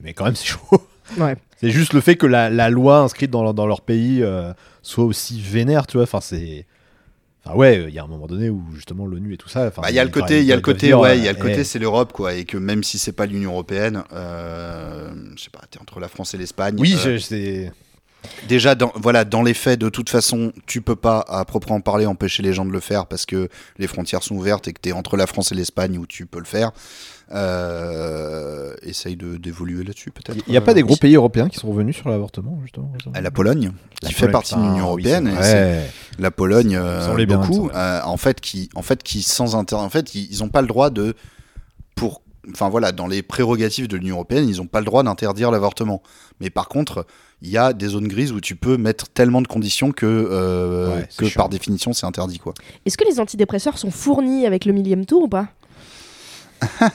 [SPEAKER 8] Mais quand même, c'est chaud.
[SPEAKER 9] Ouais.
[SPEAKER 8] C'est juste le fait que la, la loi inscrite dans, leur- dans leur pays euh, soit aussi vénère, tu vois. Enfin, c'est. Enfin, ouais, il y a un moment donné où justement l'ONU et tout ça. enfin,
[SPEAKER 2] Bah, il y a le
[SPEAKER 8] doivent-
[SPEAKER 2] côté, il y a le
[SPEAKER 8] doivent
[SPEAKER 2] côté,
[SPEAKER 8] dire,
[SPEAKER 2] ouais, il y a le
[SPEAKER 8] euh,
[SPEAKER 2] côté,
[SPEAKER 8] eh,
[SPEAKER 2] c'est l'Europe, quoi, et que même si c'est pas l'Union européenne, euh, je sais pas, t'es entre la France et l'Espagne.
[SPEAKER 8] Oui,
[SPEAKER 2] euh,
[SPEAKER 8] je- c'est.
[SPEAKER 2] déjà, dans, voilà, dans les faits, de toute façon, tu peux pas, à proprement parler, empêcher les gens de le faire parce que les frontières sont ouvertes et que t'es entre la France et l'Espagne où tu peux le faire. Euh, essaye de d'évoluer là-dessus, peut-être.
[SPEAKER 8] Il n'y a pas
[SPEAKER 2] euh,
[SPEAKER 8] des gros pays européens qui sont revenus sur l'avortement, justement
[SPEAKER 2] à La Pologne, qui fait partie de l'Union européenne, et c'est-
[SPEAKER 8] Ouais.
[SPEAKER 2] la Pologne,
[SPEAKER 8] Ils
[SPEAKER 2] euh,
[SPEAKER 8] sont les biens,
[SPEAKER 2] beaucoup,
[SPEAKER 8] ça, ouais.
[SPEAKER 2] euh, en fait, qui, en fait, qui sans inter- en fait, ils n'ont pas le droit de, pour, enfin voilà, dans les prérogatives de l'Union européenne, ils n'ont pas le droit d'interdire l'avortement. Mais par contre, il y a des zones grises où tu peux mettre tellement de conditions que, euh,
[SPEAKER 8] Ouais, c'est
[SPEAKER 2] que
[SPEAKER 8] chiant.
[SPEAKER 2] par définition, c'est interdit, quoi.
[SPEAKER 9] Est-ce que les antidépresseurs sont fournis avec le millième tour ou pas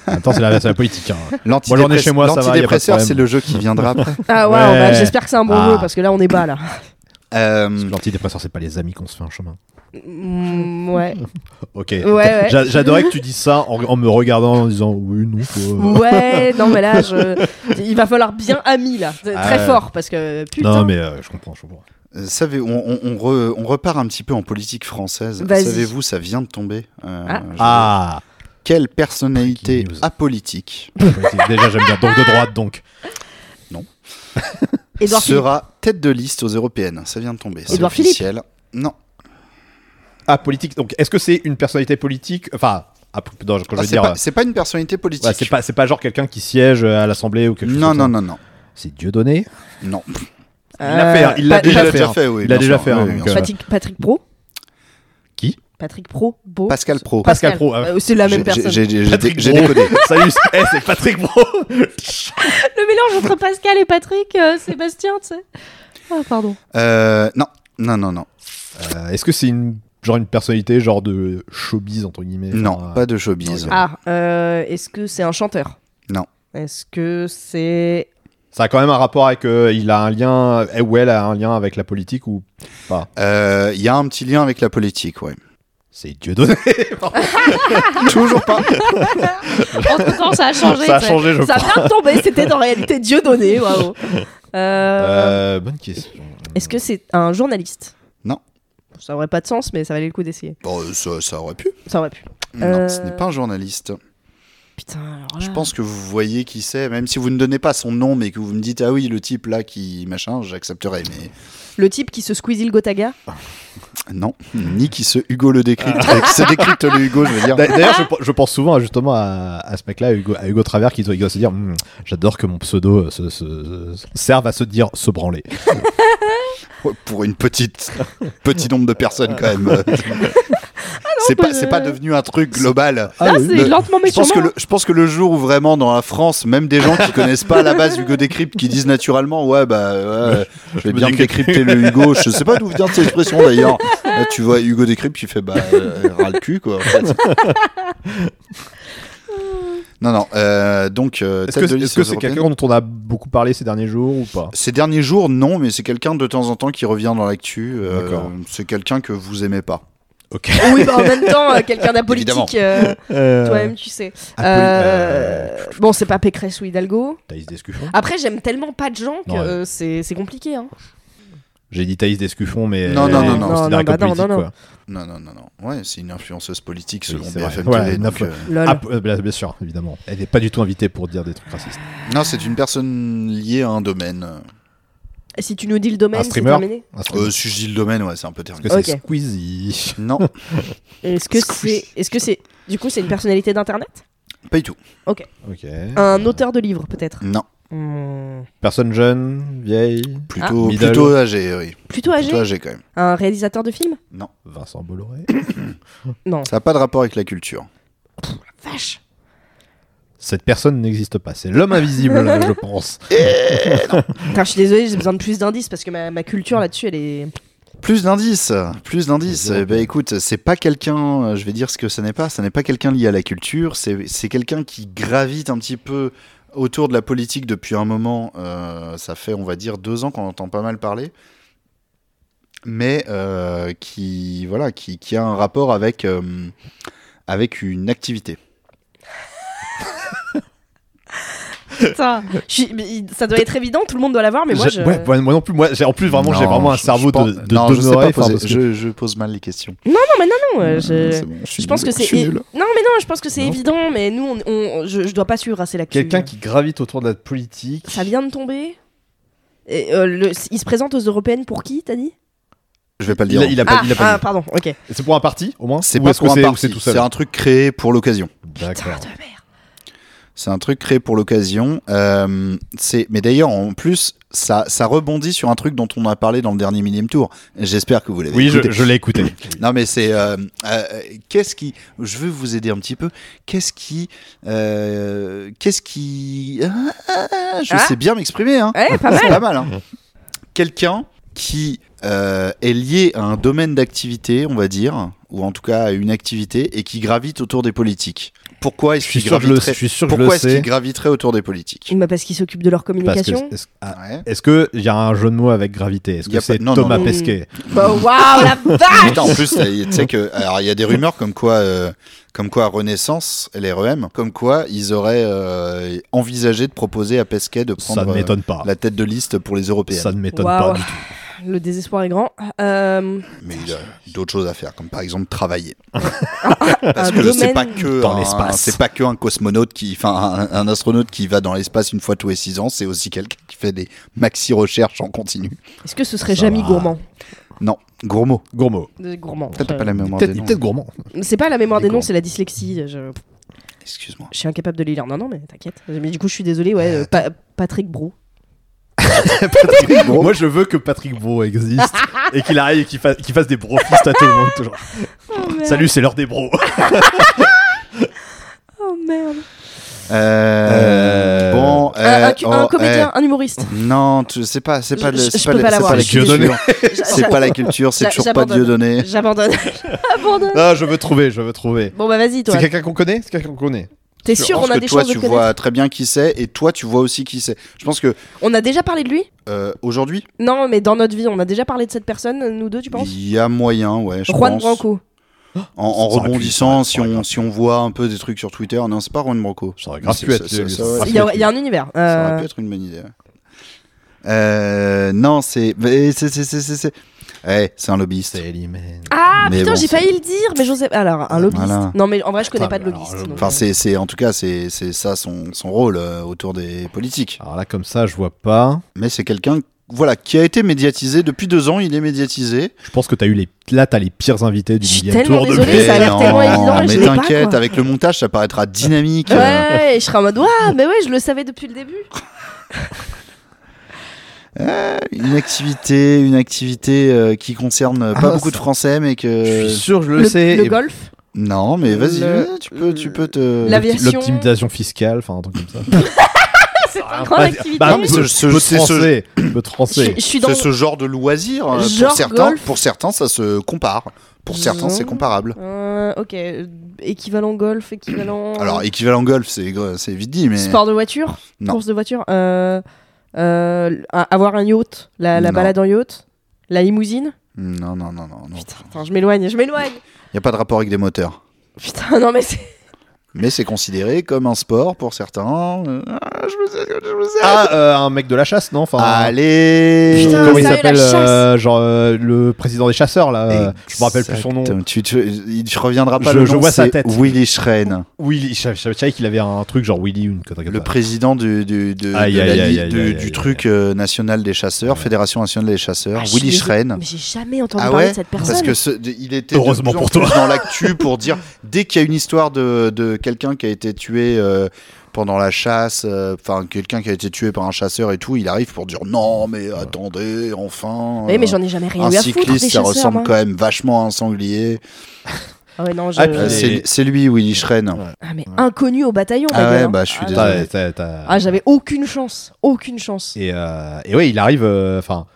[SPEAKER 8] En même temps, c'est la, c'est la politique. hein.
[SPEAKER 2] L'antidépres-
[SPEAKER 8] j'en ai chez moi, ça va, y a pas de
[SPEAKER 2] L'antidépresseur,
[SPEAKER 8] problème.
[SPEAKER 2] c'est le jeu qui viendra après.
[SPEAKER 9] Ah ouais,
[SPEAKER 8] Ouais.
[SPEAKER 9] bah, j'espère que c'est un bon
[SPEAKER 8] Ah.
[SPEAKER 9] jeu parce que là on est bas là.
[SPEAKER 8] Parce
[SPEAKER 2] Euh,
[SPEAKER 8] que L'antidépresseur, c'est pas les amis qu'on se fait un chemin.
[SPEAKER 9] Mm, ouais.
[SPEAKER 8] Ok.
[SPEAKER 9] ouais.
[SPEAKER 8] J'a- J'adorais que tu dises ça en, en me regardant en disant oui, non,
[SPEAKER 9] Oh,
[SPEAKER 8] quoi.
[SPEAKER 9] Ouais, non mais là je... il va falloir bien ami là, C'est
[SPEAKER 8] Ah
[SPEAKER 9] très
[SPEAKER 8] ouais.
[SPEAKER 9] fort parce que putain.
[SPEAKER 8] Non, mais euh, je comprends, je comprends.
[SPEAKER 2] savez, on, on- on re- on repart un petit peu en politique française.
[SPEAKER 9] Vas-y.
[SPEAKER 2] Savez-vous, ça vient de tomber. Euh,
[SPEAKER 9] Ah.
[SPEAKER 2] je-
[SPEAKER 8] Ah
[SPEAKER 2] Quelle personnalité
[SPEAKER 8] Breaking news.
[SPEAKER 2] apolitique
[SPEAKER 8] Déjà, j'aime bien. Donc, de droite, donc.
[SPEAKER 9] Édouard Philippe.
[SPEAKER 2] sera tête de liste aux européennes. Ça vient de tomber. C'est
[SPEAKER 9] Édouard Philippe.
[SPEAKER 2] officiel. Non.
[SPEAKER 8] Ah, politique. Donc, est-ce que c'est une personnalité politique Enfin, ah, p- non, quand
[SPEAKER 2] Ah,
[SPEAKER 8] je veux
[SPEAKER 2] c'est
[SPEAKER 8] dire.
[SPEAKER 2] pas,
[SPEAKER 8] euh,
[SPEAKER 2] c'est pas une personnalité politique.
[SPEAKER 8] ouais, c'est pas, c'est pas genre quelqu'un qui siège euh, à l'Assemblée ou quelque chose
[SPEAKER 2] non,
[SPEAKER 8] comme
[SPEAKER 2] non,
[SPEAKER 8] ça.
[SPEAKER 2] non, non,
[SPEAKER 8] C'est Dieudonné
[SPEAKER 2] non.
[SPEAKER 8] l'a fait, hein, il l'a
[SPEAKER 9] Pa-
[SPEAKER 8] déjà
[SPEAKER 9] Pa-
[SPEAKER 8] fait, hein.
[SPEAKER 2] oui.
[SPEAKER 8] Il l'a
[SPEAKER 2] bien
[SPEAKER 8] déjà
[SPEAKER 2] sûr,
[SPEAKER 8] fait, hein,
[SPEAKER 2] oui, bien
[SPEAKER 8] donc,
[SPEAKER 2] sûr.
[SPEAKER 8] euh,
[SPEAKER 9] Euh, Patrick, Patrick Pro
[SPEAKER 8] Qui
[SPEAKER 9] Patrick Pro Beau.
[SPEAKER 2] Pascal Pro.
[SPEAKER 8] Pascal Pro, ah ouais.
[SPEAKER 9] Euh, c'est la même
[SPEAKER 2] J'ai-
[SPEAKER 9] personne.
[SPEAKER 2] j'ai- j'ai- J'ai dé-
[SPEAKER 8] Patrick
[SPEAKER 2] j'ai
[SPEAKER 8] Bro.
[SPEAKER 2] décodé.
[SPEAKER 8] Salut, eh, c'est Patrick Bro
[SPEAKER 9] Le mélange entre Pascal et Patrick, euh, Sébastien, tu sais. Ah, pardon.
[SPEAKER 2] Euh, non, non, non, non.
[SPEAKER 8] Euh, Est-ce que c'est une genre une personnalité genre de showbiz entre guillemets euh,
[SPEAKER 2] Non,
[SPEAKER 8] enfin,
[SPEAKER 2] pas de showbiz.
[SPEAKER 8] ok.
[SPEAKER 9] Ah, euh, est-ce que c'est un chanteur
[SPEAKER 2] Non.
[SPEAKER 9] Est-ce que c'est.
[SPEAKER 8] Ça a quand même un rapport avec euh, il a un lien eh, ou elle a un lien avec la politique ou pas
[SPEAKER 2] Euh, Il y a un petit lien avec la politique, ouais.
[SPEAKER 8] C'est Dieudonné.
[SPEAKER 9] Ah.
[SPEAKER 2] Toujours pas.
[SPEAKER 9] Entre temps, ça a changé.
[SPEAKER 8] Ça a
[SPEAKER 9] tu sais.
[SPEAKER 8] changé, je
[SPEAKER 9] Ça
[SPEAKER 8] crois.
[SPEAKER 9] vient de tomber, c'était en réalité Dieu donné, waouh. Euh,
[SPEAKER 8] Euh, bonne question.
[SPEAKER 9] Est-ce que c'est un journaliste
[SPEAKER 2] Non.
[SPEAKER 9] Ça aurait pas de sens, mais ça valait le coup d'essayer.
[SPEAKER 2] Bon, euh, ça, ça aurait pu.
[SPEAKER 9] Ça aurait pu.
[SPEAKER 2] Non, ce
[SPEAKER 9] Euh, Ah.
[SPEAKER 2] n'est pas un journaliste.
[SPEAKER 9] Putain, alors là.
[SPEAKER 2] Je pense que vous voyez qui c'est, même si vous ne donnez pas son nom, mais que vous me dites ah oui le type là qui machin, j'accepterai. Mais
[SPEAKER 9] Le type qui se squeezie le Gotaga
[SPEAKER 2] non,
[SPEAKER 8] Hmm.
[SPEAKER 2] ni qui se Hugo le décrypte, euh, qui se décrypte le Hugo, je veux
[SPEAKER 9] Ah.
[SPEAKER 2] dire.
[SPEAKER 8] D'a- D'ailleurs, je, pe- je pense souvent à- justement à, à ce mec-là, à Hugo, à Hugo Travers, qui doit, il doit se dire Hmm, J'adore que mon pseudo euh, se, se- se- serve à se dire se branler.
[SPEAKER 2] Ouais, Pour une petite, petit nombre de personnes quand même. euh. c'est
[SPEAKER 9] bah,
[SPEAKER 2] pas, c'est pas
[SPEAKER 9] euh,
[SPEAKER 2] devenu un truc global.
[SPEAKER 9] Là, c'est
[SPEAKER 2] le-
[SPEAKER 9] lentement mais
[SPEAKER 2] Je pense,
[SPEAKER 9] sûrement.
[SPEAKER 2] que le, je pense que le jour où vraiment dans la France, même des gens qui connaissent pas à la base Hugo Décrypte, qui disent naturellement ouais bah ouais, je vais
[SPEAKER 8] me
[SPEAKER 2] bien
[SPEAKER 8] décrypte.
[SPEAKER 2] décrypter le Hugo. Je sais pas d'où vient cette expression d'ailleurs. Là, tu vois Hugo Décrypte qui fait bah euh, ras le cul quoi. en fait. non non euh, donc euh,
[SPEAKER 8] Est-ce que
[SPEAKER 2] tête de
[SPEAKER 8] est-ce
[SPEAKER 2] liste
[SPEAKER 8] que
[SPEAKER 2] aux
[SPEAKER 8] c'est
[SPEAKER 2] Européennes.
[SPEAKER 8] quelqu'un dont on a beaucoup parlé ces derniers jours ou pas
[SPEAKER 2] Ces derniers jours, non, mais c'est quelqu'un de temps en temps qui revient dans l'actu. euh,
[SPEAKER 8] D'accord.
[SPEAKER 2] c'est quelqu'un que vous aimez pas.
[SPEAKER 8] Ok.
[SPEAKER 9] Oui, bah en même temps, euh, quelqu'un d'apolitique, euh,
[SPEAKER 8] Euh,
[SPEAKER 9] toi-même, tu sais.
[SPEAKER 8] Apple-
[SPEAKER 9] Euh,
[SPEAKER 8] euh,
[SPEAKER 9] Bon, c'est pas Pécresse ou Hidalgo.
[SPEAKER 8] Thaïs Descuffon
[SPEAKER 9] Après, j'aime tellement pas de gens que
[SPEAKER 8] Non, ouais.
[SPEAKER 9] euh, c'est c'est compliqué. Hein.
[SPEAKER 8] J'ai dit Thaïs Descuffon, mais
[SPEAKER 2] Non, non,
[SPEAKER 8] elle
[SPEAKER 2] non,
[SPEAKER 8] est
[SPEAKER 2] non.
[SPEAKER 8] considérée
[SPEAKER 9] Non, bah
[SPEAKER 8] comme
[SPEAKER 9] non, non,
[SPEAKER 8] politique,
[SPEAKER 9] non.
[SPEAKER 8] quoi.
[SPEAKER 2] Non, non, non, non. Ouais, c'est une influenceuse politique selon
[SPEAKER 8] Oui, c'est
[SPEAKER 2] BFM
[SPEAKER 8] vrai.
[SPEAKER 2] TV.
[SPEAKER 8] Ouais,
[SPEAKER 2] donc,
[SPEAKER 8] une
[SPEAKER 2] euh,
[SPEAKER 9] Lol.
[SPEAKER 8] Ah, p- euh, bien bien sûr, évidemment. Elle n'est pas du tout invitée pour dire des trucs racistes.
[SPEAKER 2] euh, Non, c'est une personne liée à un domaine.
[SPEAKER 9] Et si tu nous dis le domaine,
[SPEAKER 8] Un
[SPEAKER 9] c'est
[SPEAKER 8] streamer.
[SPEAKER 9] terminé.
[SPEAKER 8] Ah, c'est-
[SPEAKER 2] Euh, si je dis le domaine, ouais, c'est un peu
[SPEAKER 8] Est-ce que
[SPEAKER 2] terminé.
[SPEAKER 8] c'est
[SPEAKER 9] Ok.
[SPEAKER 8] Squeezie
[SPEAKER 2] Non,
[SPEAKER 9] Est-ce que
[SPEAKER 2] Squish.
[SPEAKER 9] c'est, est-ce que c'est, du coup, c'est une personnalité d'internet
[SPEAKER 2] pas du tout.
[SPEAKER 8] Ok.
[SPEAKER 9] Un auteur de livre, peut-être.
[SPEAKER 2] Non,
[SPEAKER 9] Hmm.
[SPEAKER 8] Personne jeune, vieille,
[SPEAKER 2] plutôt,
[SPEAKER 8] Ah.
[SPEAKER 2] plutôt âgé, oui.
[SPEAKER 9] Plutôt âgé.
[SPEAKER 2] Plutôt âgé quand même.
[SPEAKER 9] Un réalisateur de film
[SPEAKER 8] Vincent Bolloré.
[SPEAKER 9] Non.
[SPEAKER 2] Ça n'a pas de rapport avec la culture.
[SPEAKER 9] Vache.
[SPEAKER 8] Cette personne n'existe pas. C'est l'homme invisible, là, je pense.
[SPEAKER 9] Putain, je suis désolée, j'ai besoin de plus d'indices parce que ma, ma culture là-dessus, elle est.
[SPEAKER 2] Plus d'indices, plus d'indices.
[SPEAKER 8] Vas-y.
[SPEAKER 2] Eh ben, écoute, c'est pas quelqu'un, euh, je vais dire ce que ça n'est pas, ça n'est pas quelqu'un lié à la culture, c'est c'est quelqu'un qui gravite un petit peu autour de la politique depuis un moment. Euh, ça fait, on va dire, deux ans qu'on entend pas mal parler, mais euh, qui, voilà, qui, qui a un rapport avec, euh, avec une activité.
[SPEAKER 9] Putain. Je suis- mais il- Ça doit être évident, tout le monde doit l'avoir, mais moi,
[SPEAKER 8] J'ai-
[SPEAKER 9] je.
[SPEAKER 8] ouais, moi, moi non plus. Moi, j'ai- en plus, vraiment, j'ai
[SPEAKER 2] Non,
[SPEAKER 8] vraiment un
[SPEAKER 2] je-
[SPEAKER 8] cerveau
[SPEAKER 2] je pense-
[SPEAKER 8] de, de
[SPEAKER 2] non, je sais
[SPEAKER 8] Donoré,
[SPEAKER 2] pas
[SPEAKER 8] enfin,
[SPEAKER 2] poser-
[SPEAKER 8] parce
[SPEAKER 2] je,
[SPEAKER 8] que-
[SPEAKER 2] je pose mal les questions.
[SPEAKER 9] Non, euh, je...
[SPEAKER 2] C'est bon, suis
[SPEAKER 9] je pense
[SPEAKER 2] nul,
[SPEAKER 9] que c'est.
[SPEAKER 2] je suis
[SPEAKER 9] é-
[SPEAKER 2] nul.
[SPEAKER 9] Non, mais non, je pense que c'est
[SPEAKER 8] Non.
[SPEAKER 9] évident, mais nous, on, on- je, je dois pas suivre assez la culture.
[SPEAKER 8] Quelqu'un qui gravite autour de la politique.
[SPEAKER 9] Ça vient de tomber. Et, euh, le- Il se présente aux européennes pour qui, t'as dit
[SPEAKER 2] Je vais pas le
[SPEAKER 8] Il
[SPEAKER 2] dire.
[SPEAKER 8] a, il a pas,
[SPEAKER 9] Ah,
[SPEAKER 8] il a pas
[SPEAKER 9] ah, pardon, ok.
[SPEAKER 8] dit. C'est pour un parti, au moins
[SPEAKER 2] C'est
[SPEAKER 8] Ou
[SPEAKER 2] pas
[SPEAKER 8] est-ce que
[SPEAKER 2] pour un
[SPEAKER 8] c'est- ou
[SPEAKER 2] parti,
[SPEAKER 8] c'est tout
[SPEAKER 2] c'est
[SPEAKER 8] seul
[SPEAKER 2] un truc créé pour l'occasion.
[SPEAKER 8] D'accord.
[SPEAKER 9] Putain de merde.
[SPEAKER 2] C'est un truc créé pour l'occasion. Euh, c'est- mais d'ailleurs, en plus, ça, ça rebondit sur un truc dont on a parlé dans le dernier millième tour. J'espère que vous l'avez
[SPEAKER 8] Oui, je,
[SPEAKER 2] écouté.
[SPEAKER 8] je l'ai écouté.
[SPEAKER 2] Non, mais c'est. euh, euh, qu'est-ce qui. Je veux vous aider un petit peu. Qu'est-ce qui. euh, qu'est-ce qui. Ah, ah, ah, je
[SPEAKER 9] Ah.
[SPEAKER 2] sais bien m'exprimer, hein.
[SPEAKER 9] Ouais, pas
[SPEAKER 2] C'est
[SPEAKER 9] mal.
[SPEAKER 2] pas mal, hein. Quelqu'un qui euh, est lié à un domaine d'activité, on va dire, ou en tout cas à une activité, et qui gravite autour des politiques. Pourquoi
[SPEAKER 8] Je
[SPEAKER 2] est-ce
[SPEAKER 8] suis
[SPEAKER 2] qu'il
[SPEAKER 8] sûr que je le, je
[SPEAKER 2] graviterait
[SPEAKER 8] suis sûr que je
[SPEAKER 2] pourquoi
[SPEAKER 8] le
[SPEAKER 2] est-ce qu'il
[SPEAKER 8] sais.
[SPEAKER 2] graviterait autour des politiques
[SPEAKER 9] Bah, parce qu'ils s'occupent de leur
[SPEAKER 8] Parce que
[SPEAKER 9] communication.
[SPEAKER 8] est-ce ah,
[SPEAKER 2] Ouais.
[SPEAKER 8] est-ce que y a un jeu de mots avec gravité Est-ce
[SPEAKER 2] Y
[SPEAKER 8] que
[SPEAKER 2] a pas-
[SPEAKER 8] c'est
[SPEAKER 2] non, non,
[SPEAKER 8] Thomas
[SPEAKER 9] non.
[SPEAKER 8] Pesquet
[SPEAKER 9] Bah, waouh, la vache
[SPEAKER 2] Putain, en plus, tu sais que. Alors, il y a des rumeurs comme quoi, euh, comme quoi Renaissance, LREM, comme quoi ils auraient euh, envisagé de proposer à Pesquet de
[SPEAKER 8] Ça ne
[SPEAKER 2] prendre euh,
[SPEAKER 8] m'étonne pas.
[SPEAKER 2] la tête de liste pour les Européennes.
[SPEAKER 8] Ça ne m'étonne
[SPEAKER 9] Waouh.
[SPEAKER 8] pas du tout.
[SPEAKER 9] Le désespoir est grand. Euh,
[SPEAKER 2] Mais il a d'autres choses à faire, comme par exemple travailler.
[SPEAKER 9] un
[SPEAKER 2] Parce que c'est
[SPEAKER 9] domaine-
[SPEAKER 2] pas que
[SPEAKER 8] Dans
[SPEAKER 2] un-
[SPEAKER 8] l'espace.
[SPEAKER 2] c'est pas que un cosmonaute qui, enfin, un, un astronaute qui va dans l'espace une fois tous les six ans. C'est aussi quelqu'un qui fait des maxi recherches en continu.
[SPEAKER 9] Est-ce que ce serait
[SPEAKER 8] Ça
[SPEAKER 9] Jamie
[SPEAKER 8] va.
[SPEAKER 9] Gourmand
[SPEAKER 2] Non, gros mot.
[SPEAKER 8] Gourmand.
[SPEAKER 9] De Gourmand. Euh,
[SPEAKER 2] Peut-être t'as pas la mémoire
[SPEAKER 8] Peut-être
[SPEAKER 2] des noms.
[SPEAKER 8] peut-être gourmand.
[SPEAKER 9] C'est pas la mémoire
[SPEAKER 2] Des
[SPEAKER 9] des noms,
[SPEAKER 2] gourmands.
[SPEAKER 9] c'est la dyslexie. Je,
[SPEAKER 2] Excuse-moi.
[SPEAKER 9] je suis incapable de les lire. Non, non, mais t'inquiète. Mais du coup, je suis désolée. Ouais, euh, Pa- Patrick Brou.
[SPEAKER 8] Moi, je veux que Patrick Bro existe et qu'il arrive et qu'il fasse, qu'il fasse des brofistes à tout le monde. toujours. Salut, c'est l'heure des bros.
[SPEAKER 9] Oh merde.
[SPEAKER 2] Euh,
[SPEAKER 8] Euh,
[SPEAKER 2] Bon,
[SPEAKER 9] Un,
[SPEAKER 2] euh,
[SPEAKER 9] un cu- un
[SPEAKER 2] oh,
[SPEAKER 9] comédien, un humoriste.
[SPEAKER 2] eh, non, tu sais pas, c'est pas,
[SPEAKER 9] Je-
[SPEAKER 2] le-
[SPEAKER 9] je-
[SPEAKER 2] c'est
[SPEAKER 9] je
[SPEAKER 2] pas,
[SPEAKER 9] peux
[SPEAKER 2] le-
[SPEAKER 9] pas
[SPEAKER 2] c'est
[SPEAKER 9] l'avoir,
[SPEAKER 2] pas la
[SPEAKER 9] je suis
[SPEAKER 2] culture.
[SPEAKER 8] désolé.
[SPEAKER 2] C'est pas la culture, c'est
[SPEAKER 9] J'a-
[SPEAKER 2] toujours pas
[SPEAKER 9] j'abandonne.
[SPEAKER 2] Dieudonné.
[SPEAKER 9] J'abandonne. J'abandonne.
[SPEAKER 8] Ah, je veux trouver, je veux trouver.
[SPEAKER 9] Bon, bah vas-y, toi.
[SPEAKER 8] C'est quelqu'un qu'on connaît C'est quelqu'un qu'on connaît.
[SPEAKER 9] T'es
[SPEAKER 2] Je
[SPEAKER 9] sûr,
[SPEAKER 2] pense
[SPEAKER 9] on a
[SPEAKER 2] que
[SPEAKER 9] des
[SPEAKER 2] toi,
[SPEAKER 9] chances de
[SPEAKER 2] tu
[SPEAKER 9] connaître.
[SPEAKER 2] vois très bien qui c'est, et toi, tu vois aussi qui c'est. Je pense que
[SPEAKER 9] On a déjà parlé de lui
[SPEAKER 2] euh, aujourd'hui,
[SPEAKER 9] Non, mais dans notre vie, on a déjà parlé de cette personne, nous deux, tu penses
[SPEAKER 2] il y a moyen, ouais. Je
[SPEAKER 9] Juan
[SPEAKER 2] pense.
[SPEAKER 9] Branco.
[SPEAKER 2] En, en
[SPEAKER 8] Ça aurait pu- ça
[SPEAKER 2] rebondissant,
[SPEAKER 8] aurait-
[SPEAKER 2] si
[SPEAKER 8] ça aurait
[SPEAKER 2] on,
[SPEAKER 8] grave-
[SPEAKER 2] si on voit un peu des trucs sur Twitter, non, c'est pas Ron Broco.
[SPEAKER 8] Ça aurait grave
[SPEAKER 2] C'est-
[SPEAKER 8] pu
[SPEAKER 2] ça-
[SPEAKER 8] être
[SPEAKER 2] ça-
[SPEAKER 8] lui,
[SPEAKER 2] ça
[SPEAKER 8] ça aurait
[SPEAKER 9] Il y, a, il y a un univers.
[SPEAKER 2] Ça
[SPEAKER 9] Euh,
[SPEAKER 2] aurait pu être une bonne idée. ouais. Euh, non, c'est. mais C'est. c'est- c'est- c'est- c'est- Ouais, c'est un lobbyiste.
[SPEAKER 8] Elimen.
[SPEAKER 9] Ah
[SPEAKER 2] Mais
[SPEAKER 9] putain,
[SPEAKER 2] bon,
[SPEAKER 9] j'ai
[SPEAKER 2] c'est-
[SPEAKER 9] failli le dire, mais j'osais. Alors, un lobbyiste.
[SPEAKER 2] Voilà. Oh,
[SPEAKER 9] Non, mais en vrai, je connais
[SPEAKER 8] Putain,
[SPEAKER 9] pas de
[SPEAKER 8] mais alors,
[SPEAKER 9] lobbyiste.
[SPEAKER 8] je-
[SPEAKER 9] donc,
[SPEAKER 2] Enfin,
[SPEAKER 9] euh,
[SPEAKER 2] c'est, c'est- en tout cas, c'est, c'est ça son, son rôle euh, autour des politiques.
[SPEAKER 8] Alors là, comme ça, je vois pas.
[SPEAKER 2] Mais c'est quelqu'un voilà, qui a été médiatisé. Depuis deux ans, il est médiatisé.
[SPEAKER 8] Je pense que t'as eu les. Là, t'as les pires invités du
[SPEAKER 9] Je suis
[SPEAKER 8] millième
[SPEAKER 9] tellement
[SPEAKER 8] tour de
[SPEAKER 9] désolée,
[SPEAKER 8] Mais
[SPEAKER 9] ça a l'air
[SPEAKER 2] non,
[SPEAKER 9] tellement évident, je
[SPEAKER 2] Mais
[SPEAKER 9] l'ai pas,
[SPEAKER 2] t'inquiète,
[SPEAKER 9] quoi.
[SPEAKER 2] avec le montage, ça paraîtra dynamique.
[SPEAKER 9] Ouais,
[SPEAKER 2] euh.
[SPEAKER 9] ouais, ouais, je serai en mode, ouais, mais ouais, je le savais depuis le début.
[SPEAKER 2] Une activité, une activité euh, qui concerne euh, pas
[SPEAKER 8] Ah,
[SPEAKER 2] beaucoup de
[SPEAKER 8] ça-
[SPEAKER 2] Français, mais
[SPEAKER 8] Je
[SPEAKER 2] que.
[SPEAKER 8] suis sûr, je le,
[SPEAKER 9] Le,
[SPEAKER 8] sais.
[SPEAKER 9] le
[SPEAKER 8] Et-
[SPEAKER 9] golf,
[SPEAKER 2] Non, mais vas-y,
[SPEAKER 9] Le-
[SPEAKER 2] vas-y, tu peux, tu peux te.
[SPEAKER 9] La-
[SPEAKER 8] l'opti-
[SPEAKER 9] L'aviation.
[SPEAKER 8] L'optimisation fiscale, enfin un truc comme ça.
[SPEAKER 9] c'est pas une grande
[SPEAKER 8] Bah,
[SPEAKER 9] activité.
[SPEAKER 8] bah,
[SPEAKER 2] Non, mais
[SPEAKER 8] peu,
[SPEAKER 2] ce- ce-
[SPEAKER 8] peu de
[SPEAKER 2] c'est ce-
[SPEAKER 8] français. Peu de
[SPEAKER 9] je,
[SPEAKER 8] français.
[SPEAKER 9] je suis dans.
[SPEAKER 2] C'est ce genre de loisir. euh,
[SPEAKER 9] Genre
[SPEAKER 2] pour, certains,
[SPEAKER 9] golf.
[SPEAKER 2] pour certains, ça se compare. Pour certains,
[SPEAKER 9] Genre.
[SPEAKER 2] c'est comparable.
[SPEAKER 9] Euh, ok, euh, équivalent golf, équivalent.
[SPEAKER 2] Alors, équivalent golf, c'est c'est vite dit, mais.
[SPEAKER 9] Sport de voiture
[SPEAKER 2] Non.
[SPEAKER 9] Course de voiture euh, euh, a- Avoir un yacht La, la
[SPEAKER 2] Non.
[SPEAKER 9] balade en yacht La limousine
[SPEAKER 2] Non, non, non, non. Il
[SPEAKER 9] Putain, attends, je m'éloigne, je m'éloigne
[SPEAKER 2] n'y a pas de rapport avec des moteurs.
[SPEAKER 9] Putain, non mais c'est...
[SPEAKER 2] mais c'est considéré comme un sport pour certains. Euh, Ah, je vous aide, je vous aide.
[SPEAKER 8] Ah, euh, un mec de la chasse, non enfin,
[SPEAKER 2] Allez
[SPEAKER 8] Putain, comment il
[SPEAKER 10] sérieux, la
[SPEAKER 8] s'appelle euh, Genre euh, le président des chasseurs là. euh, Je me rappelle plus son nom.
[SPEAKER 2] Exactement. Tu, tu- il- je reviendrai pas
[SPEAKER 8] Je-
[SPEAKER 2] le
[SPEAKER 8] je
[SPEAKER 2] nom,
[SPEAKER 8] vois sa
[SPEAKER 2] c'est
[SPEAKER 8] tête.
[SPEAKER 2] Willy Schrein,
[SPEAKER 8] Willy. Je savais- je savais qu'il avait un truc genre Willy ou une connerie comme
[SPEAKER 2] le
[SPEAKER 8] ça.
[SPEAKER 2] président du, du, de-
[SPEAKER 8] Aïe,
[SPEAKER 2] de la
[SPEAKER 8] aïe,
[SPEAKER 2] ligue-
[SPEAKER 8] aïe, aïe,
[SPEAKER 2] du-
[SPEAKER 8] aïe,
[SPEAKER 2] du
[SPEAKER 8] aïe,
[SPEAKER 2] truc euh, national des chasseurs, Fédération nationale des chasseurs,
[SPEAKER 10] Ah, je
[SPEAKER 2] Willy
[SPEAKER 10] suis désolée,
[SPEAKER 2] Schrein.
[SPEAKER 10] Mais j'ai jamais entendu
[SPEAKER 2] Ah
[SPEAKER 10] parler
[SPEAKER 2] ouais
[SPEAKER 10] de cette personne.
[SPEAKER 2] Parce que ce- de- il était de
[SPEAKER 8] Heureusement
[SPEAKER 2] plus en
[SPEAKER 8] pour
[SPEAKER 2] plus
[SPEAKER 8] toi.
[SPEAKER 2] dans l'actu pour dire dès qu'il y a une histoire de, de quelqu'un qui a été tué euh, pendant la chasse, euh, enfin quelqu'un qui a été tué par un chasseur et tout, il arrive pour dire non mais attendez enfin.
[SPEAKER 9] Oui, Eh, mais
[SPEAKER 2] euh,
[SPEAKER 9] j'en ai jamais rien
[SPEAKER 2] un
[SPEAKER 9] eu à foutre.
[SPEAKER 2] cycliste,
[SPEAKER 9] des
[SPEAKER 2] ça
[SPEAKER 9] chasseurs, hein.
[SPEAKER 2] ressemble
[SPEAKER 9] moi.
[SPEAKER 2] quand même vachement à un sanglier.
[SPEAKER 9] Ah ouais, non, je-
[SPEAKER 8] Ah, puis
[SPEAKER 2] Euh,
[SPEAKER 8] les-
[SPEAKER 2] c'est- c'est lui, Willy Schrein.
[SPEAKER 9] Ah, mais inconnu au bataillon.
[SPEAKER 2] Ah
[SPEAKER 9] ma
[SPEAKER 2] ouais,
[SPEAKER 9] gueule, hein.
[SPEAKER 2] bah, je suis
[SPEAKER 9] Ah,
[SPEAKER 2] désolé.
[SPEAKER 8] T'as- t'as- t'as-
[SPEAKER 9] Ah, j'avais aucune chance. Aucune chance.
[SPEAKER 8] Et, euh, et ouais, il arrive. euh, Enfin,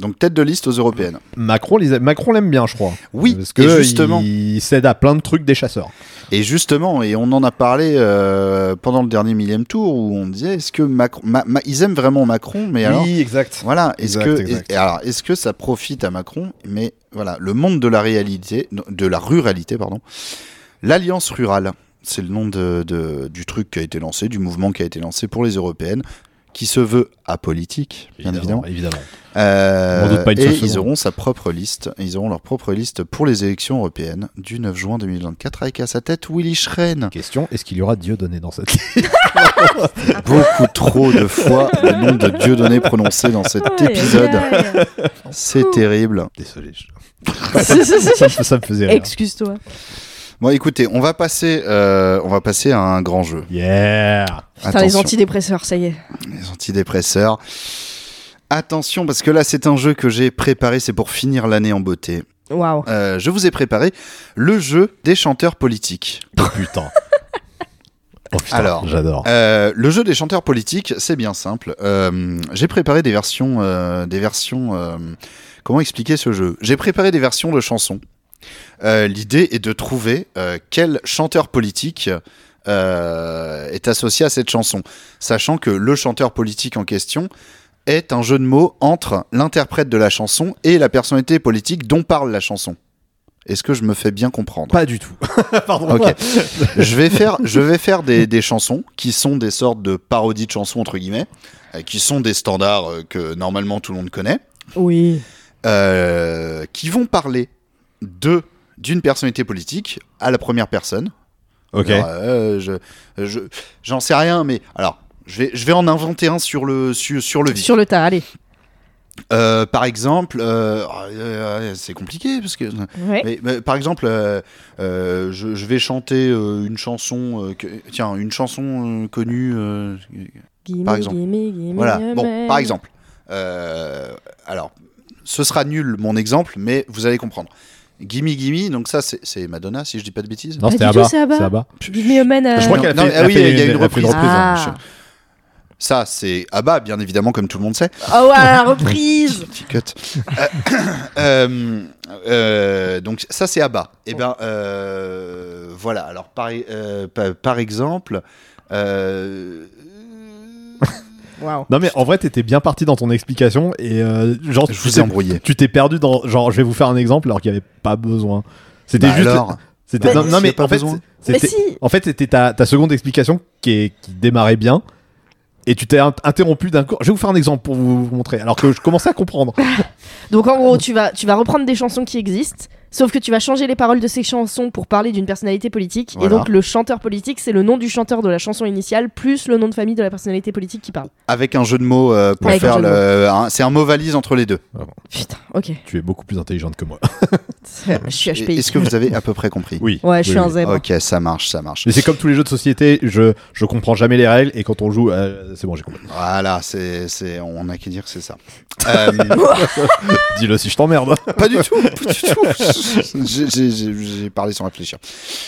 [SPEAKER 2] Donc tête de liste aux européennes.
[SPEAKER 8] Macron, les a- Macron l'aime bien, je crois.
[SPEAKER 2] Oui,
[SPEAKER 8] parce
[SPEAKER 2] et
[SPEAKER 8] que
[SPEAKER 2] justement.
[SPEAKER 8] il s'aide à plein de trucs des chasseurs.
[SPEAKER 2] Et justement, et on en a parlé euh, pendant le dernier millième tour où on disait est-ce que Macron, Ma- Ma- ils aiment vraiment Macron, mais alors
[SPEAKER 8] exact.
[SPEAKER 2] voilà, est-ce
[SPEAKER 8] Exact,
[SPEAKER 2] que
[SPEAKER 8] exact.
[SPEAKER 2] et- et alors est-ce que ça profite à Macron Mais voilà, le monde de la réalité, de la ruralité, pardon, l'alliance rurale, c'est le nom de, de- du truc qui a été lancé, du mouvement qui a été lancé pour les européennes, qui se veut apolitique, bien évidemment.
[SPEAKER 8] évidemment.
[SPEAKER 2] Euh,
[SPEAKER 8] On m'en doute pas une
[SPEAKER 2] et
[SPEAKER 8] seule
[SPEAKER 2] ils
[SPEAKER 8] seconde.
[SPEAKER 2] auront sa propre liste, ils auront leur propre liste pour les élections européennes du 9 juin 2024 avec à sa tête Willy Schrein.
[SPEAKER 8] Question est-ce qu'il y aura Dieu donné dans cette liste
[SPEAKER 2] Beaucoup trop de fois le nom de Dieudonné prononcé dans cet
[SPEAKER 9] Aïe, aïe,
[SPEAKER 2] épisode.
[SPEAKER 9] aïe.
[SPEAKER 2] C'est terrible.
[SPEAKER 8] Désolé. je- ça, me- ça me faisait rire.
[SPEAKER 9] Excuse-toi.
[SPEAKER 2] Bon, écoutez, on va passer, euh, on va passer à un grand jeu.
[SPEAKER 8] Yeah
[SPEAKER 9] Putain, les
[SPEAKER 2] Attention.
[SPEAKER 9] antidépresseurs, ça y est.
[SPEAKER 2] les antidépresseurs. Attention, parce que là, c'est un jeu que j'ai préparé, c'est pour finir l'année en beauté.
[SPEAKER 9] Waouh.
[SPEAKER 2] Euh, je vous ai préparé le jeu des chanteurs politiques.
[SPEAKER 8] Oh putain. Oh putain,
[SPEAKER 2] Alors,
[SPEAKER 8] j'adore.
[SPEAKER 2] Euh, le jeu des chanteurs politiques, c'est bien simple. Euh, j'ai préparé des versions, euh, des versions. euh, comment expliquer ce jeu J'ai préparé des versions de chansons. Euh, L'idée est de trouver euh, quel chanteur politique euh, est associé à cette chanson, sachant que le chanteur politique en question est un jeu de mots entre l'interprète de la chanson et la personnalité politique dont parle la chanson. Est-ce que je me fais bien comprendre
[SPEAKER 8] Pas du tout. Pardon.
[SPEAKER 2] Ok. je vais faire, je vais faire des, des chansons qui sont des sortes de parodies de chansons entre guillemets, euh, qui sont des standards euh, que normalement tout le monde connaît,
[SPEAKER 9] Oui.
[SPEAKER 2] euh, qui vont parler de d'une personnalité politique à la première personne.
[SPEAKER 8] Ok.
[SPEAKER 2] Alors, euh, je, je, j'en sais rien, mais alors. Je vais, je vais en inventer un sur le, sur, sur le vif.
[SPEAKER 9] Sur le tas, allez.
[SPEAKER 2] Euh, par exemple, euh, euh, c'est compliqué parce que
[SPEAKER 9] Ouais.
[SPEAKER 2] mais, mais, par exemple, euh, euh, je, je vais chanter euh, une chanson, euh, que- tiens, une chanson euh, connue. euh,
[SPEAKER 9] Gimme,
[SPEAKER 2] par exemple.
[SPEAKER 9] gimme, gimme
[SPEAKER 2] voilà.
[SPEAKER 9] your
[SPEAKER 2] Bon,
[SPEAKER 9] man.
[SPEAKER 2] par exemple. Euh, alors, ce sera nul mon exemple, mais vous allez comprendre. Gimme, gimme. Donc ça, c'est c'est Madonna, si je dis pas de bêtises.
[SPEAKER 8] Non,
[SPEAKER 9] Pas
[SPEAKER 8] c'était
[SPEAKER 9] du tout,
[SPEAKER 8] Abba.
[SPEAKER 9] c'est Abba.
[SPEAKER 8] C'est Abba.
[SPEAKER 9] Give me a man, euh,
[SPEAKER 8] Je crois qu'elle a
[SPEAKER 2] non,
[SPEAKER 8] fait,
[SPEAKER 2] ah
[SPEAKER 8] elle a
[SPEAKER 2] oui,
[SPEAKER 8] fait
[SPEAKER 2] il y a une
[SPEAKER 8] elle a fait
[SPEAKER 2] reprise. hein,
[SPEAKER 9] Ah.
[SPEAKER 8] hein.
[SPEAKER 2] Ça, c'est Abba, bien évidemment, comme tout le monde sait.
[SPEAKER 9] Oh, à la reprise
[SPEAKER 2] Petit cut. Euh, euh, euh, donc ça c'est à bas. Et ben euh, voilà. Alors par, euh, pa- par exemple. euh,
[SPEAKER 9] Waouh.
[SPEAKER 8] Non mais en vrai t'étais bien parti dans ton explication et euh, genre
[SPEAKER 2] Je
[SPEAKER 8] tu
[SPEAKER 2] vous
[SPEAKER 8] t'es-
[SPEAKER 2] ai embrouillé.
[SPEAKER 8] Tu t'es perdu dans genre je vais vous faire un exemple alors qu'il n'y avait pas besoin. C'était
[SPEAKER 2] Bah
[SPEAKER 8] juste.
[SPEAKER 2] alors,
[SPEAKER 8] c'était
[SPEAKER 2] bah,
[SPEAKER 8] non,
[SPEAKER 2] s'il
[SPEAKER 8] non,
[SPEAKER 2] y a
[SPEAKER 8] mais
[SPEAKER 2] pas
[SPEAKER 8] en fait
[SPEAKER 2] besoin.
[SPEAKER 8] c'est-
[SPEAKER 9] Mais
[SPEAKER 8] c'était
[SPEAKER 9] Bah si
[SPEAKER 8] en fait c'était ta, ta seconde explication qui, est- qui démarrait bien et tu t'es in- interrompu d'un coup. Je vais vous faire un exemple pour vous vous montrer alors que je commençais à comprendre.
[SPEAKER 9] Donc en gros, tu vas, tu vas reprendre des chansons qui existent, sauf que tu vas changer les paroles de ces chansons pour parler d'une personnalité politique.
[SPEAKER 2] Voilà.
[SPEAKER 9] Et donc le chanteur politique, c'est le nom du chanteur de la chanson initiale, plus le nom de famille de la personnalité politique qui parle.
[SPEAKER 2] avec un jeu de mots euh, pour
[SPEAKER 9] Avec un
[SPEAKER 2] faire
[SPEAKER 9] jeu de
[SPEAKER 2] le. un- C'est un mot valise entre les deux.
[SPEAKER 9] Putain, ok.
[SPEAKER 8] tu es beaucoup plus intelligente que moi.
[SPEAKER 9] Je suis HPI.
[SPEAKER 2] Est-ce que vous avez à peu près compris
[SPEAKER 8] Oui.
[SPEAKER 9] Ouais, je
[SPEAKER 8] Oui,
[SPEAKER 9] suis un
[SPEAKER 8] oui.
[SPEAKER 9] zèbre.
[SPEAKER 2] Ok, ça marche, ça marche.
[SPEAKER 8] Mais c'est comme tous les jeux de société, je je comprends jamais les règles et quand on joue euh, c'est bon j'ai compris.
[SPEAKER 2] Voilà, c'est, c'est- on a qu'à dire que c'est ça. Euh,
[SPEAKER 8] Dis-le si je t'emmerde.
[SPEAKER 2] pas du tout, pas du tout. J'ai- j'ai- j'ai j'ai parlé sans réfléchir.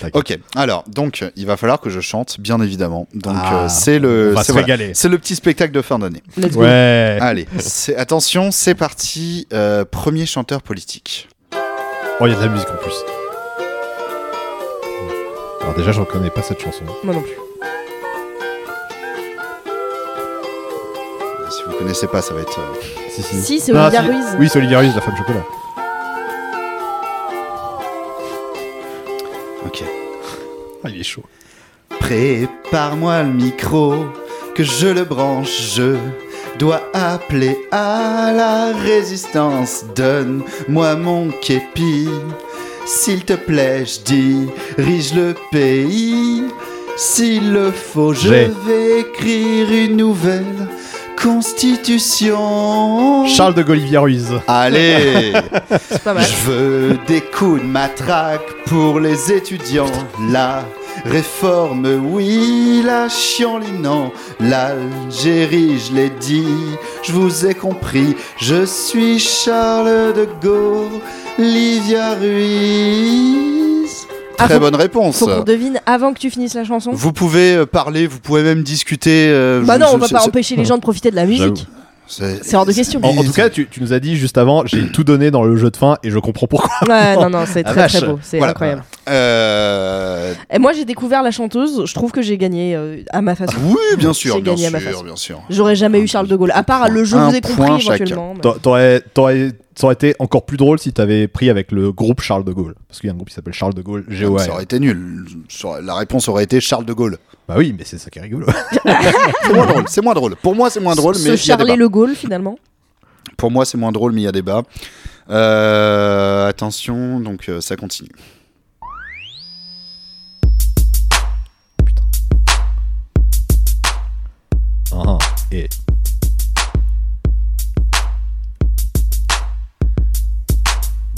[SPEAKER 8] T'inquiète.
[SPEAKER 2] Ok, alors, donc, il va falloir que je chante, bien évidemment. Donc,
[SPEAKER 8] Ah,
[SPEAKER 2] euh, c'est le.
[SPEAKER 8] on va
[SPEAKER 2] c'est
[SPEAKER 8] se
[SPEAKER 2] voilà.
[SPEAKER 8] régaler.
[SPEAKER 2] C'est le petit spectacle de fin d'année.
[SPEAKER 9] Let's go.
[SPEAKER 8] Ouais.
[SPEAKER 2] Allez, c'est- attention, c'est parti. euh, premier chanteur politique.
[SPEAKER 8] Oh, il y a de la musique en plus. Alors déjà, je reconnais pas cette chanson.
[SPEAKER 9] Moi non plus.
[SPEAKER 2] Si vous connaissez pas, ça va être. euh,
[SPEAKER 8] Si,
[SPEAKER 9] Si, c'est
[SPEAKER 8] Ah,
[SPEAKER 9] Olivia
[SPEAKER 8] si.
[SPEAKER 9] Ruiz.
[SPEAKER 8] Oui, c'est Olivia Ruiz, la femme chocolat.
[SPEAKER 2] Ok.
[SPEAKER 8] Ah, il est chaud.
[SPEAKER 2] Prépare-moi le micro, que je le branche, je dois appeler à la résistance. Donne-moi mon képi, s'il te plaît, je dirige le pays. S'il le faut, je
[SPEAKER 8] J'ai.
[SPEAKER 2] vais écrire une nouvelle constitution.
[SPEAKER 8] Charles de Golivier Ruiz.
[SPEAKER 2] Allez
[SPEAKER 9] C'est pas mal.
[SPEAKER 2] Je veux des coups de matraque pour les étudiants. La réforme, oui, la chianlinant. L'Algérie, je l'ai dit, je vous ai compris. Je suis Charles de Gaulle, Livia Ruiz.
[SPEAKER 9] Ah,
[SPEAKER 2] Très
[SPEAKER 9] faut-
[SPEAKER 2] bonne réponse.
[SPEAKER 9] Faut qu'on devine avant que tu finisses la chanson.
[SPEAKER 2] Vous pouvez euh, parler, vous pouvez même discuter. euh,
[SPEAKER 9] Bah
[SPEAKER 2] je-
[SPEAKER 9] non,
[SPEAKER 2] je-
[SPEAKER 9] on va
[SPEAKER 2] c'est-
[SPEAKER 9] pas empêcher les gens de profiter de la musique.
[SPEAKER 2] C'est
[SPEAKER 9] C'est hors de question.
[SPEAKER 8] En, en tout cas, tu, tu nous as dit juste avant, j'ai tout donné dans le jeu de fin et je comprends pourquoi.
[SPEAKER 9] Ouais, non, non, c'est
[SPEAKER 2] Ah,
[SPEAKER 9] très très
[SPEAKER 2] vache.
[SPEAKER 9] beau, c'est
[SPEAKER 2] Voilà.
[SPEAKER 9] incroyable.
[SPEAKER 2] Euh,
[SPEAKER 9] Et moi, j'ai découvert la chanteuse. Je trouve que j'ai gagné euh, à ma façon.
[SPEAKER 2] Oui, bien sûr,
[SPEAKER 9] J'ai
[SPEAKER 2] bien
[SPEAKER 9] gagné à ma
[SPEAKER 2] sûr,
[SPEAKER 9] façon.
[SPEAKER 2] bien sûr.
[SPEAKER 9] J'aurais jamais eu Charles de Gaulle. À part le jeu,
[SPEAKER 2] Un
[SPEAKER 9] vous ai compris
[SPEAKER 2] point chacun.
[SPEAKER 9] éventuellement. mais-
[SPEAKER 8] T'a- T'aurais, t'aurais, ça aurait été encore plus drôle si t'avais pris avec le groupe Charles de Gaulle. Parce qu'il y a un groupe qui s'appelle Charles de Gaulle, GOA.
[SPEAKER 2] Ça aurait été nul. Ça aurait- La réponse aurait été Charles de Gaulle.
[SPEAKER 8] Bah oui, mais c'est ça qui est rigolo.
[SPEAKER 2] C'est moins drôle. C'est moins drôle. Pour moi, c'est moins drôle, mais il
[SPEAKER 9] Se
[SPEAKER 2] y a débat.
[SPEAKER 9] charler le Gaulle finalement.
[SPEAKER 2] Pour moi, c'est moins drôle, mais il y a débat. Euh, attention, donc euh, ça continue.
[SPEAKER 8] Ah, ah. et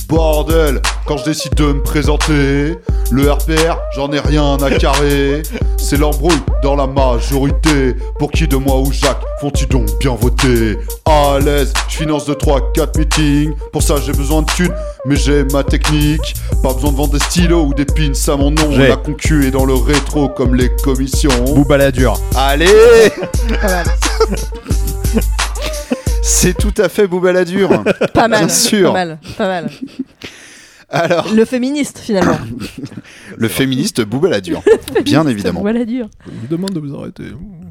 [SPEAKER 2] Bordel, quand je décide de me présenter, le RPR, j'en ai rien à carrer. C'est l'embrouille dans la majorité. Pour qui de moi ou Jacques font-ils donc bien voter À l'aise, je finance de 3-4 meetings. Pour ça, j'ai besoin de thunes, mais j'ai ma technique. Pas besoin de vendre des stylos ou des pins à mon nom.
[SPEAKER 8] J'ai.
[SPEAKER 2] La concu est dans le rétro comme les commissions.
[SPEAKER 8] Booba la dure.
[SPEAKER 2] Allez
[SPEAKER 9] Pas mal.
[SPEAKER 2] C'est tout à fait Boubaladur.
[SPEAKER 9] Pas mal.
[SPEAKER 2] Bien sûr.
[SPEAKER 9] Pas mal. Pas mal.
[SPEAKER 2] Alors,
[SPEAKER 9] Le féministe finalement.
[SPEAKER 2] le féministe Boubaladur, bien évidemment.
[SPEAKER 9] Voilà dur.
[SPEAKER 8] Je vous demande de vous arrêter.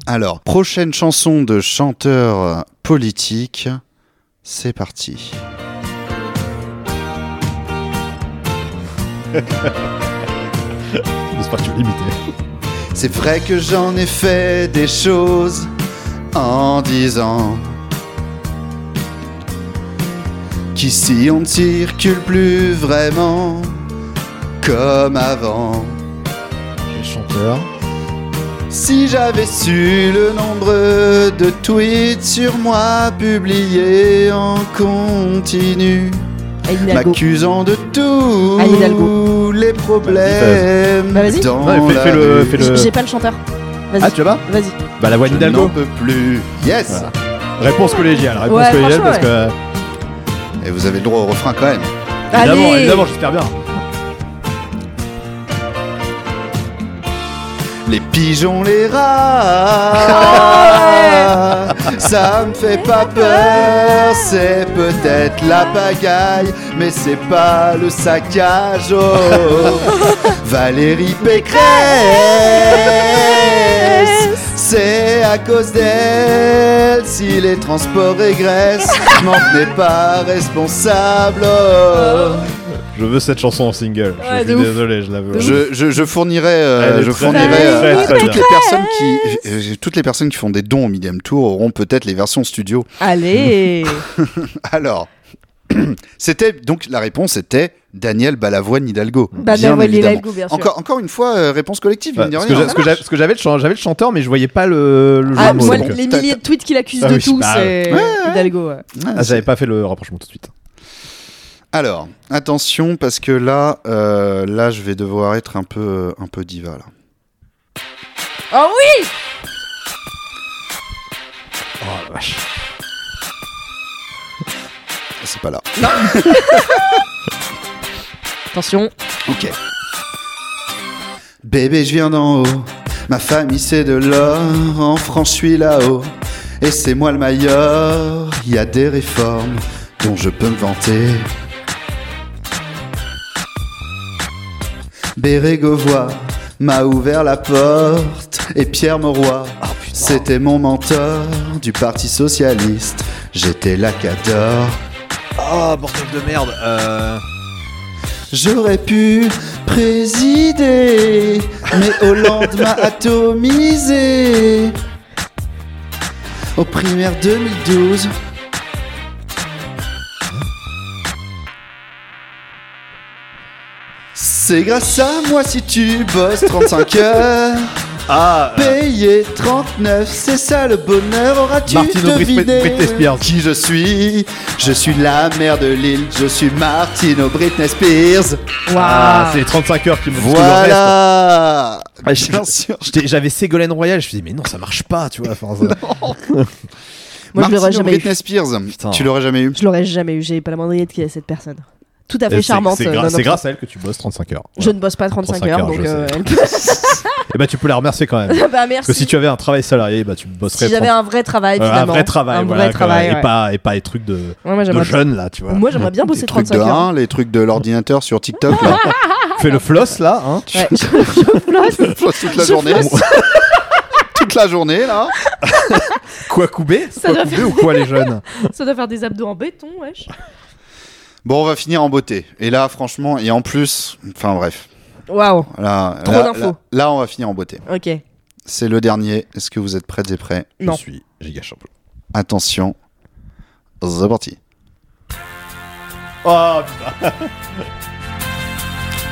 [SPEAKER 2] Alors, prochaine chanson de chanteur euh, politique, c'est parti.
[SPEAKER 8] J'espère que tu vas l'imiter.
[SPEAKER 2] C'est vrai que j'en ai fait des choses en disant qu'ici on ne circule plus vraiment comme avant.
[SPEAKER 8] Les chanteurs.
[SPEAKER 2] Si j'avais su le nombre de tweets sur moi publiés en continu,
[SPEAKER 9] Et Hidalgo.
[SPEAKER 2] m'accusant de
[SPEAKER 9] Ah, Hidalgo.
[SPEAKER 2] tous les problèmes
[SPEAKER 9] Bah, vas-y.
[SPEAKER 2] dans
[SPEAKER 8] Ouais, fais-
[SPEAKER 2] la
[SPEAKER 8] fais le-
[SPEAKER 2] rue.
[SPEAKER 8] fais le-
[SPEAKER 9] J- J'ai pas le chanteur. Vas-y.
[SPEAKER 8] Ah, tu vas
[SPEAKER 9] Vas-y.
[SPEAKER 8] Bah la voix
[SPEAKER 2] Je
[SPEAKER 8] d'Hidalgo.
[SPEAKER 2] n'en peux plus. Yes.
[SPEAKER 8] Voilà. Réponse collégiale. Réponse
[SPEAKER 9] Ouais,
[SPEAKER 8] collégiale parce
[SPEAKER 9] franchement,
[SPEAKER 8] que.
[SPEAKER 2] Et vous avez le droit au refrain quand même.
[SPEAKER 8] Évidemment,
[SPEAKER 9] Allez.
[SPEAKER 8] évidemment, j'espère bien.
[SPEAKER 2] Les pigeons, les rats, ça me fait pas peur. C'est peut-être la pagaille, mais c'est pas le saccage. oh. Valérie Pécresse, c'est à cause d'elle. Si les transports régressent, je m'en tenais pas responsable. oh.
[SPEAKER 8] Je veux cette chanson en single.
[SPEAKER 9] Ouais,
[SPEAKER 8] je
[SPEAKER 9] de
[SPEAKER 8] suis
[SPEAKER 9] ouf.
[SPEAKER 8] désolé, je la veux.
[SPEAKER 2] Je, je, je fournirai, euh,
[SPEAKER 8] Elle est
[SPEAKER 2] je
[SPEAKER 8] très,
[SPEAKER 2] fournirai
[SPEAKER 9] très,
[SPEAKER 2] euh,
[SPEAKER 8] très, très
[SPEAKER 2] toutes les personnes qui, euh, toutes les personnes qui font des dons au Medium Tour auront peut-être les versions studio.
[SPEAKER 9] Allez.
[SPEAKER 2] Alors, c'était donc la réponse était Daniel Balavoine Hidalgo.
[SPEAKER 9] Bah,
[SPEAKER 2] bien
[SPEAKER 9] Daniel
[SPEAKER 2] évidemment.
[SPEAKER 9] Hidalgo, bien sûr.
[SPEAKER 2] Encore, encore une fois, euh, réponse collective.
[SPEAKER 8] Ouais,
[SPEAKER 2] mine de
[SPEAKER 8] parce que
[SPEAKER 2] rien.
[SPEAKER 8] j'a- parce que j'a- parce que j'avais le, chan- j'avais le chanteur, mais je voyais pas le, le jeu
[SPEAKER 9] Ah,
[SPEAKER 8] de mots,
[SPEAKER 9] moi,
[SPEAKER 8] donc, euh,
[SPEAKER 2] bon.
[SPEAKER 9] les milliers de tweets qu'il accuse
[SPEAKER 8] Ah
[SPEAKER 9] de
[SPEAKER 8] oui,
[SPEAKER 9] tout,
[SPEAKER 8] bah,
[SPEAKER 9] c'est Hidalgo. ouais.
[SPEAKER 2] Ouais,
[SPEAKER 8] Ah,
[SPEAKER 2] c'est-
[SPEAKER 8] j'avais pas fait le rapprochement tout de suite.
[SPEAKER 2] Alors, attention parce que là, euh, là, je vais devoir être un peu, euh, un peu diva là. Ah,
[SPEAKER 9] Oh oui
[SPEAKER 8] Oh la vache.
[SPEAKER 2] Ah, C'est pas là.
[SPEAKER 9] Attention.
[SPEAKER 2] Ok. Bébé, je viens d'en haut. Ma famille, c'est de l'or. En France, je suis là-haut. Et c'est moi le maillot. Il y a des réformes dont je peux me vanter. Bérégovois m'a ouvert la porte. Et Pierre Mauroy, c'était mon mentor du Parti Socialiste. J'étais la cador.
[SPEAKER 8] Oh, bordel de merde.
[SPEAKER 2] J'aurais pu
[SPEAKER 10] présidé, mais Hollande m'a atomisé. Aux primaires 2012. C'est grâce à moi si tu bosses 35 heures.
[SPEAKER 2] Ah, euh,
[SPEAKER 10] Payé 39, c'est ça le bonheur. Auras-tu
[SPEAKER 8] Martino Brit-
[SPEAKER 10] deviné
[SPEAKER 8] Britney Spears.
[SPEAKER 10] qui je suis Je suis la mère de l'île, je suis Martino Britney Spears.
[SPEAKER 8] Ah, c'est les 35 heures qui me parce que le reste- Ah,
[SPEAKER 10] Voilà
[SPEAKER 8] je-
[SPEAKER 10] Bien sûr.
[SPEAKER 8] J'étais- J'avais Ségolène Royal, je me suis dit, mais non, ça marche pas, tu vois. enfin, ça-
[SPEAKER 9] Moi, je l'aurais
[SPEAKER 2] Martino
[SPEAKER 9] jamais eu.
[SPEAKER 2] Britney Spears.
[SPEAKER 8] Putain.
[SPEAKER 2] Tu l'aurais jamais eu.
[SPEAKER 9] Je l'aurais jamais eu. J'ai pas la moindre idée de qui est cette personne. Tout à
[SPEAKER 8] Euh,
[SPEAKER 9] fait
[SPEAKER 8] c'est-
[SPEAKER 9] charmante.
[SPEAKER 8] C'est
[SPEAKER 9] euh,
[SPEAKER 8] gra-
[SPEAKER 9] non, non,
[SPEAKER 8] c'est grâce à elle que tu bosses 35 heures.
[SPEAKER 9] Je ne bosse pas 35,
[SPEAKER 8] 35
[SPEAKER 9] heures,
[SPEAKER 8] heures,
[SPEAKER 9] donc.
[SPEAKER 8] je
[SPEAKER 9] euh,
[SPEAKER 8] sais. Et bah, tu peux la remercier quand même.
[SPEAKER 9] bah merci.
[SPEAKER 8] Parce que si tu avais un travail salarié, bah, tu bosserais.
[SPEAKER 9] Si j'avais
[SPEAKER 8] 30
[SPEAKER 9] un vrai travail,
[SPEAKER 8] euh,
[SPEAKER 9] finalement.
[SPEAKER 8] vrai travail,
[SPEAKER 9] Un
[SPEAKER 8] voilà,
[SPEAKER 9] vrai
[SPEAKER 8] quoi,
[SPEAKER 9] travail.
[SPEAKER 8] et,
[SPEAKER 9] ouais.
[SPEAKER 8] pas, et pas les trucs de,
[SPEAKER 9] Ouais, moi,
[SPEAKER 8] de
[SPEAKER 9] j'aimerais-
[SPEAKER 8] jeunes là, tu vois.
[SPEAKER 9] Moi, j'aimerais bien bosser
[SPEAKER 2] Les trucs
[SPEAKER 9] 35
[SPEAKER 2] de
[SPEAKER 9] heures.
[SPEAKER 2] 1, les trucs de l'ordinateur sur TikTok. Là.
[SPEAKER 8] Fais le floss là, hein.
[SPEAKER 9] Ouais, je, je flosse.
[SPEAKER 2] Je flosse toute la
[SPEAKER 9] Je
[SPEAKER 2] journée.
[SPEAKER 9] flosse.
[SPEAKER 2] toute la journée, là.
[SPEAKER 8] Quoi couper Quoi
[SPEAKER 9] Ça doit
[SPEAKER 8] couper ou quoi les jeunes
[SPEAKER 9] Ça doit faire des abdos en béton, wesh.
[SPEAKER 2] Bon, on va finir en beauté. Et là, franchement, et en plus, enfin bref.
[SPEAKER 9] Waouh,
[SPEAKER 2] Là,
[SPEAKER 9] Trop
[SPEAKER 2] là-
[SPEAKER 9] d'infos.
[SPEAKER 2] là- là, on va finir en beauté.
[SPEAKER 9] ok.
[SPEAKER 2] C'est le dernier. Est-ce que vous êtes prêts et prêts
[SPEAKER 9] Non.
[SPEAKER 8] Je suis giga champion.
[SPEAKER 2] Attention. C'est parti.
[SPEAKER 8] Oh putain.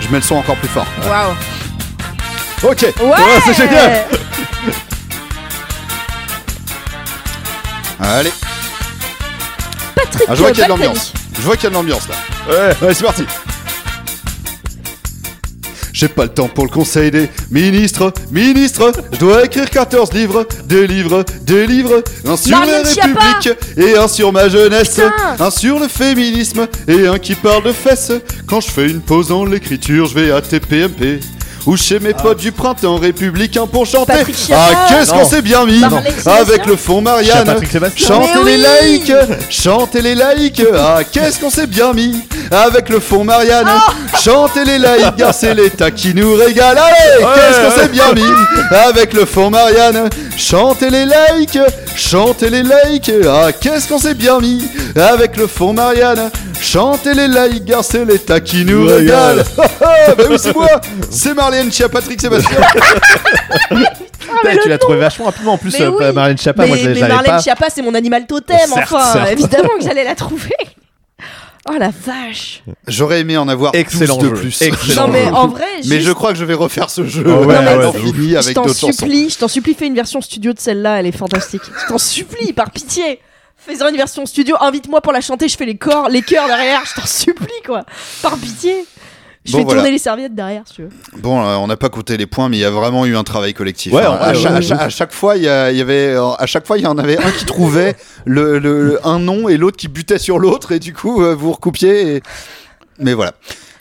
[SPEAKER 2] Je mets le son encore plus fort.
[SPEAKER 9] Waouh.
[SPEAKER 8] Ok.
[SPEAKER 9] Ouais,
[SPEAKER 8] Ouais, c'est génial.
[SPEAKER 2] Allez.
[SPEAKER 9] Patrick
[SPEAKER 2] Ah, je vois qu'il y a de
[SPEAKER 9] Balkany.
[SPEAKER 2] l'ambiance. Je vois qu'il y a de l'ambiance, là.
[SPEAKER 8] Ouais.
[SPEAKER 2] Allez, c'est parti. J'ai pas le temps pour le conseil des ministres, ministres. Je dois écrire 14 livres, des livres, des livres. Un sur la
[SPEAKER 9] Marianne Schiappa.
[SPEAKER 2] République et un sur ma jeunesse.
[SPEAKER 9] Putain.
[SPEAKER 2] Un sur le féminisme et un qui parle de fesses. Quand je fais une pause dans l'écriture, je vais à TPMP. Ou chez mes potes du printemps républicain pour chanter.
[SPEAKER 9] Ah. Patrick Schiappa.
[SPEAKER 2] ah, qu'est-ce
[SPEAKER 8] Non.
[SPEAKER 2] qu'on s'est bien mis
[SPEAKER 9] Marlène Schiappa.
[SPEAKER 2] avec le fond
[SPEAKER 8] Chat
[SPEAKER 2] Marianne.
[SPEAKER 8] Patrick Sébastien.
[SPEAKER 2] Chantez
[SPEAKER 9] Mais
[SPEAKER 2] les
[SPEAKER 9] oui
[SPEAKER 2] laïcs, chantez les laïcs, ah qu'est-ce qu'on s'est bien mis avec le fond Marianne.
[SPEAKER 9] Ah.
[SPEAKER 2] Chantez les laïcs, car c'est l'État qui nous régale. Allez, qu'est-ce qu'on s'est bien mis avec le fond Marianne. Chantez les laïcs, chantez les laïcs, ah qu'est-ce qu'on s'est bien mis avec le fond Marianne. Chantez les laïcs, car c'est l'État qui nous
[SPEAKER 8] Nous
[SPEAKER 2] régale. Ah, bah oui, c'est moi, c'est Marlène Chia Patrick Sébastien.
[SPEAKER 8] Putain, tu l'as trouvé vachement rapidement en plus
[SPEAKER 9] Mais
[SPEAKER 8] euh,
[SPEAKER 9] oui.
[SPEAKER 8] Marlène Schiappa,
[SPEAKER 9] mais,
[SPEAKER 8] moi je
[SPEAKER 9] mais
[SPEAKER 8] l'avais
[SPEAKER 9] Marlène
[SPEAKER 8] pas.
[SPEAKER 9] Schiappa, c'est mon animal totem,
[SPEAKER 8] Certes,
[SPEAKER 9] enfin.
[SPEAKER 8] certes.
[SPEAKER 9] Évidemment que j'allais la trouver. Oh la vache.
[SPEAKER 2] J'aurais aimé en avoir
[SPEAKER 8] Excellent
[SPEAKER 2] 12 de
[SPEAKER 8] jeu.
[SPEAKER 2] plus.
[SPEAKER 8] Excellent
[SPEAKER 9] Non mais
[SPEAKER 8] jeu.
[SPEAKER 9] en vrai,
[SPEAKER 2] Mais
[SPEAKER 9] juste-
[SPEAKER 2] je crois que je vais refaire ce jeu.
[SPEAKER 8] Ah ouais,
[SPEAKER 2] euh,
[SPEAKER 8] ouais,
[SPEAKER 2] d'en
[SPEAKER 8] de
[SPEAKER 2] finir
[SPEAKER 9] je
[SPEAKER 2] avec
[SPEAKER 9] t'en
[SPEAKER 2] d'autres chansons.
[SPEAKER 9] supplie, je t'en supplie, fais une version studio de celle-là, elle est fantastique. je t'en supplie, par pitié. Fais-en une version studio, invite-moi pour la chanter, je fais les corps, les chœurs derrière, je t'en supplie quoi. Par pitié. Je
[SPEAKER 2] Bon,
[SPEAKER 9] fais
[SPEAKER 2] voilà.
[SPEAKER 9] tourner les serviettes derrière, si tu veux.
[SPEAKER 2] Bon, euh, on n'a pas compté les points, mais il y a vraiment eu un travail collectif.
[SPEAKER 8] Ouais,
[SPEAKER 2] hein.
[SPEAKER 8] ouais,
[SPEAKER 2] à, cha-
[SPEAKER 8] ouais,
[SPEAKER 2] à cha-
[SPEAKER 8] ouais.
[SPEAKER 2] à chaque fois, il y, a- il y avait, euh, à chaque fois, il y en avait un qui trouvait le, le- un nom et l'autre qui butait sur l'autre, et du coup, euh, vous recoupiez. et- Mais voilà.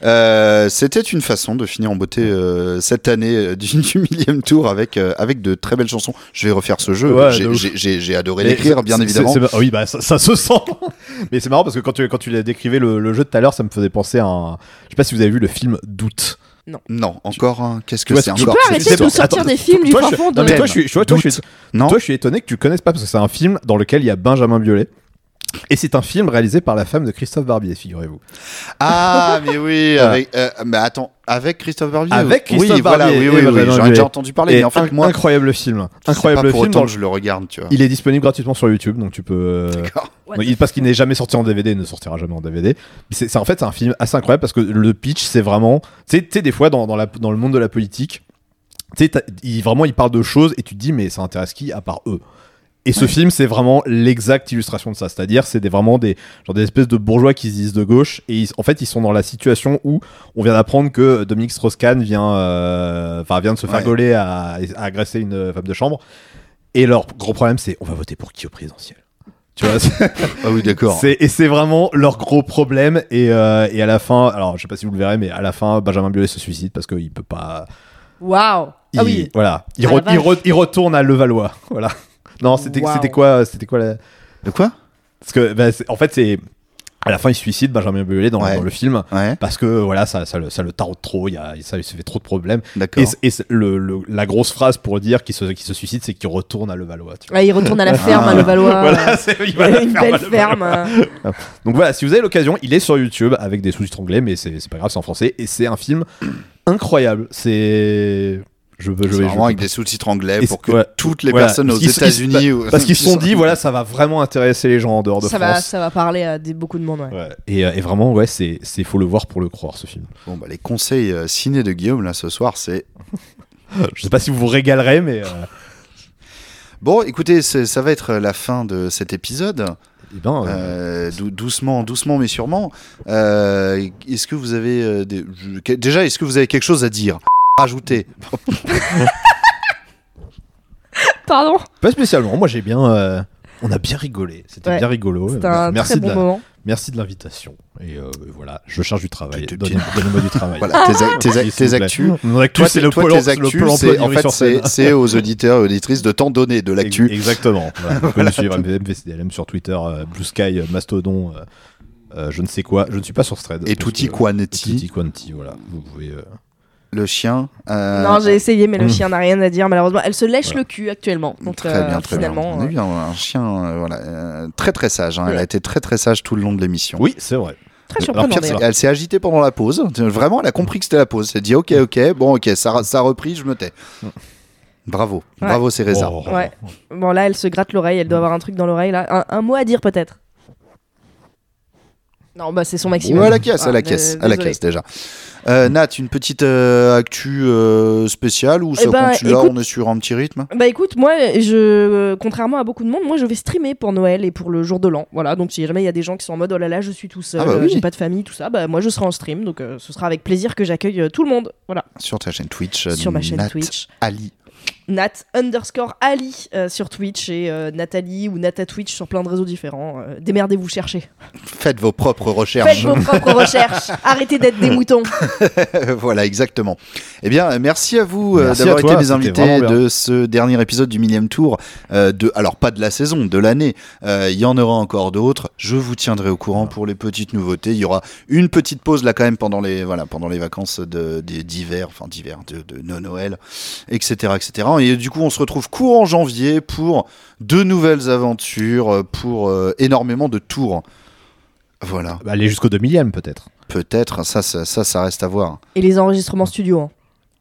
[SPEAKER 2] Euh, C'était une façon de finir en beauté euh, cette année euh, du, du millième tour avec euh, avec de très belles chansons. Je vais refaire ce jeu.
[SPEAKER 8] Ouais, de
[SPEAKER 2] J'ai-
[SPEAKER 8] ouf.
[SPEAKER 2] j'ai- J'ai j'ai adoré
[SPEAKER 8] Mais
[SPEAKER 2] l'écrire,
[SPEAKER 8] c'est-
[SPEAKER 2] bien
[SPEAKER 8] c'est-
[SPEAKER 2] évidemment.
[SPEAKER 8] c'est- c'est- oui, bah ça, ça se sent. Mais c'est marrant parce que quand tu, quand tu la décrivais le, le jeu de tout à l'heure, ça me faisait penser à un. Je sais pas si vous avez vu le film Doute.
[SPEAKER 2] Non, encore. un- Qu'est-ce
[SPEAKER 8] Tu
[SPEAKER 2] que
[SPEAKER 8] vois,
[SPEAKER 2] c'est
[SPEAKER 8] tu
[SPEAKER 9] Tu
[SPEAKER 8] Bon,
[SPEAKER 9] peux
[SPEAKER 2] encore cette
[SPEAKER 9] arrêter de
[SPEAKER 8] c'est-
[SPEAKER 9] nous
[SPEAKER 2] histoire
[SPEAKER 8] attends,
[SPEAKER 9] sortir des films du
[SPEAKER 8] Toi,
[SPEAKER 9] fin
[SPEAKER 8] je-
[SPEAKER 9] fond de.
[SPEAKER 8] non, mais toi, je suis, toi, toi, je suis,
[SPEAKER 2] Non.
[SPEAKER 8] toi, je suis étonné que tu connaisses pas parce que c'est un film dans lequel il y a Benjamin Biolay. Et c'est un film réalisé par la femme de Christophe Barbier, figurez-vous.
[SPEAKER 2] Ah, mais oui,
[SPEAKER 8] Voilà.
[SPEAKER 2] avec, euh, mais attends, avec Christophe Barbier.
[SPEAKER 8] Avec Christophe
[SPEAKER 2] oui, voilà,
[SPEAKER 8] Barbier Eh
[SPEAKER 2] oui,
[SPEAKER 8] et
[SPEAKER 2] oui, oui,
[SPEAKER 8] Benjamin
[SPEAKER 2] j'en ai
[SPEAKER 8] Biolay.
[SPEAKER 2] déjà entendu parler,
[SPEAKER 8] Et
[SPEAKER 2] mais Ah, en fait,
[SPEAKER 8] inc-
[SPEAKER 2] moi,
[SPEAKER 8] incroyable film.
[SPEAKER 2] c'est
[SPEAKER 8] Incroyable
[SPEAKER 2] pas pour
[SPEAKER 8] film.
[SPEAKER 2] autant
[SPEAKER 8] dans
[SPEAKER 2] que je le regarde, tu vois.
[SPEAKER 8] le- Il est disponible gratuitement sur YouTube, donc tu peux. euh,
[SPEAKER 2] D'accord.
[SPEAKER 9] What
[SPEAKER 8] Non,
[SPEAKER 9] the
[SPEAKER 8] il- parce qu'il n'est jamais sorti en DVD, il ne sortira jamais en DVD. Mais C'est c'est- en fait c'est un film assez incroyable parce que le pitch c'est vraiment, tu sais- tu sais des fois dans, dans la- dans le monde de la politique, tu sais, t'as- il, vraiment ils parlent de choses et tu te dis mais ça intéresse qui à part eux. Et ce film c'est vraiment l'exacte illustration de ça, c'est-à-dire c'est des, vraiment des genre des espèces de bourgeois qui se disent de gauche et ils- en fait ils sont dans la situation où on vient d'apprendre que Dominique Strauss-Kahn vient, euh, enfin, vient de se faire
[SPEAKER 2] Ouais.
[SPEAKER 8] gauler à, à agresser une euh, femme de chambre. Et leur gros problème, c'est on va voter pour qui au présidentiel Tu vois, c'est-
[SPEAKER 2] Ah oui, d'accord.
[SPEAKER 8] c'est- et c'est vraiment leur gros problème. Et, euh, et à la fin, alors je sais pas si vous le verrez, mais à la fin, Benjamin Biolay se suicide parce qu'il peut pas.
[SPEAKER 9] Waouh.
[SPEAKER 8] Il,
[SPEAKER 9] Ah oui.
[SPEAKER 8] Voilà. Il,
[SPEAKER 9] Ah,
[SPEAKER 8] re-
[SPEAKER 9] la
[SPEAKER 8] il, re- il retourne à Levallois. Voilà. Non, c'était
[SPEAKER 9] Waouh.
[SPEAKER 8] c'était quoi C'était quoi la-
[SPEAKER 2] De quoi
[SPEAKER 8] Parce que bah, c'est- en fait, c'est à la fin, il se suicide Benjamin Biolay dans,
[SPEAKER 2] Ouais.
[SPEAKER 8] dans le film.
[SPEAKER 2] Ouais,
[SPEAKER 8] Parce que voilà, ça, ça, le, ça le taraude trop, il y a, ça, il se fait trop de problèmes.
[SPEAKER 2] d'accord.
[SPEAKER 8] Et, c'est- et c'est- le, le- la grosse phrase pour dire qu'il se, qu'il se suicide, c'est qu'il retourne à Levallois. Tu vois.
[SPEAKER 9] Ouais, Ah, il retourne à la ferme hein, à Levallois.
[SPEAKER 8] Voilà, c'est- il va la
[SPEAKER 9] Une
[SPEAKER 8] faire à
[SPEAKER 9] belle
[SPEAKER 8] Levallois.
[SPEAKER 9] ferme. hein.
[SPEAKER 8] Donc voilà, si vous avez l'occasion, il est sur YouTube avec des sous-titres anglais, mais c'est c'est pas grave, c'est en français. Et c'est un film incroyable. C'est. Je veux. Je
[SPEAKER 2] C'est
[SPEAKER 8] vais.
[SPEAKER 2] vraiment
[SPEAKER 8] je-
[SPEAKER 2] avec des sous-titres anglais
[SPEAKER 8] Et
[SPEAKER 2] pour
[SPEAKER 8] c'est-
[SPEAKER 2] que
[SPEAKER 8] ouais.
[SPEAKER 2] toutes les
[SPEAKER 8] Voilà.
[SPEAKER 2] personnes aux
[SPEAKER 8] Ils- ils-
[SPEAKER 2] États-Unis. ou-
[SPEAKER 8] Parce qu'ils se sont dit, voilà, ça va vraiment intéresser les gens en dehors de
[SPEAKER 9] ça, va,
[SPEAKER 8] France.
[SPEAKER 9] ça va parler à des- beaucoup de monde. ouais.
[SPEAKER 8] Ouais. Et, euh, et vraiment, ouais, c'est, c'est faut le voir pour le croire ce film.
[SPEAKER 2] Bon, bah, les conseils euh, ciné de Guillaume là ce soir, c'est
[SPEAKER 8] Je sais pas si vous vous régalerez, mais euh,
[SPEAKER 2] bon. Écoutez, c'est- ça va être la fin de cet épisode.
[SPEAKER 8] eh ben, euh,
[SPEAKER 2] Euh, dou- doucement, doucement mais sûrement. Euh, est-ce que vous avez euh, des- je- que- déjà, est-ce que vous avez quelque chose à dire, rajouter
[SPEAKER 9] Pardon
[SPEAKER 8] pas spécialement. Moi, j'ai bien. euh, on a bien rigolé. C'était
[SPEAKER 9] Ouais.
[SPEAKER 8] bien rigolo.
[SPEAKER 9] C'était
[SPEAKER 8] Euh,
[SPEAKER 9] un
[SPEAKER 8] merci
[SPEAKER 9] très
[SPEAKER 8] de
[SPEAKER 9] bon
[SPEAKER 8] la-
[SPEAKER 9] moment.
[SPEAKER 8] Merci de l'invitation. Et euh, voilà, je charge du travail.
[SPEAKER 2] T'es- t'es
[SPEAKER 8] Donnez- Donnez-moi du travail.
[SPEAKER 2] Voilà, tes, a- tes a-
[SPEAKER 8] S'il vous
[SPEAKER 2] tes
[SPEAKER 8] plaît.
[SPEAKER 2] actus.
[SPEAKER 8] Mon actu,
[SPEAKER 2] Toi,
[SPEAKER 8] c'est
[SPEAKER 2] t'es-
[SPEAKER 8] le
[SPEAKER 2] toi,
[SPEAKER 8] pôle
[SPEAKER 2] tes actus, c'est- en fait, c'est- c'est aux auditeurs et auditrices de t'en donner de l'actu.
[SPEAKER 8] Exactement. Voilà. Vous pouvez me suivre MVCDLM sur Twitter, euh, Blue Sky, euh, Mastodon, euh, euh, je ne sais quoi. Je ne suis pas sur Thread.
[SPEAKER 2] Et
[SPEAKER 8] parce
[SPEAKER 2] Tutti
[SPEAKER 8] que- euh,
[SPEAKER 2] Quanti,
[SPEAKER 8] Tutti Quanti, voilà. Vous pouvez. euh,
[SPEAKER 2] le chien. euh,
[SPEAKER 9] non, j'ai essayé, mais le
[SPEAKER 8] Mm.
[SPEAKER 9] chien n'a rien à dire, malheureusement. Elle se lèche
[SPEAKER 8] Voilà.
[SPEAKER 9] le cul actuellement. Donc,
[SPEAKER 2] très
[SPEAKER 9] euh,
[SPEAKER 2] bien, très bien.
[SPEAKER 9] finalement,
[SPEAKER 2] On a eu un, un chien euh, voilà, euh, très très sage. hein. Elle a été très très sage tout le long de l'émission.
[SPEAKER 8] Oui, c'est vrai.
[SPEAKER 9] euh, très
[SPEAKER 8] Alors,
[SPEAKER 9] surprenant.
[SPEAKER 8] pire,
[SPEAKER 2] C'est-
[SPEAKER 9] d'ailleurs.
[SPEAKER 2] Elle s'est agitée pendant la pause. Vraiment, elle a compris que c'était la pause. Elle s'est dit Ok, ok, bon, ok, ça, ça a repris, je me tais. Bravo,
[SPEAKER 9] Ouais.
[SPEAKER 2] bravo, c'est Reza.
[SPEAKER 8] Oh.
[SPEAKER 9] Ouais. Bon, là, elle se gratte l'oreille. Elle doit avoir un truc dans l'oreille. là. Un, un mot à dire, peut-être Non, bah, c'est son maximum.
[SPEAKER 2] Ouais, à la caisse, à
[SPEAKER 9] Ah,
[SPEAKER 2] la
[SPEAKER 9] euh,
[SPEAKER 2] caisse, à la
[SPEAKER 9] désolé.
[SPEAKER 2] caisse déjà. Euh, Nat, une petite euh, actu euh, spéciale ou ça
[SPEAKER 9] ben,
[SPEAKER 2] continue là
[SPEAKER 9] écoute-
[SPEAKER 2] On est sur un petit rythme
[SPEAKER 9] Bah écoute, moi, je, euh, contrairement à beaucoup de monde, moi je vais streamer pour Noël et pour le jour de l'an. Voilà, donc si jamais il y a des gens qui sont en mode oh là là, je suis tout seul,
[SPEAKER 2] Ah bah
[SPEAKER 9] euh,
[SPEAKER 2] oui.
[SPEAKER 9] j'ai pas de famille, tout ça, bah moi je serai en stream, donc euh, ce sera avec plaisir que j'accueille euh, tout le monde. Voilà,
[SPEAKER 2] sur ta chaîne Twitch. euh,
[SPEAKER 9] sur ma chaîne
[SPEAKER 2] Nat
[SPEAKER 9] Twitch.
[SPEAKER 2] Ali.
[SPEAKER 9] Nat underscore Ali euh, sur Twitch et euh, Nathalie ou Nata Twitch sur plein de réseaux différents. Euh, Démerdez-vous, cherchez.
[SPEAKER 2] Faites vos propres
[SPEAKER 9] Faites
[SPEAKER 2] recherches.
[SPEAKER 9] vos propres recherches. Arrêtez d'être des moutons.
[SPEAKER 2] voilà, exactement. Eh bien, merci à vous euh,
[SPEAKER 8] Merci
[SPEAKER 2] d'avoir
[SPEAKER 8] à toi,
[SPEAKER 2] été mes
[SPEAKER 8] c'était
[SPEAKER 2] invités
[SPEAKER 8] vraiment bien.
[SPEAKER 2] de ce dernier épisode du millième tour. euh, de, alors, pas de la saison, de l'année. Euh, Il y en aura encore d'autres. Je vous tiendrai au courant pour les petites nouveautés. Il y aura une petite pause là quand même pendant les, voilà, pendant les vacances de- des- d'hiver, enfin d'hiver, de, de Noël, etc., etc. Et du coup, on se retrouve courant janvier pour de nouvelles aventures, euh, pour euh, énormément de tours. Voilà,
[SPEAKER 8] Bah, Allez jusqu'au 2000 e peut-être.
[SPEAKER 2] peut-être, ça, ça, ça, ça reste à voir.
[SPEAKER 9] Et les enregistrements studio. hein.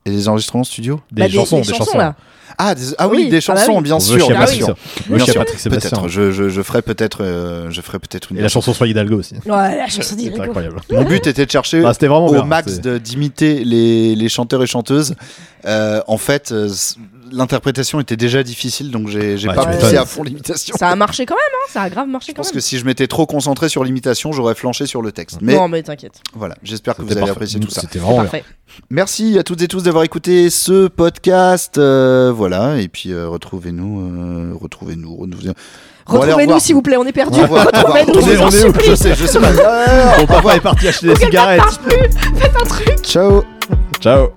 [SPEAKER 2] Et les enregistrements studio
[SPEAKER 8] Des
[SPEAKER 9] Bah,
[SPEAKER 8] chansons, des, chansons.
[SPEAKER 9] là.
[SPEAKER 2] Ah, des- ah oui,
[SPEAKER 9] Oui,
[SPEAKER 2] des
[SPEAKER 9] ah bah
[SPEAKER 2] chansons,
[SPEAKER 9] oui.
[SPEAKER 2] bien
[SPEAKER 8] On veut
[SPEAKER 2] sûr.
[SPEAKER 8] chez
[SPEAKER 2] Bien
[SPEAKER 9] Patrick
[SPEAKER 2] sûr.
[SPEAKER 8] Sébastien. On veut
[SPEAKER 2] Bien
[SPEAKER 8] chez
[SPEAKER 2] sûr.
[SPEAKER 8] Patrick Sébastien. hein.
[SPEAKER 2] Peut-être, euh, je, je, je ferai peut-être euh, je ferai peut-être une
[SPEAKER 8] Et la chanson sur Hidalgo aussi.
[SPEAKER 9] Ouais, la chanson
[SPEAKER 8] C'est
[SPEAKER 9] d'Hydrico.
[SPEAKER 8] incroyable.
[SPEAKER 2] Mon but était de chercher
[SPEAKER 8] Bah, c'était vraiment
[SPEAKER 2] au
[SPEAKER 8] bien,
[SPEAKER 2] max
[SPEAKER 8] c'est-
[SPEAKER 2] de- d'imiter les, les chanteurs et chanteuses. Euh, en fait, euh, c- l'interprétation était déjà difficile, donc j'ai j'ai
[SPEAKER 8] Ouais,
[SPEAKER 2] pas
[SPEAKER 8] tu
[SPEAKER 2] poussé
[SPEAKER 8] m'étonnes.
[SPEAKER 2] à fond l'imitation.
[SPEAKER 9] Ça a marché quand même, hein. Ça a grave marché
[SPEAKER 2] Je
[SPEAKER 9] quand
[SPEAKER 2] pense que
[SPEAKER 9] même.
[SPEAKER 2] si je m'étais trop concentré sur l'imitation, j'aurais flanché sur le texte. Mais
[SPEAKER 9] Non, mais t'inquiète.
[SPEAKER 2] voilà, j'espère que vous
[SPEAKER 8] Mm. C'était
[SPEAKER 2] avez
[SPEAKER 8] parfait.
[SPEAKER 2] apprécié tout ça.
[SPEAKER 8] C'était vraiment bien.
[SPEAKER 9] Parfait.
[SPEAKER 2] Merci à toutes et tous d'avoir écouté ce podcast. euh, voilà, et puis euh, retrouvez-nous, euh, retrouvez-nous, retrouvez-nous. Bon, allez, au
[SPEAKER 9] Retrouvez-nous
[SPEAKER 2] revoir.
[SPEAKER 9] s'il vous plaît, on est perdus.
[SPEAKER 2] Au revoir, au revoir.
[SPEAKER 9] Retrouvez-nous,
[SPEAKER 2] On est-
[SPEAKER 9] je vous en
[SPEAKER 2] on est où
[SPEAKER 9] supplie.
[SPEAKER 2] Je sais, je sais pas.
[SPEAKER 8] Mon papa est parti acheter des
[SPEAKER 9] Google Maps
[SPEAKER 8] cigarettes.
[SPEAKER 9] marche plus. Faites un truc.
[SPEAKER 2] Ciao.
[SPEAKER 8] Ciao.